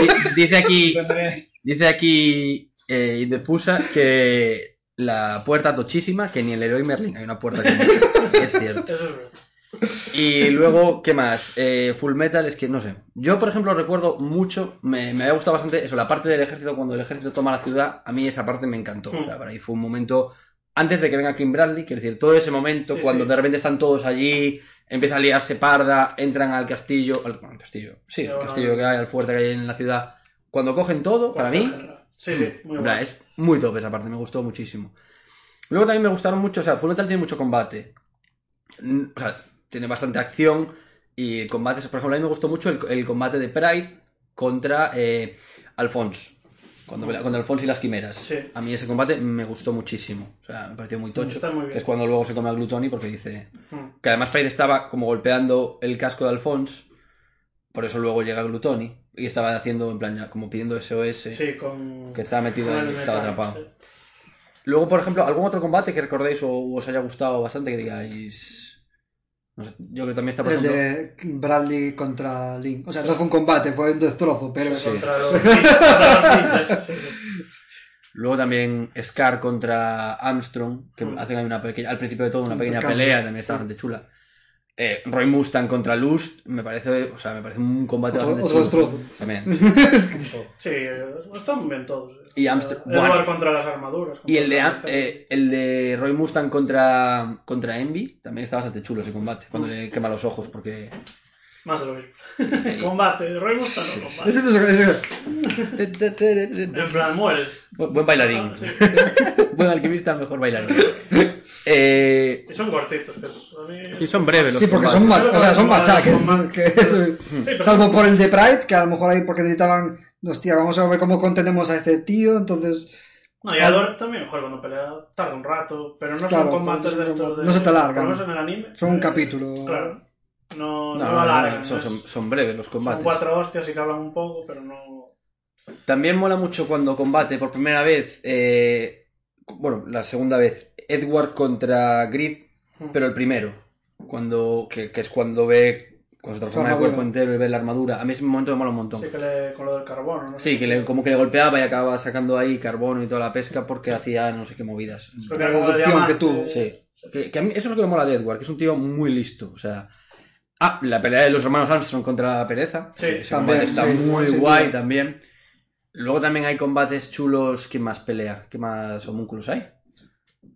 Speaker 1: Di- Dice aquí,
Speaker 4: Tendré-
Speaker 1: dice aquí eh, Indefusa que la puerta tochísima, que ni en el héroe Merlin hay una puerta que Es cierto.
Speaker 3: Eso es verdad.
Speaker 1: Y luego, ¿qué más? Eh, Full Metal es que no sé. Yo, por ejemplo, recuerdo mucho, me, me había gustado bastante eso, la parte del ejército, cuando el ejército toma la ciudad, a mí esa parte me encantó. O sea, para mí fue un momento antes de que venga Kim Bradley, quiero decir, todo ese momento,
Speaker 3: Sí,
Speaker 1: cuando
Speaker 3: sí.
Speaker 1: de repente están todos allí, empieza a liarse parda, entran al castillo, al, al castillo, sí,
Speaker 3: Pero
Speaker 1: al
Speaker 3: no,
Speaker 1: castillo
Speaker 3: no.
Speaker 1: que hay, al fuerte que hay en la ciudad, cuando cogen todo, para mí,
Speaker 3: Sí, sí, muy
Speaker 1: en
Speaker 3: bueno.
Speaker 1: plan, Es muy top esa parte, me gustó muchísimo. Luego también me gustaron mucho, o sea, Fullmetal tiene mucho combate. Mm, O sea, tiene bastante acción y combates. Por ejemplo, a mí me gustó mucho el, el combate de Pride contra eh, Alphonse. Cuando, cuando Alphonse y las quimeras.
Speaker 3: Sí.
Speaker 1: A mí ese combate me gustó muchísimo. O sea, me pareció muy tocho.
Speaker 3: Está muy bien.
Speaker 1: Que es cuando luego se come a Glutoni porque dice.
Speaker 3: Mm.
Speaker 1: Que además Pride estaba como golpeando el casco de Alphonse. Por eso luego llega Glutoni. Y estaba haciendo, en plan, ya como pidiendo SOS.
Speaker 3: Sí, con.
Speaker 1: Que estaba metido
Speaker 3: con
Speaker 1: ahí,
Speaker 3: el
Speaker 1: estaba
Speaker 3: metal,
Speaker 1: atrapado.
Speaker 3: sí.
Speaker 1: Luego, por ejemplo, algún otro combate que recordéis o os haya gustado bastante que digáis. No sé, yo creo que también está por
Speaker 2: El
Speaker 1: ejemplo.
Speaker 2: de Bradley contra Link. O sea, no fue un combate, fue un destrozo, pero.
Speaker 3: Contra los contra los ninjas, sí, sí.
Speaker 1: Luego también Scar contra Armstrong, que
Speaker 3: Mm.
Speaker 1: hacen ahí una pequeña, al principio de todo una
Speaker 2: Un
Speaker 1: pequeña
Speaker 2: intercambio.
Speaker 1: pelea, también está bastante chula. Eh, Roy Mustang contra Lust, me parece, o sea, me parece un combate
Speaker 2: Otro-
Speaker 1: bastante
Speaker 2: otro
Speaker 1: chulo.
Speaker 2: destrozo.
Speaker 1: También.
Speaker 3: Sí, eh, están bien todos.
Speaker 1: Y Amster-
Speaker 3: Amsterdam.
Speaker 1: Buah.
Speaker 3: contra las armaduras.
Speaker 1: Y el de,
Speaker 3: contra
Speaker 1: Am-
Speaker 3: las
Speaker 1: eh, el de Roy Mustang contra, contra Envy, también está bastante chulo ese combate, cuando le quema los ojos, porque
Speaker 3: Más de lo mismo. combate, Roy Mustang, no combate.
Speaker 2: Ese no es- ese-
Speaker 3: En plan, mueres.
Speaker 1: Bu- Buen bailarín.
Speaker 3: Ah, sí.
Speaker 1: Buen alquimista, mejor bailarín. Eh,
Speaker 3: Y son cortitos, pero a mí-
Speaker 1: sí, son breves los
Speaker 2: Sí, porque son,
Speaker 1: combates.
Speaker 2: ma- o sea, son machaques.
Speaker 3: Son
Speaker 2: que eso-
Speaker 3: pero-
Speaker 2: Salvo por el de Pride, que a lo mejor ahí porque necesitaban. Hostia, vamos a ver cómo contenemos a este tío. Entonces,
Speaker 3: No, y Ador también, joder, cuando pelea tarda un rato, pero no
Speaker 2: Claro,
Speaker 3: son combates
Speaker 2: porque
Speaker 3: de
Speaker 2: son
Speaker 3: estos de...
Speaker 2: combates- no se te alargan.
Speaker 3: por lo menos en el anime.
Speaker 2: Son un
Speaker 3: eh,
Speaker 2: capítulo.
Speaker 3: Claro.
Speaker 1: No,
Speaker 3: No, no,
Speaker 1: no,
Speaker 3: lo
Speaker 1: no,
Speaker 3: alargan.
Speaker 1: son,
Speaker 3: es-
Speaker 1: son- son breves los
Speaker 3: son
Speaker 1: combates.
Speaker 3: cuatro hostias y que hablan un poco, pero no...
Speaker 1: También mola mucho cuando combate por primera vez, eh, bueno, la segunda vez, Edward contra Grid, pero el primero, cuando que, que es cuando ve, cuando se transforma de
Speaker 2: Armadura.
Speaker 1: cuerpo entero y ve la armadura. A mí ese momento me mola un montón.
Speaker 3: Sí que le, con lo del carbono, ¿no?
Speaker 1: Sí, que le- como que le golpeaba y acababa sacando ahí carbono y toda la pesca porque hacía no sé qué movidas.
Speaker 3: Creo que
Speaker 2: La
Speaker 3: era como de
Speaker 2: reducción que
Speaker 3: diamante.
Speaker 2: tuvo,
Speaker 1: Sí. Que, que a mí eso es lo que me mola de Edward, que es un tío muy listo. O sea. Ah, la pelea de los hermanos Armstrong contra la pereza.
Speaker 3: Sí,
Speaker 1: Ese
Speaker 2: también,
Speaker 1: combate está
Speaker 2: sí,
Speaker 1: muy
Speaker 2: sí,
Speaker 1: guay
Speaker 2: sí.
Speaker 1: también. Luego también hay combates chulos. ¿Qué más pelea? ¿Qué más homúnculos hay?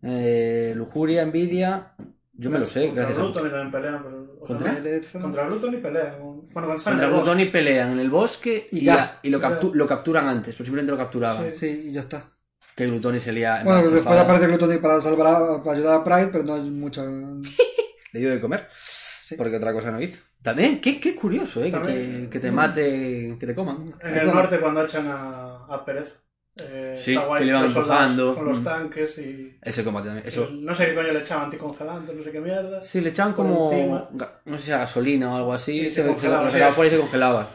Speaker 1: Eh, lujuria, envidia. Yo me lo sé,
Speaker 3: Contra
Speaker 1: gracias a
Speaker 3: Bruton y también pelean, pero... o sea,
Speaker 1: ¿Contra?
Speaker 3: no- Contra Bruton y pelean. Bueno, cuando están en
Speaker 1: Contra
Speaker 3: el bosque.
Speaker 1: Plutón y pelean en el bosque y,
Speaker 2: Y ya.
Speaker 1: y lo,
Speaker 3: Ya.
Speaker 1: captu- lo capturan antes, pero simplemente lo capturaban.
Speaker 2: Sí, y ya está.
Speaker 1: Que Glutoni se lía. en
Speaker 2: Bueno,
Speaker 1: plan,
Speaker 2: pues
Speaker 1: se
Speaker 2: después
Speaker 1: enfada.
Speaker 2: aparece Glutoni para salvar a- para ayudar a Pride, pero no hay mucha.
Speaker 1: Le dio de comer. Porque otra cosa no hizo. También, qué, qué curioso, ¿eh? Que
Speaker 3: También.
Speaker 1: te, que te mate, que te coman.
Speaker 3: En el norte cuando echan a, a Pérez. Eh,
Speaker 1: Sí,
Speaker 3: está guay,
Speaker 1: que le van
Speaker 3: los soldados
Speaker 1: empujando.
Speaker 3: Con los
Speaker 1: Mm.
Speaker 3: tanques y...
Speaker 1: Ese combate también. Eso.
Speaker 3: y No sé qué coño le echaban anticongelante, no sé qué mierda.
Speaker 1: Sí, le echaban
Speaker 3: Por
Speaker 1: como.
Speaker 3: encima.
Speaker 1: ga- No sé si era gasolina o algo así.
Speaker 3: Sí,
Speaker 1: se
Speaker 3: se congelaba,
Speaker 1: congelaba.
Speaker 3: sí.
Speaker 1: sacaba fuera y se congelaba.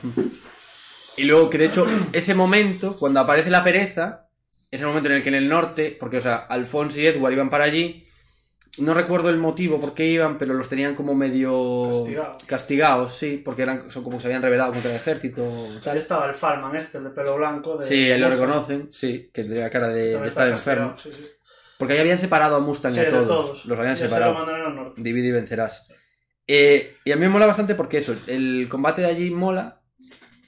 Speaker 1: Y luego que de hecho, ese momento, cuando aparece la pereza, es el momento en el que en el norte, porque, o sea, Alfonso y Edward iban para allí. No recuerdo el motivo por qué iban, pero los tenían como medio
Speaker 3: Castigados.
Speaker 1: castigados, sí, porque eran son como que se habían rebelado contra el ejército. o
Speaker 3: Ahí
Speaker 1: Tal.
Speaker 3: estaba el Farman este, el de pelo blanco. De...
Speaker 1: Sí, lo reconocen, sí, que tenía cara de, de
Speaker 3: Pues, También
Speaker 1: estar
Speaker 3: estaba
Speaker 1: enfermo.
Speaker 3: castigado, Sí, sí.
Speaker 1: Porque ahí habían separado a Mustang
Speaker 3: Sí,
Speaker 1: y a
Speaker 3: de
Speaker 1: todos.
Speaker 3: todos.
Speaker 1: Los habían
Speaker 3: Ya se lo
Speaker 1: separado.
Speaker 3: mandaron al norte.
Speaker 1: Divide y vencerás. Eh, y a mí me mola bastante porque eso, el combate de allí mola,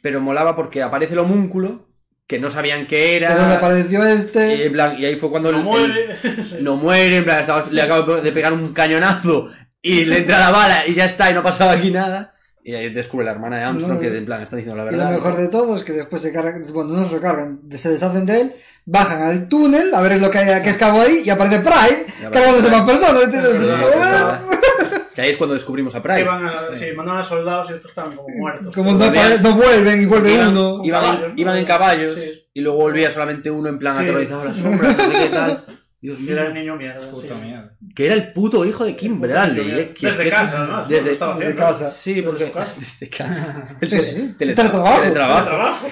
Speaker 1: pero molaba porque aparece el homúnculo, que no sabían qué
Speaker 2: Pero donde
Speaker 1: era.
Speaker 2: apareció
Speaker 1: Y,
Speaker 2: este.
Speaker 1: en plan, y ahí fue cuando
Speaker 3: No
Speaker 1: el-
Speaker 3: muere.
Speaker 1: el- no muere, en plan, estaba- le acabo de pegar un cañonazo y le entra la bala y ya está, y no pasaba aquí nada. Y ahí descubre la hermana de Armstrong
Speaker 2: No.
Speaker 1: que en plan está diciendo la
Speaker 2: Y
Speaker 1: verdad.
Speaker 2: lo mejor de todo es que después se cargan, bueno, no se lo cargan, se deshacen de él, bajan al túnel a ver lo que, hay- que escapó ahí y aparece Pride
Speaker 1: Y aparece
Speaker 2: cargándose
Speaker 1: Pride.
Speaker 2: más personas. ¿entiendes?
Speaker 1: Sí, sí,
Speaker 3: Sí,
Speaker 1: sí,
Speaker 3: sí,
Speaker 1: verdad. Que ahí es cuando descubrimos a Pride.
Speaker 3: Iban Ah. a- sí, mandaban a soldados y después estaban como muertos.
Speaker 2: Como
Speaker 1: Pero
Speaker 2: no,
Speaker 1: volvían-
Speaker 2: no vuelven y vuelve
Speaker 1: iban,
Speaker 2: uno.
Speaker 1: iban-
Speaker 3: Caballos, ¿no?
Speaker 1: iban en caballos
Speaker 3: Sí.
Speaker 1: y luego volvía solamente uno en plan
Speaker 3: Sí.
Speaker 1: aterrorizado a las sombras, no sé qué tal. Dios
Speaker 3: Y era el
Speaker 1: mío.
Speaker 3: niño mierda. sí.
Speaker 4: Puto miedo.
Speaker 1: Que era el puto hijo de Kim Bradley. eh, que es
Speaker 3: Desde
Speaker 1: que es-
Speaker 3: casa, además.
Speaker 1: desde-
Speaker 3: lo estaba
Speaker 2: desde
Speaker 3: haciendo.
Speaker 2: casa.
Speaker 1: Sí, porque.
Speaker 3: Desde su casa.
Speaker 1: Desde casa.
Speaker 2: Sí, sí.
Speaker 1: Teletra-
Speaker 2: Teletrabajo.
Speaker 1: teletrabajo.
Speaker 3: Trabajo.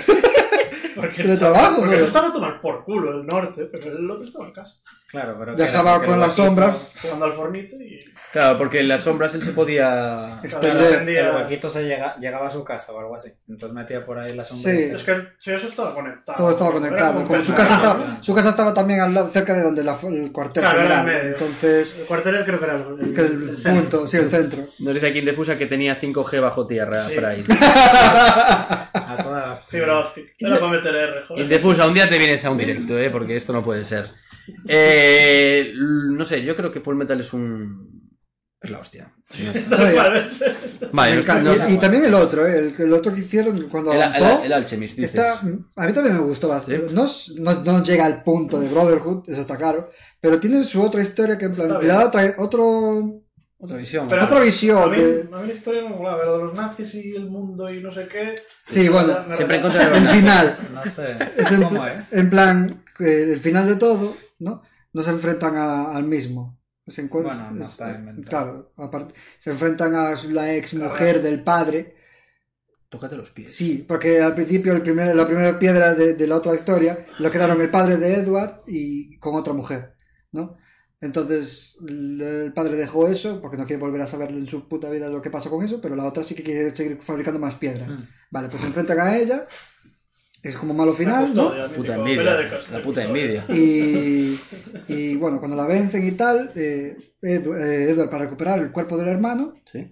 Speaker 3: Porque,
Speaker 2: Teletrabajo,
Speaker 3: porque
Speaker 2: ¿no?
Speaker 3: no estaba a tomar por culo el norte, pero el otro estaba en casa.
Speaker 4: Claro, pero. que era
Speaker 2: Viajaba
Speaker 4: porque
Speaker 2: con
Speaker 4: el
Speaker 2: las
Speaker 4: huequito-
Speaker 2: sombras.
Speaker 3: Jugando al fornito y.
Speaker 1: Claro, porque en las sombras él se podía.
Speaker 3: Claro,
Speaker 2: Extender.
Speaker 3: dependía-
Speaker 4: El huequito se llega, llegaba a su casa o algo así. Entonces metía por ahí la sombra.
Speaker 2: Sí.
Speaker 3: Es que el- si eso estaba conectado.
Speaker 2: Todo estaba
Speaker 3: Era
Speaker 2: conectado.
Speaker 3: un
Speaker 2: Como su
Speaker 3: pentagrama.
Speaker 2: casa estaba, su casa estaba también al lado, cerca de donde la- el cuartel
Speaker 3: Claro, era en
Speaker 2: general.
Speaker 3: medio.
Speaker 2: Entonces,
Speaker 3: El cuartel creo que era el,
Speaker 2: que el,
Speaker 3: el centro.
Speaker 2: punto, sí, el centro.
Speaker 1: Nos dice aquí Indefusa que tenía 5G bajo tierra,
Speaker 3: Sí.
Speaker 1: Fray.
Speaker 4: A todas las.
Speaker 3: Fibra óptica. Era para meter R, joder.
Speaker 1: Indefusa, un día te vienes a un directo, ¿eh? porque esto no puede ser. Eh, no sé, yo creo que Full Metal es un. Es la hostia.
Speaker 2: Oye,
Speaker 3: pues,
Speaker 1: Vale,
Speaker 2: me
Speaker 1: nos-
Speaker 2: encanta.
Speaker 1: nos-
Speaker 2: Y- y, también el otro, ¿eh? el, el otro que hicieron cuando
Speaker 1: el,
Speaker 2: avanzó.
Speaker 1: el- el Alchemist, dices.
Speaker 2: Está, a mí también me gustó bastante. No, es- no- no llega al punto de Brotherhood, eso está claro. Pero tiene su otra historia que en plan,
Speaker 3: Está
Speaker 2: le da
Speaker 3: bien.
Speaker 2: otra, otro,
Speaker 1: Otra visión.
Speaker 3: Pero-
Speaker 2: otra
Speaker 3: A
Speaker 2: visión.
Speaker 3: mí,
Speaker 2: que-
Speaker 3: a mí la historia me molaba, pero de los nazis y el mundo y no sé qué.
Speaker 2: Sí, bueno,
Speaker 3: Me- me
Speaker 1: Siempre en contra
Speaker 3: recuerda-
Speaker 1: de los
Speaker 2: el
Speaker 1: nazis.
Speaker 2: final.
Speaker 4: No sé.
Speaker 2: Es en,
Speaker 4: ¿Cómo es?
Speaker 2: en plan, que el final de todo, ¿no? No se enfrentan a- al mismo. Se encuentran,
Speaker 4: Bueno, no está inventado.
Speaker 2: Claro, aparte, se enfrentan a la ex mujer del padre.
Speaker 1: Tócate los pies.
Speaker 2: Sí, porque al principio el primer, la primera piedra de, de la otra historia lo crearon el padre de Edward y con otra mujer, ¿no? Entonces el el padre dejó eso porque no quiere volver a saber en su puta vida lo que pasó con eso, pero la otra sí que quiere seguir fabricando más piedras.
Speaker 4: Mm.
Speaker 2: Vale, pues se enfrentan a ella, es como malo
Speaker 3: me
Speaker 2: final,
Speaker 3: gustó,
Speaker 2: ¿no?
Speaker 3: ya,
Speaker 1: La
Speaker 3: mítico,
Speaker 1: puta
Speaker 3: pelea de
Speaker 1: envidia.
Speaker 3: castillo.
Speaker 1: La puta envidia.
Speaker 2: Y, y, bueno, cuando la vencen y tal, eh, Edu- eh, Edward para recuperar el cuerpo del hermano
Speaker 1: Sí.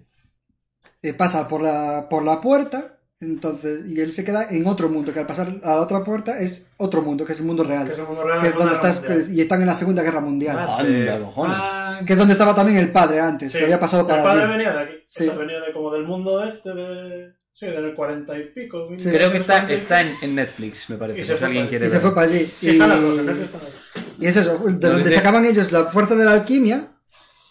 Speaker 2: eh, pasa por la, por la puerta entonces y él se queda en otro mundo, que al pasar a la otra puerta es otro mundo, que es el mundo real.
Speaker 3: Que es
Speaker 2: Que
Speaker 3: el mundo
Speaker 2: es
Speaker 3: real,
Speaker 2: donde
Speaker 3: la Segunda
Speaker 2: estás,
Speaker 3: Guerra Mundial.
Speaker 2: y están en la Segunda Guerra Mundial.
Speaker 1: Anda,
Speaker 4: Mate,
Speaker 1: cojones.
Speaker 4: ah,
Speaker 2: Que es donde estaba también el padre antes,
Speaker 3: Sí,
Speaker 2: que había pasado para
Speaker 3: El padre
Speaker 2: allí.
Speaker 3: venía de aquí.
Speaker 2: Sí.
Speaker 3: O sea, venía de como del mundo este de. Sí, del cuarenta y pico. mil-
Speaker 1: Creo que está,
Speaker 3: 1940 y
Speaker 1: está en, en Netflix, me parece.
Speaker 3: Y
Speaker 1: por
Speaker 3: se
Speaker 1: si
Speaker 3: fue
Speaker 1: alguien
Speaker 3: para-
Speaker 1: quiere
Speaker 2: Y se
Speaker 1: ver.
Speaker 2: fue para allí.
Speaker 3: Sí, está la
Speaker 2: Y-
Speaker 3: cosa, creo que está la cosa.
Speaker 2: Y es eso, de
Speaker 1: Nos
Speaker 2: donde
Speaker 1: dice-
Speaker 2: sacaban ellos la fuerza de la alquimia,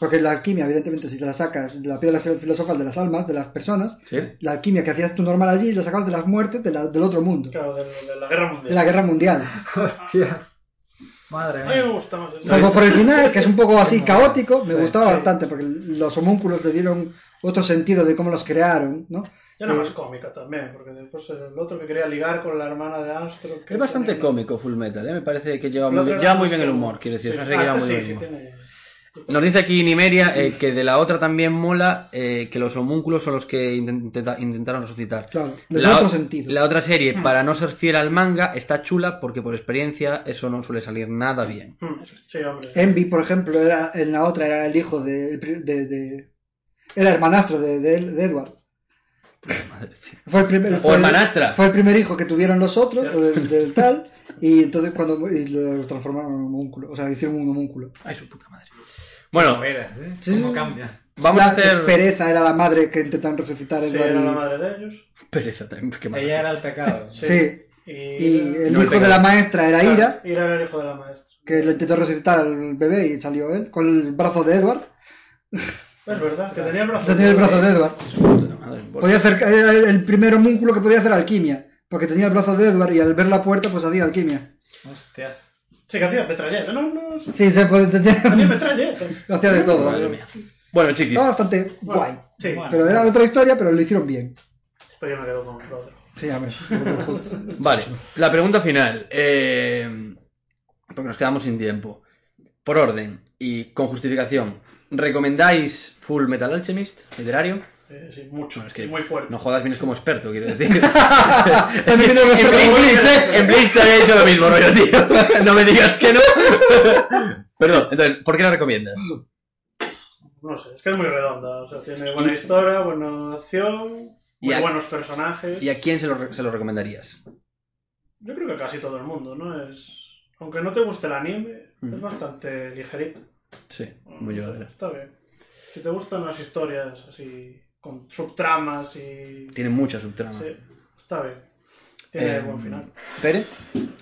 Speaker 2: porque la alquimia, evidentemente, si te la sacas, la piedra filosofal de las almas, de las personas,
Speaker 1: Sí.
Speaker 2: la alquimia que hacías tú normal allí, la sacabas de las muertes de la- del otro mundo,
Speaker 3: Claro, de, de la guerra mundial.
Speaker 2: de la guerra mundial.
Speaker 4: hostias. Madre
Speaker 3: A mí me
Speaker 4: mía.
Speaker 3: gusta más.
Speaker 2: Salvo por el final, que es un poco así
Speaker 4: Sí,
Speaker 2: caótico, me
Speaker 4: sí,
Speaker 2: gustaba
Speaker 4: sí.
Speaker 2: bastante, porque los homúnculos le dieron otro sentido de cómo los crearon, ¿no?
Speaker 3: Ya era más cómica también, porque después era el otro que quería ligar con la hermana de Armstrong. que
Speaker 1: Es bastante
Speaker 3: tenía-
Speaker 1: cómico Full Metal, ¿eh? me parece que lleva
Speaker 3: El
Speaker 1: muy
Speaker 3: otro
Speaker 1: bien,
Speaker 3: era
Speaker 1: lleva
Speaker 3: más
Speaker 1: muy bien el
Speaker 3: cómico.
Speaker 1: humor, quiero decir, es
Speaker 3: Sí.
Speaker 1: una serie que
Speaker 3: Ah,
Speaker 1: lleva
Speaker 3: este
Speaker 1: muy bien el
Speaker 3: sí, sí
Speaker 1: humor.
Speaker 3: tiene-
Speaker 1: Nos dice aquí Nimeria eh, que de la otra también mola eh, que los homúnculos son los que intenta- intentaron resucitar.
Speaker 2: Claro, les da otro
Speaker 1: o-
Speaker 2: sentido.
Speaker 1: la otra serie, para no ser fiel al manga, está chula porque por experiencia eso no suele salir nada bien.
Speaker 3: Mm, Sí, hombre.
Speaker 1: Eh,
Speaker 2: Envy, por ejemplo, era en la otra era el hijo de... de- de- era hermanastro de, de- de Edward.
Speaker 1: Madre mía.
Speaker 2: Fue el primer,
Speaker 1: O
Speaker 2: fue el-
Speaker 1: hermanastra.
Speaker 2: fue el primer hijo que tuvieron los otros, o del, del tal, y entonces cuando y lo transformaron en un homúnculo, o sea, hicieron un homúnculo.
Speaker 1: Ay, su puta madre. Bueno,
Speaker 4: Movida, ¿sí?
Speaker 2: Sí,
Speaker 4: ¿eh? ¿Cómo
Speaker 2: sí.
Speaker 4: cambia?
Speaker 1: vamos
Speaker 2: la
Speaker 1: a hacer...
Speaker 2: Pereza era la madre que intentaron resucitar
Speaker 3: Sí,
Speaker 2: Edward
Speaker 3: era
Speaker 2: y-
Speaker 3: la madre de ellos.
Speaker 1: Pereza también, qué mala
Speaker 4: Ella
Speaker 1: suerte.
Speaker 4: era el pecado.
Speaker 3: Sí.
Speaker 2: Sí,
Speaker 3: Y,
Speaker 2: y el
Speaker 1: No, el
Speaker 2: hijo de
Speaker 1: pecado.
Speaker 2: la maestra era
Speaker 3: Claro,
Speaker 2: Ira,
Speaker 3: Ira era el hijo de la maestra.
Speaker 2: que le intentó resucitar al bebé y salió él, con el brazo de Edward.
Speaker 3: Es verdad, que tenía el brazo.
Speaker 2: Tenía el brazo de Edward.
Speaker 1: Su puta madre, bueno.
Speaker 2: Podía hacer, era el primer homúnculo que podía hacer alquimia, porque tenía el brazo de Edward y al ver la puerta pues hacía alquimia.
Speaker 4: Hostias.
Speaker 3: Sí, que hacía metralleta. No, no, sí,
Speaker 2: Sí, se puede
Speaker 3: hacía
Speaker 2: entender.
Speaker 3: metralleta.
Speaker 2: hacía de todo.
Speaker 1: Madre mía. Bueno, chiquis,
Speaker 2: Estaba bastante
Speaker 3: Bueno,
Speaker 2: guay.
Speaker 3: Sí,
Speaker 4: Bueno.
Speaker 2: Pero era otra historia, pero lo hicieron bien.
Speaker 3: pero yo me quedo con el otro.
Speaker 2: Sí, a ver.
Speaker 1: vale, la pregunta final. eh, porque nos quedamos sin tiempo. Por orden y con justificación, ¿recomendáis Full Metal Alchemist, literario?
Speaker 3: Eh, sí, mucho.
Speaker 1: No, es que
Speaker 3: y muy fuerte.
Speaker 1: No jodas, vienes como experto, quiero decir.
Speaker 2: También tengo que
Speaker 1: en
Speaker 2: hacer como Bleach, ¿eh?
Speaker 1: Bleach, en Bleach también he hecho lo mismo, rollo, tío. No me digas que no. Perdón, entonces, ¿por qué la recomiendas?
Speaker 3: No sé, es que es muy redonda. O sea, tiene buena historia, buena acción,
Speaker 1: Y
Speaker 3: muy
Speaker 1: a-
Speaker 3: buenos personajes.
Speaker 1: ¿Y a quién se lo, re- se lo recomendarías?
Speaker 3: Yo creo que a casi todo el mundo, ¿no? Es. Aunque no te guste el anime,
Speaker 1: Mm.
Speaker 3: es bastante ligerito.
Speaker 1: Sí, muy llevadera.
Speaker 3: Mm, Está bien. Si te gustan las historias así, con subtramas y.
Speaker 1: Tiene mucha subtrama.
Speaker 3: Sí, está bien. Tiene
Speaker 1: Eh,
Speaker 3: buen final.
Speaker 1: ¿Pere?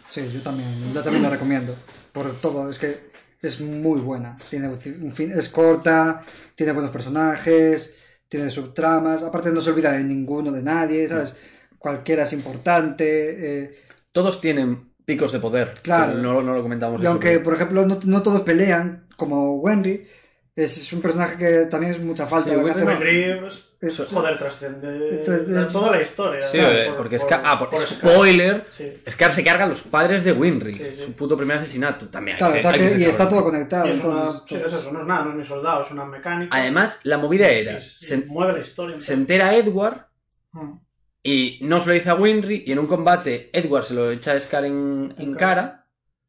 Speaker 2: Sí, yo también, yo también la recomiendo. Por todo, es que es muy buena. Tiene un fin, es corta, tiene buenos personajes, tiene subtramas. Aparte, no se olvida de ninguno, de nadie, ¿sabes? Cualquiera es importante. eh,
Speaker 1: Todos tienen picos de poder.
Speaker 2: Claro.
Speaker 1: pero No, no lo comentamos.
Speaker 2: y
Speaker 1: eso,
Speaker 2: aunque,
Speaker 1: pero-
Speaker 2: por ejemplo, no, no todos pelean, como Wenry, Es, es un personaje que también es mucha falta.
Speaker 1: Sí,
Speaker 2: lo que
Speaker 1: Will
Speaker 2: hace-
Speaker 3: Stephen Reeves,
Speaker 2: Eso-
Speaker 3: joder, trascende
Speaker 2: Entonces-
Speaker 3: toda la historia.
Speaker 1: Sí,
Speaker 3: ¿no?
Speaker 1: eh,
Speaker 3: Por-
Speaker 1: porque
Speaker 3: por-
Speaker 1: Scar. Ah, por,
Speaker 3: por Scar.
Speaker 1: spoiler.
Speaker 3: Sí.
Speaker 1: Scar se carga a los padres de Winry.
Speaker 3: Sí, sí.
Speaker 1: Su puto primer asesinato. También hay
Speaker 2: Claro,
Speaker 1: que-
Speaker 2: está
Speaker 1: hay que
Speaker 2: que-
Speaker 1: ser
Speaker 2: y está
Speaker 1: cabrón.
Speaker 2: todo
Speaker 3: Y
Speaker 2: conectado.
Speaker 3: es una-
Speaker 2: entonces-
Speaker 3: sí, es eso, no es nada, no es ni soldado, es una mecánica.
Speaker 1: Además, la movida era.
Speaker 3: Es-
Speaker 1: Se,
Speaker 3: mueve la historia.
Speaker 1: se entera Edward
Speaker 3: Mm.
Speaker 1: y no se lo dice a Winry. Y en un combate, Edward se lo echa a Scar en, en
Speaker 3: En
Speaker 1: cara.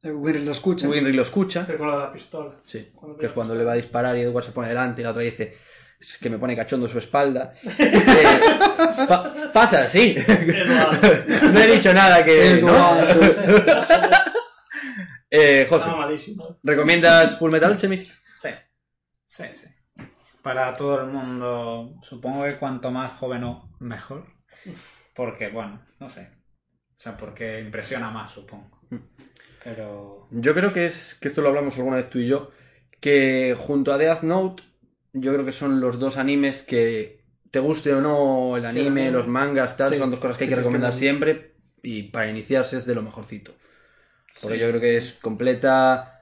Speaker 2: Eh, Will lo escucha.
Speaker 1: Winry lo escucha.
Speaker 3: Que con lo de la pistola.
Speaker 1: Sí,
Speaker 3: Cuando
Speaker 1: que es
Speaker 3: pega
Speaker 1: cuando
Speaker 3: la
Speaker 1: le va a disparar y Edward se pone delante y la otra dice "Es que me pone cachondo su espalda. Eh, pa- pasa así.
Speaker 3: Edward.
Speaker 1: no he dicho nada que... ¿no?
Speaker 2: Edward.
Speaker 1: Eh, José,
Speaker 3: Está mamadísimo.
Speaker 1: ¿recomiendas Full Metal Alchemist?
Speaker 4: Sí, sí, sí. Para todo el mundo, supongo que cuanto más joven o mejor. Porque, bueno, no sé. O sea, porque impresiona más, supongo.
Speaker 1: Mm.
Speaker 4: Pero...
Speaker 1: Yo creo que es, que esto lo hablamos alguna vez tú y yo, que junto a Death Note, yo creo que son los dos animes que, te guste o no el anime,
Speaker 3: anime.
Speaker 1: los mangas, tal,
Speaker 2: Sí.
Speaker 1: son dos cosas que hay que
Speaker 2: Entonces,
Speaker 1: recomendar
Speaker 2: que no-
Speaker 1: siempre y para iniciarse es de lo mejorcito. Porque yo creo que es completa.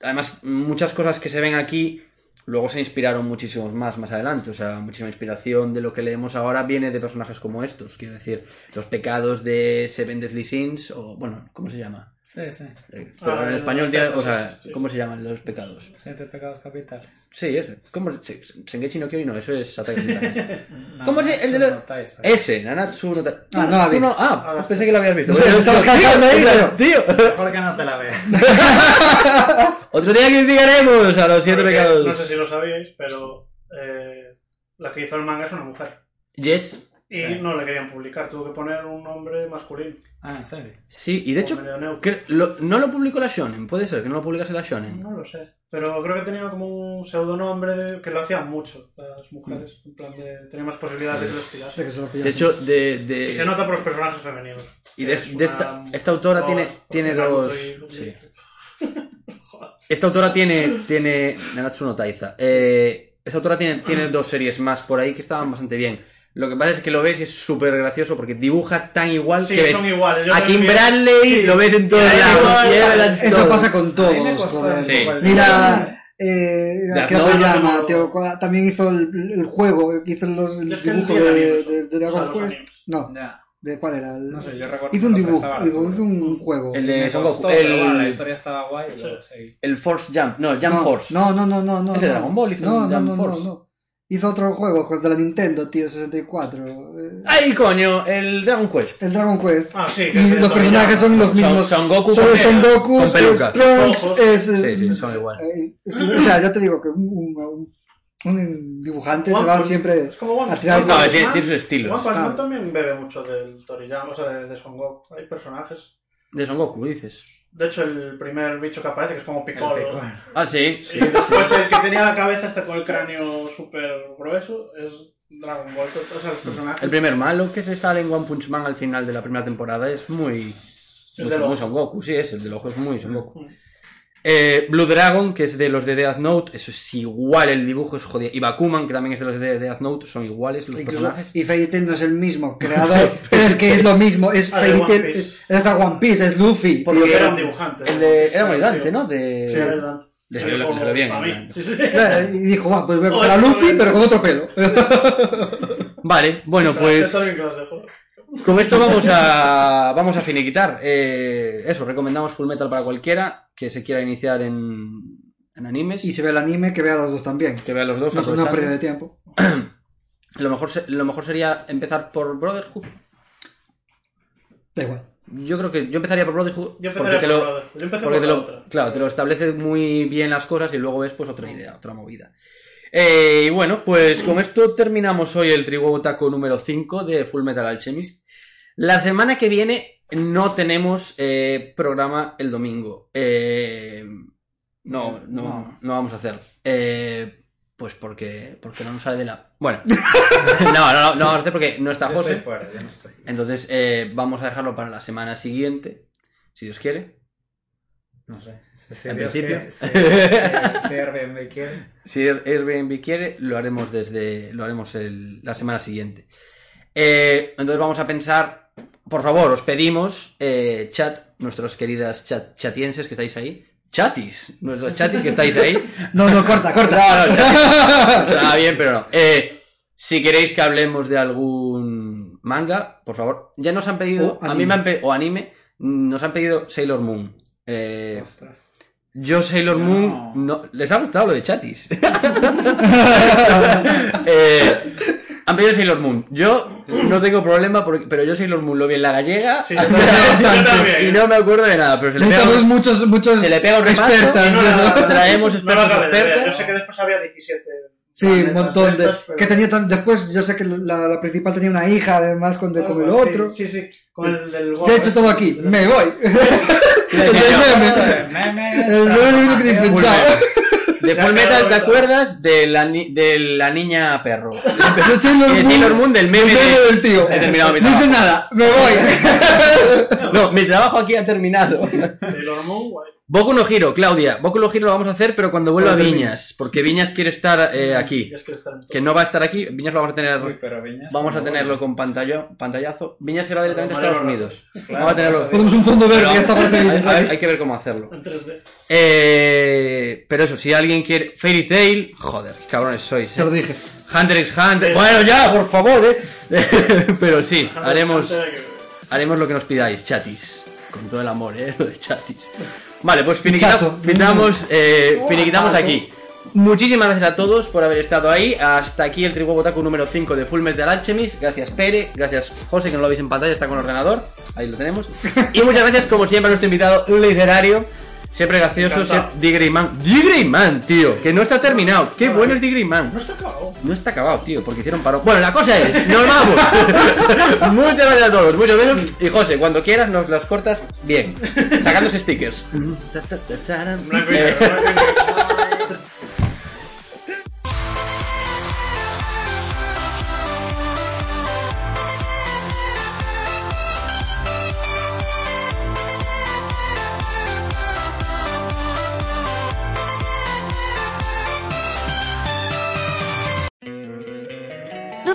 Speaker 1: Además, muchas cosas que se ven aquí luego se inspiraron muchísimos más más adelante. O sea, muchísima inspiración de lo que leemos ahora viene de personajes como estos. Quiero decir, los pecados de Seven Deadly Sins o, bueno, ¿cómo se llama?
Speaker 4: Sí, sí.
Speaker 1: Eh, Pero
Speaker 3: Ah,
Speaker 1: en
Speaker 3: los
Speaker 1: español, tiene- o
Speaker 3: pecados,
Speaker 1: sea,
Speaker 3: sí.
Speaker 1: ¿cómo se llaman los pecados?
Speaker 4: Siete pecados capitales.
Speaker 1: Sí, ese. ¿Cómo? se- Sengechi no Kyojin, no, eso es Attack on Titan.
Speaker 4: No,
Speaker 1: ¿Cómo
Speaker 4: no,
Speaker 1: se- el
Speaker 4: eso
Speaker 1: de la-
Speaker 4: no está eso.
Speaker 1: Ese, Nanatsu no Ta-
Speaker 2: Ah, no la vi.
Speaker 1: Tú Ah,
Speaker 3: Ah,
Speaker 1: pensé que lo habías visto.
Speaker 2: No sé, me estabas cantando ahí, pero-
Speaker 1: Tío.
Speaker 4: Mejor que no te la veas.
Speaker 1: Otro día criticaremos a los siete
Speaker 3: Porque,
Speaker 1: pecados.
Speaker 3: No sé si lo sabíais, pero eh, la que hizo el manga es una mujer.
Speaker 1: Yes.
Speaker 3: Y
Speaker 4: Sí.
Speaker 3: no le querían publicar, tuvo que poner un nombre masculino.
Speaker 4: Ah, en serio.
Speaker 1: Sí, y de hecho,
Speaker 3: o medio neutro.
Speaker 1: que lo- no lo publicó la Shonen. Puede ser que no lo publicase la Shonen.
Speaker 3: No lo sé. Pero creo que tenía como un pseudonombre de- que lo hacían mucho las mujeres.
Speaker 1: Mm.
Speaker 3: En plan de. Tenía más posibilidades de que lo
Speaker 2: De
Speaker 3: estirasen.
Speaker 2: que se lo pilla.
Speaker 1: De hecho, de,
Speaker 3: Y se
Speaker 1: de,
Speaker 3: nota por los personajes femeninos.
Speaker 1: y de,
Speaker 3: Es
Speaker 1: de
Speaker 3: una
Speaker 1: esta, esta autora tiene,
Speaker 3: Thor,
Speaker 1: tiene
Speaker 3: Naruto
Speaker 1: dos...
Speaker 3: y-
Speaker 1: sí. Esta autora tiene, tiene Nanatsu no Taiza. Eh, esta autora tiene, tiene dos series más por ahí que estaban bastante bien. Lo que pasa es que lo ves y es súper gracioso porque dibuja tan igual
Speaker 3: Sí,
Speaker 1: que ves
Speaker 3: son iguales. yo
Speaker 1: a Kim
Speaker 3: también-
Speaker 1: Bradley
Speaker 3: Sí.
Speaker 1: lo ves en todos
Speaker 3: Sí,
Speaker 1: lados.
Speaker 3: igual.
Speaker 1: Llevan
Speaker 2: Eso
Speaker 1: todo.
Speaker 2: pasa con
Speaker 4: A mí me
Speaker 2: todos.
Speaker 4: costó
Speaker 2: joder.
Speaker 4: un poco el-
Speaker 2: Mira, eh,
Speaker 1: Ya,
Speaker 2: ¿qué
Speaker 1: no,
Speaker 2: se
Speaker 3: no,
Speaker 2: llama,
Speaker 3: no.
Speaker 2: tío? Cua- También hizo el, el juego, eh, hizo los, el
Speaker 3: Es que
Speaker 2: dibujo
Speaker 3: tiene
Speaker 2: de,
Speaker 3: animes,
Speaker 2: de- de Dragon
Speaker 3: o sea, los
Speaker 2: Quest.
Speaker 3: animes.
Speaker 2: No,
Speaker 4: Ya,
Speaker 2: ¿de cuál era? El-
Speaker 4: no sé, yo recuerdo...
Speaker 2: hizo un
Speaker 4: que lo
Speaker 2: dibujo,
Speaker 4: prestaba
Speaker 2: digo,
Speaker 4: Arturo.
Speaker 2: hizo un juego.
Speaker 1: Eh, El de
Speaker 4: Me
Speaker 1: Son Goku.
Speaker 4: costó, pero bueno, la
Speaker 1: El,
Speaker 4: historia estaba guay y lo seguí.
Speaker 1: el Force Jump. No, el Jump
Speaker 2: no,
Speaker 1: Force.
Speaker 2: No, no, no, no, no.
Speaker 1: Es de
Speaker 2: no.
Speaker 1: Dragon Ball, hizo
Speaker 2: no,
Speaker 1: un
Speaker 2: no,
Speaker 1: Jump
Speaker 2: no,
Speaker 1: Force.
Speaker 2: no, no. Hizo otro juego, el de la Nintendo, tío, 64. eh,
Speaker 1: ¡Ay, coño! El Dragon Quest.
Speaker 2: El Dragon Quest.
Speaker 3: Ah, sí. que
Speaker 2: Y
Speaker 3: se
Speaker 2: los
Speaker 3: desarrollaba.
Speaker 2: personajes son los mismos.
Speaker 1: Son, Son Goku
Speaker 2: Son,
Speaker 1: con-
Speaker 2: son Goku,
Speaker 1: con
Speaker 2: es
Speaker 1: peluca.
Speaker 2: Trunks,
Speaker 3: Ojos.
Speaker 2: es...
Speaker 1: Sí, sí, son igual.
Speaker 2: eh, es- o sea, ya te digo que un, un- un dibujante se
Speaker 3: One
Speaker 2: va
Speaker 3: Punch-
Speaker 2: siempre...
Speaker 3: Es como One
Speaker 2: a tirar-
Speaker 1: No,
Speaker 3: Punch
Speaker 1: tiene,
Speaker 3: Man.
Speaker 1: tiene sus estilos.
Speaker 3: One Punch Man
Speaker 2: Ah.
Speaker 3: también bebe mucho del Toriyama, o sea, de, de Son Goku. Hay personajes.
Speaker 1: De Son Goku, dices.
Speaker 3: De hecho, el primer bicho que aparece, que es como Piccolo.
Speaker 4: El Piccolo.
Speaker 1: Ah, sí.
Speaker 3: Y después el que tenía la cabeza hasta con el cráneo súper grueso es Dragon Ball. O sea, los personajes.
Speaker 1: El primer malo que se sale en One Punch Man al final de la primera temporada es muy.
Speaker 3: El
Speaker 1: muy-
Speaker 3: del
Speaker 1: muy
Speaker 3: ojo. Mm.
Speaker 1: Son Goku, sí, es el del ojo, es muy Son Goku. Eh, Blue Dragon, que es de los de Death Note, eso es igual el dibujo, es jodido. Y Bakuman, que también es de los de Death Note, son iguales los
Speaker 2: Incluso-
Speaker 1: personajes.
Speaker 2: y Fairy Tail no es el mismo creador, pero es que es lo mismo, es
Speaker 3: Ah, de
Speaker 2: Fairy
Speaker 3: Pues One
Speaker 2: Tail,
Speaker 3: Piece.
Speaker 2: es, es a One Piece, es Luffy.
Speaker 3: Porque
Speaker 2: tío.
Speaker 3: era un dibujante.
Speaker 1: El de- era muy Dante, ¿no? De-
Speaker 3: Sí, era el Dante.
Speaker 1: Le
Speaker 3: Sí,
Speaker 1: salió- le
Speaker 3: como
Speaker 1: salió bien,
Speaker 3: a mí.
Speaker 1: ¿no?
Speaker 3: Sí, sí.
Speaker 2: Claro, Y dijo, va, pues voy a
Speaker 3: Oye,
Speaker 2: coger a Luffy,
Speaker 3: oye.
Speaker 2: pero con otro pelo.
Speaker 1: Vale, bueno, pues.
Speaker 3: Esto también que los dejo.
Speaker 1: Con esto vamos a, vamos a finiquitar. Eh, eso, recomendamos Full Metal para cualquiera que se quiera iniciar en, en animes.
Speaker 2: Y si ve el anime, que vea los dos también.
Speaker 1: que vea los dos.
Speaker 2: No es una
Speaker 1: aprovechando.
Speaker 2: pérdida de tiempo.
Speaker 1: lo, mejor, se- lo mejor sería empezar por Brotherhood.
Speaker 2: Da igual.
Speaker 1: Yo creo que yo empezaría por Brotherhood
Speaker 3: Yo
Speaker 1: porque
Speaker 3: empezaría
Speaker 1: te
Speaker 3: por
Speaker 1: lo,
Speaker 3: Brotherhood. Yo empecé
Speaker 1: porque te
Speaker 3: por la
Speaker 1: lo-
Speaker 3: otra.
Speaker 1: claro, te lo establece muy bien las cosas y luego ves pues otra idea, otra movida. Eh, y bueno, pues con esto terminamos hoy el Trigo Taco número 5 de Full Metal Alchemist. La semana que viene no tenemos eh, programa el domingo. Eh,
Speaker 3: Eh,
Speaker 1: no, no,
Speaker 4: No.
Speaker 1: no vamos a hacer. Eh, pues porque, porque no nos sale de la. Bueno, no, no, no, no vamos a hacer porque no está
Speaker 4: Yo estoy
Speaker 1: José.
Speaker 3: pues.
Speaker 4: fuera, yo no estoy.
Speaker 1: Entonces eh, vamos a dejarlo para la semana siguiente, si Dios quiere.
Speaker 4: No sé. Si
Speaker 1: En
Speaker 4: Dios
Speaker 1: principio.
Speaker 4: quiere, si, si- si Airbnb quiere.
Speaker 1: Si Air- Airbnb quiere, lo haremos desde. lo haremos el- la semana siguiente. Eh, entonces vamos a pensar. Por favor, os pedimos, eh, chat, nuestros queridas chat- chatienses que estáis ahí, chatis, nuestros chatis que estáis ahí.
Speaker 2: No, no, corta, corta.
Speaker 1: No, no, ya. Está bien, pero no. Eh, si queréis que hablemos de algún manga, por favor, ya nos han pedido,
Speaker 2: O
Speaker 1: a mí
Speaker 2: anime.
Speaker 1: me han pe- o anime, nos han pedido Sailor Moon. Eh,
Speaker 4: Ostras.
Speaker 1: yo Sailor
Speaker 4: No.
Speaker 1: Moon, no, les ha gustado lo de chatis. Eh, han pedido Sailor Moon. Yo no tengo problema, porque- pero yo Sailor Moon lo vi en la gallega
Speaker 3: Sí, yo también, yo también.
Speaker 1: y no me acuerdo de nada, pero se le pega
Speaker 2: Necesitamos
Speaker 1: un-
Speaker 2: muchos, muchos
Speaker 1: se le pega un repaso
Speaker 2: expertas.
Speaker 1: y
Speaker 2: de
Speaker 1: no la-
Speaker 2: eso.
Speaker 1: traemos
Speaker 3: no lo
Speaker 1: expertos,
Speaker 3: acabé de ver.
Speaker 1: expertos.
Speaker 3: Yo sé que después había 17.
Speaker 2: Sí, un
Speaker 3: planetas
Speaker 2: montón de.
Speaker 3: estas, pero-
Speaker 2: Que tenía tan- después, yo sé que la, la principal tenía una hija, además, con, de- con el
Speaker 3: Algo así,
Speaker 2: otro.
Speaker 3: pues Sí, pues sí, con el del
Speaker 2: Ya he hecho todo aquí, me voy.
Speaker 1: Sí,
Speaker 2: El
Speaker 1: sí,
Speaker 2: meme.
Speaker 4: Memes,
Speaker 2: El meme único que te
Speaker 4: transformación.
Speaker 1: Full
Speaker 2: inventaba.
Speaker 1: Metal. De
Speaker 3: Ya
Speaker 1: Full
Speaker 3: me he
Speaker 1: Metal,
Speaker 3: dado
Speaker 1: ¿te
Speaker 3: cuenta.
Speaker 1: acuerdas? De la, ni- de la niña perro.
Speaker 2: De Sailor
Speaker 1: Y de
Speaker 2: Moon,
Speaker 1: Sailor Moon, del meme
Speaker 2: el
Speaker 1: de-
Speaker 2: del tío.
Speaker 1: He terminado mi
Speaker 2: No hice
Speaker 1: trabajo.
Speaker 2: nada, me voy.
Speaker 1: No, mi trabajo aquí ha terminado.
Speaker 3: Sailor Moon, guay.
Speaker 1: Boku no Hiro, Claudia. Boku no Hiro lo vamos a hacer, pero cuando vuelva
Speaker 2: Cuando termine.
Speaker 1: Viñas. Porque Viñas quiere estar eh, aquí.
Speaker 3: Ya estoy esperando.
Speaker 1: Que no va a estar aquí. Viñas lo vamos a
Speaker 4: Uy,
Speaker 1: tener...
Speaker 4: pero Viñas,
Speaker 1: Vamos a
Speaker 4: como
Speaker 1: tenerlo con pantallo, pantallazo. Viñas se va directamente a Estados Unidos. Vamos a tenerlo...
Speaker 2: Ponemos un fondo verde
Speaker 1: Pero
Speaker 2: y ya está para
Speaker 1: hay,
Speaker 2: feliz.
Speaker 1: hay- hay que ver cómo hacerlo.
Speaker 3: En 3D.
Speaker 1: Eh, pero eso, si alguien quiere... Fairy Tail... Joder, qué cabrones sois.
Speaker 2: Te
Speaker 1: eh.
Speaker 2: lo dije.
Speaker 1: Hunter x Hunter. Bueno, ya, por favor, eh. Pero sí, haremos,
Speaker 3: Antes de que-
Speaker 1: haremos lo que nos pidáis, chatis. Con todo el amor, eh, lo de chatis. Vale, pues
Speaker 2: Chato.
Speaker 1: finiquitamos, finiquitamos, eh, finiquitamos aquí. Muchísimas gracias a todos por haber estado ahí. Hasta aquí el Tribu Botaku número 5 de Full Metal Alchemist. Gracias Pere, gracias José, que no lo veis en pantalla, está con el ordenador. Ahí lo tenemos. Y muchas gracias, como siempre, a nuestro invitado literario. Siempre gracioso,
Speaker 3: Encantado.
Speaker 1: siempre Digreyman. Digreyman, tío, que no está terminado. Qué bueno es Digreyman.
Speaker 3: No está acabado.
Speaker 1: No está acabado, tío, porque hicieron paro. Bueno, la cosa es, nos vamos. Muchas gracias a todos, muchos besos. Y José, cuando quieras nos las cortas bien, sacándose stickers.
Speaker 3: Blanco y negro, blanco y negro.
Speaker 5: ¿No